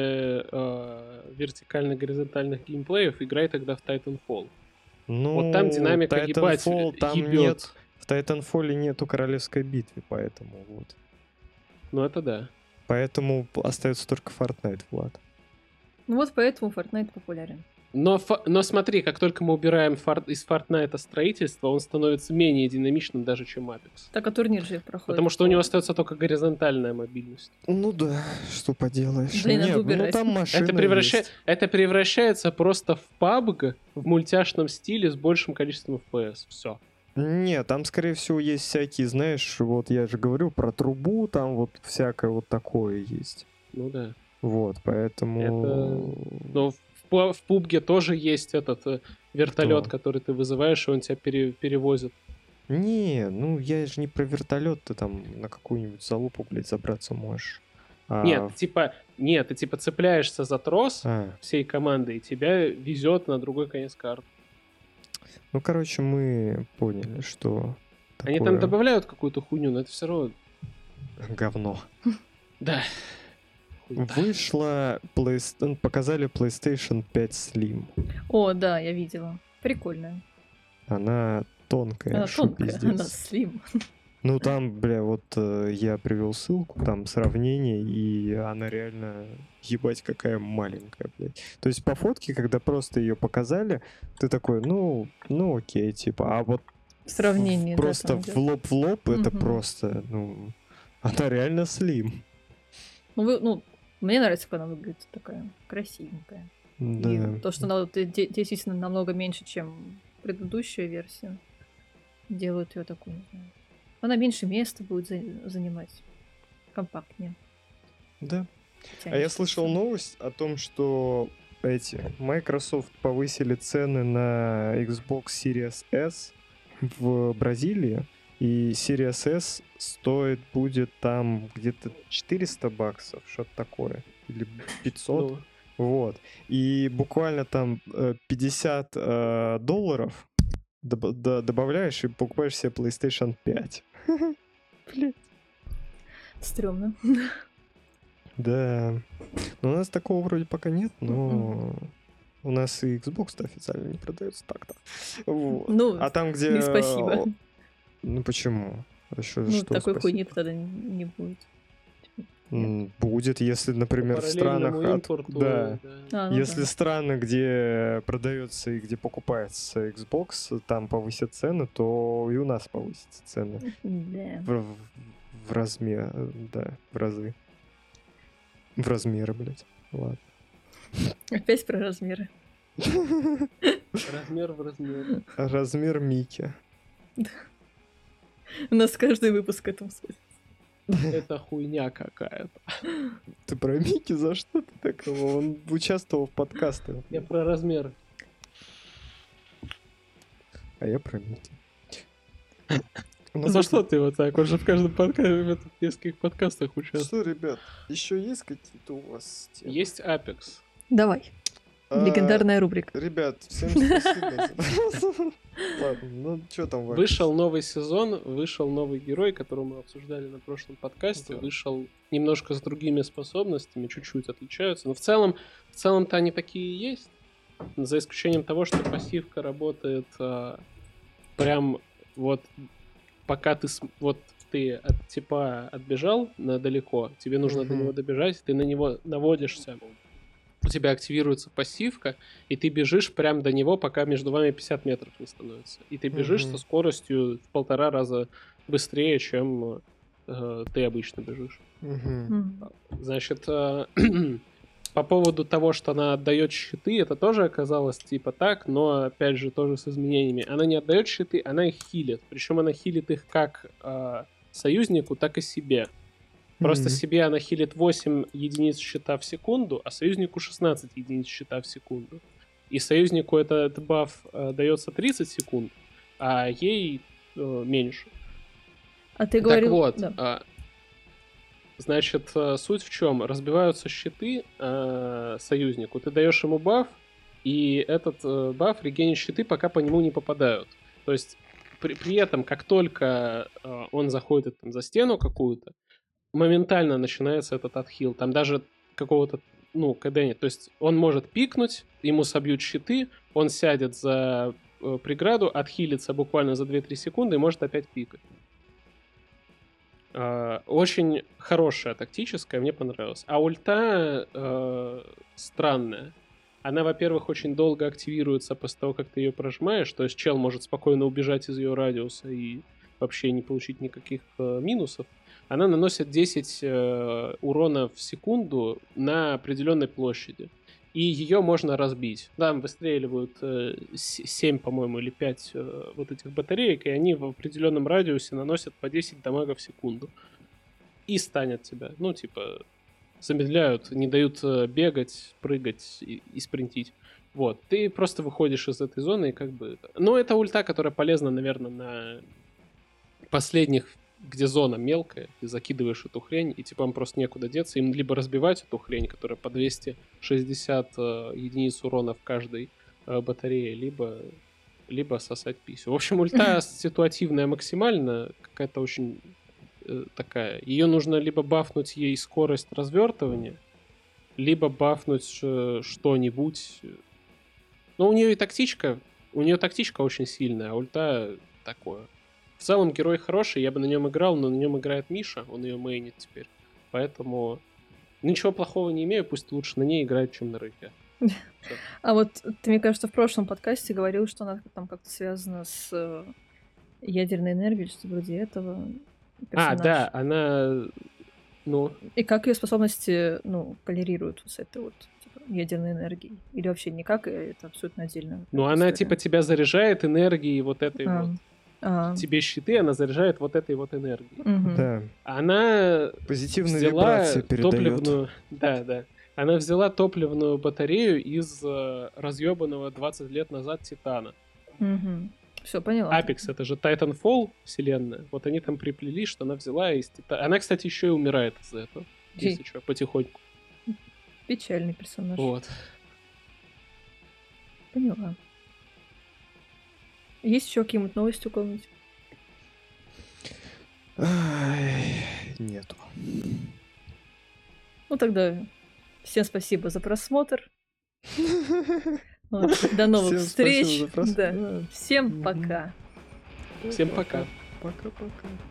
[SPEAKER 2] э, вертикально-горизонтальных геймплеев играй тогда в Titanfall.
[SPEAKER 3] Ну,
[SPEAKER 2] вот там динамика ебать
[SPEAKER 3] Titanfall, там
[SPEAKER 2] ебёт.
[SPEAKER 3] нет В Тайтанфоле нету королевской битвы, поэтому вот.
[SPEAKER 2] Ну это да.
[SPEAKER 3] Поэтому п- остается только Fortnite, Влад.
[SPEAKER 1] Ну вот поэтому Fortnite популярен.
[SPEAKER 2] Но, фа- но смотри, как только мы убираем фор- из Fortnite строительство, он становится менее динамичным даже, чем Apex.
[SPEAKER 1] Так а турнир же проходит.
[SPEAKER 2] Потому что у него остается только горизонтальная мобильность.
[SPEAKER 3] Ну да, что поделаешь.
[SPEAKER 1] Да и надо
[SPEAKER 3] Нет, ну
[SPEAKER 1] убирать.
[SPEAKER 3] там машина
[SPEAKER 2] Это, превраща-
[SPEAKER 3] есть.
[SPEAKER 2] это превращается просто в PUBG в мультяшном стиле с большим количеством FPS. Все.
[SPEAKER 3] Не, там, скорее всего, есть всякие, знаешь, вот я же говорю про трубу, там вот всякое вот такое есть.
[SPEAKER 2] Ну да.
[SPEAKER 3] Вот, поэтому...
[SPEAKER 2] Но в, пла- в PUBG тоже есть этот э, вертолет,
[SPEAKER 3] Кто?
[SPEAKER 2] который ты вызываешь, и он тебя пере- перевозит.
[SPEAKER 3] Не, ну я же не про вертолет, ты там на какую-нибудь залупу, блядь, забраться можешь. А
[SPEAKER 2] Нет,
[SPEAKER 3] в-
[SPEAKER 2] типа, нет, ты типа цепляешься за трос
[SPEAKER 3] а,
[SPEAKER 2] всей команды, и тебя везет на другой конец карты.
[SPEAKER 3] ну, короче, мы поняли, что...
[SPEAKER 2] Они там
[SPEAKER 3] такое
[SPEAKER 2] добавляют какую-то хуйню, но это все равно.
[SPEAKER 3] Говно.
[SPEAKER 2] Да. Хуета.
[SPEAKER 3] Вышла PlayStation, показали PlayStation 5 Slim.
[SPEAKER 1] О, да, я видела. Прикольная.
[SPEAKER 3] Она тонкая,
[SPEAKER 1] Она
[SPEAKER 3] шо
[SPEAKER 1] тонкая,
[SPEAKER 3] пиздец.
[SPEAKER 1] она слим.
[SPEAKER 3] Ну там, бля, вот э, я привел ссылку, там сравнение, и она реально ебать какая маленькая, блядь. То есть по фотке, когда просто ее показали, ты такой, ну, ну окей, типа, а вот
[SPEAKER 1] В сравнении, да,
[SPEAKER 3] просто
[SPEAKER 1] там
[SPEAKER 3] в
[SPEAKER 1] идет.
[SPEAKER 3] лоб в лоб это
[SPEAKER 1] Мгм.
[SPEAKER 3] просто, ну, она реально слим.
[SPEAKER 1] Ну, вы- ну, мне нравится, как она выглядит такая красивенькая. И
[SPEAKER 3] Да.
[SPEAKER 1] то, что она вот де- действительно намного меньше, чем предыдущая версия, делают ее такую, не знаю. Она меньше места будет за- занимать. Компактнее.
[SPEAKER 3] Да. А я
[SPEAKER 1] тянется.
[SPEAKER 3] слышал новость о том, что эти Microsoft повысили цены на Xbox Series S в Бразилии, и Series S стоит будет там где-то 400 баксов, что-то такое, или 500,
[SPEAKER 2] Ну,
[SPEAKER 3] вот. И буквально там э, 50 э, долларов доб- да- добавляешь и покупаешь себе PlayStation 5. Блин.
[SPEAKER 1] Стрёмно.
[SPEAKER 3] Да. Но у нас такого вроде пока нет, но у нас и Xbox-то официально не продается так-то. Вот.
[SPEAKER 1] Ну,
[SPEAKER 3] А там, где... э,
[SPEAKER 1] не спасибо.
[SPEAKER 3] Ну почему? А что-
[SPEAKER 1] Ну,
[SPEAKER 3] что
[SPEAKER 1] такой
[SPEAKER 3] спасибо?
[SPEAKER 1] хуйни тогда н- не будет.
[SPEAKER 3] М, Будет, если, например, в
[SPEAKER 2] параллельному
[SPEAKER 3] странах... от-
[SPEAKER 2] импорту,
[SPEAKER 3] Да.
[SPEAKER 2] да.
[SPEAKER 1] А, ну
[SPEAKER 3] Если
[SPEAKER 1] да.
[SPEAKER 3] страны, где продается и где покупается Xbox, там повысят цены, то и у нас повысятся цены.
[SPEAKER 1] Да.
[SPEAKER 3] В, в, в размер, да, в разы. В размеры, блядь. Ладно.
[SPEAKER 1] Опять про размеры.
[SPEAKER 2] Размер в размер.
[SPEAKER 3] А Размер Мики.
[SPEAKER 1] У нас каждый выпуск к этому сводит.
[SPEAKER 2] Это хуйня какая-то.
[SPEAKER 3] Ты про Мики за что ты так его? Он участвовал в подкастах.
[SPEAKER 2] Я про размер.
[SPEAKER 3] А я про Мики. Ну,
[SPEAKER 2] За что ты вот так? Он же в каждом подкасте, в этих нескольких подкастах участвует.
[SPEAKER 3] Что, ребят, еще есть какие-то у вас темы?
[SPEAKER 2] Есть Apex.
[SPEAKER 1] Давай.
[SPEAKER 3] А,
[SPEAKER 1] Легендарная рубрика.
[SPEAKER 3] Ребят, всем спасибо. за- Ладно, ну что там Вань?
[SPEAKER 2] Вышел новый сезон, вышел новый герой, которого мы обсуждали на прошлом подкасте.
[SPEAKER 3] Да.
[SPEAKER 2] Вышел немножко с другими способностями, чуть-чуть отличаются. Но в целом, в целом-то они такие и есть. За исключением того, что пассивка работает а, прям вот пока ты... см- Вот ты от типа отбежал на далеко, тебе нужно до
[SPEAKER 3] Мгм.
[SPEAKER 2] него добежать, ты на него наводишься, у тебя активируется пассивка, и ты бежишь прям до него, пока между вами 50 метров не становится. И ты бежишь
[SPEAKER 3] Мгм.
[SPEAKER 2] со скоростью в полтора раза быстрее, чем э, ты обычно бежишь.
[SPEAKER 3] Мгм.
[SPEAKER 1] М.
[SPEAKER 2] Значит, э, по поводу того, что она отдает щиты, это тоже оказалось типа так, но опять же тоже с изменениями. Она не отдает щиты, она их хилит. Причем она хилит их как э, союзнику, так и себе. Просто
[SPEAKER 3] Мгм.
[SPEAKER 2] себе она хилит 8 единиц щита в секунду, а союзнику 16 единиц щита в секунду. И союзнику этот баф э, дается 30 секунд, а ей э, меньше.
[SPEAKER 1] А ты
[SPEAKER 2] Так
[SPEAKER 1] говорил...
[SPEAKER 2] вот,
[SPEAKER 1] да.
[SPEAKER 2] а, значит, э, суть в чем? Разбиваются щиты э, союзнику, ты даешь ему баф, и этот э, баф регенит щиты, пока по нему не попадают. То есть при, при этом, как только э, он заходит там, за стену какую-то, моментально начинается этот отхил. Там даже какого-то, ну, КД нет. То есть он может пикнуть, ему собьют щиты, он сядет за э, преграду, отхилится буквально за 2-3 секунды и может опять пикать. Э, Очень хорошая тактическая, мне понравилась. А ульта э, странная. Она, во-первых, очень долго активируется после того, как ты ее прожимаешь, то есть чел может спокойно убежать из ее радиуса и вообще не получить никаких э, минусов. Она наносит 10 э, урона в секунду на определенной площади. И ее можно разбить. Там выстреливают 7, по-моему, или 5 вот этих батареек, и они в определенном радиусе наносят по 10 дамага в секунду. И станет тебя. Ну, типа, замедляют, не дают э, бегать, прыгать и, и спринтить. Вот, ты просто выходишь из этой зоны и как бы... Ну, это ульта, которая полезна, наверное, на последних, где зона мелкая, ты закидываешь эту хрень, и типа им просто некуда деться, им либо разбивать эту хрень, которая по 260 э, единиц урона в каждой э, батарее, либо, либо сосать писю. В общем, ульта ситуативная максимально, какая-то очень э, такая. Ее нужно либо бафнуть ей скорость развертывания, либо бафнуть э, что-нибудь. Но у нее и тактичка, у нее тактичка очень сильная, а ульта такое. В целом герой хороший, я бы на нем играл, но на нем играет Миша, он ее мейнит теперь. Поэтому ничего плохого не имею, пусть лучше на ней играет, чем на рыке.
[SPEAKER 1] А вот ты, мне кажется, в прошлом подкасте говорил, что она там как-то связана с э, ядерной энергией, что вроде этого.
[SPEAKER 2] А,
[SPEAKER 1] персонаж.
[SPEAKER 2] да, она... Ну,
[SPEAKER 1] И как ее способности, ну, коллерируют вот с этой вот типа, ядерной энергией? Или вообще никак, и это абсолютно отдельно.
[SPEAKER 2] ну она типа тебя заряжает энергией вот этой
[SPEAKER 1] А,
[SPEAKER 2] вот. Типа. Тебе щиты, она заряжает вот этой вот энергией.
[SPEAKER 3] Да,
[SPEAKER 2] Она
[SPEAKER 3] позитивная
[SPEAKER 2] взяла
[SPEAKER 3] вибрация передает.
[SPEAKER 2] топливную... Да, да. Она взяла топливную батарею из э, разъебанного 20 лет назад Титана.
[SPEAKER 1] Все, поняла.
[SPEAKER 2] Апекс, это же Titanfall вселенная. Вот они там приплели, что она взяла из Титана. Она, кстати, еще и умирает из-за этого.
[SPEAKER 1] Фи.
[SPEAKER 2] Если что, потихоньку.
[SPEAKER 1] Печальный персонаж.
[SPEAKER 2] Вот.
[SPEAKER 1] Поняла. Есть еще какие-нибудь новости у кого-нибудь?
[SPEAKER 3] Ай, Нету.
[SPEAKER 1] Ну тогда всем спасибо за просмотр. Вот, До новых
[SPEAKER 3] Всем спасибо
[SPEAKER 1] встреч.
[SPEAKER 3] за просмотр.
[SPEAKER 1] Да. Всем
[SPEAKER 3] Мгм.
[SPEAKER 1] пока.
[SPEAKER 2] Всем пока.
[SPEAKER 3] Пока-пока.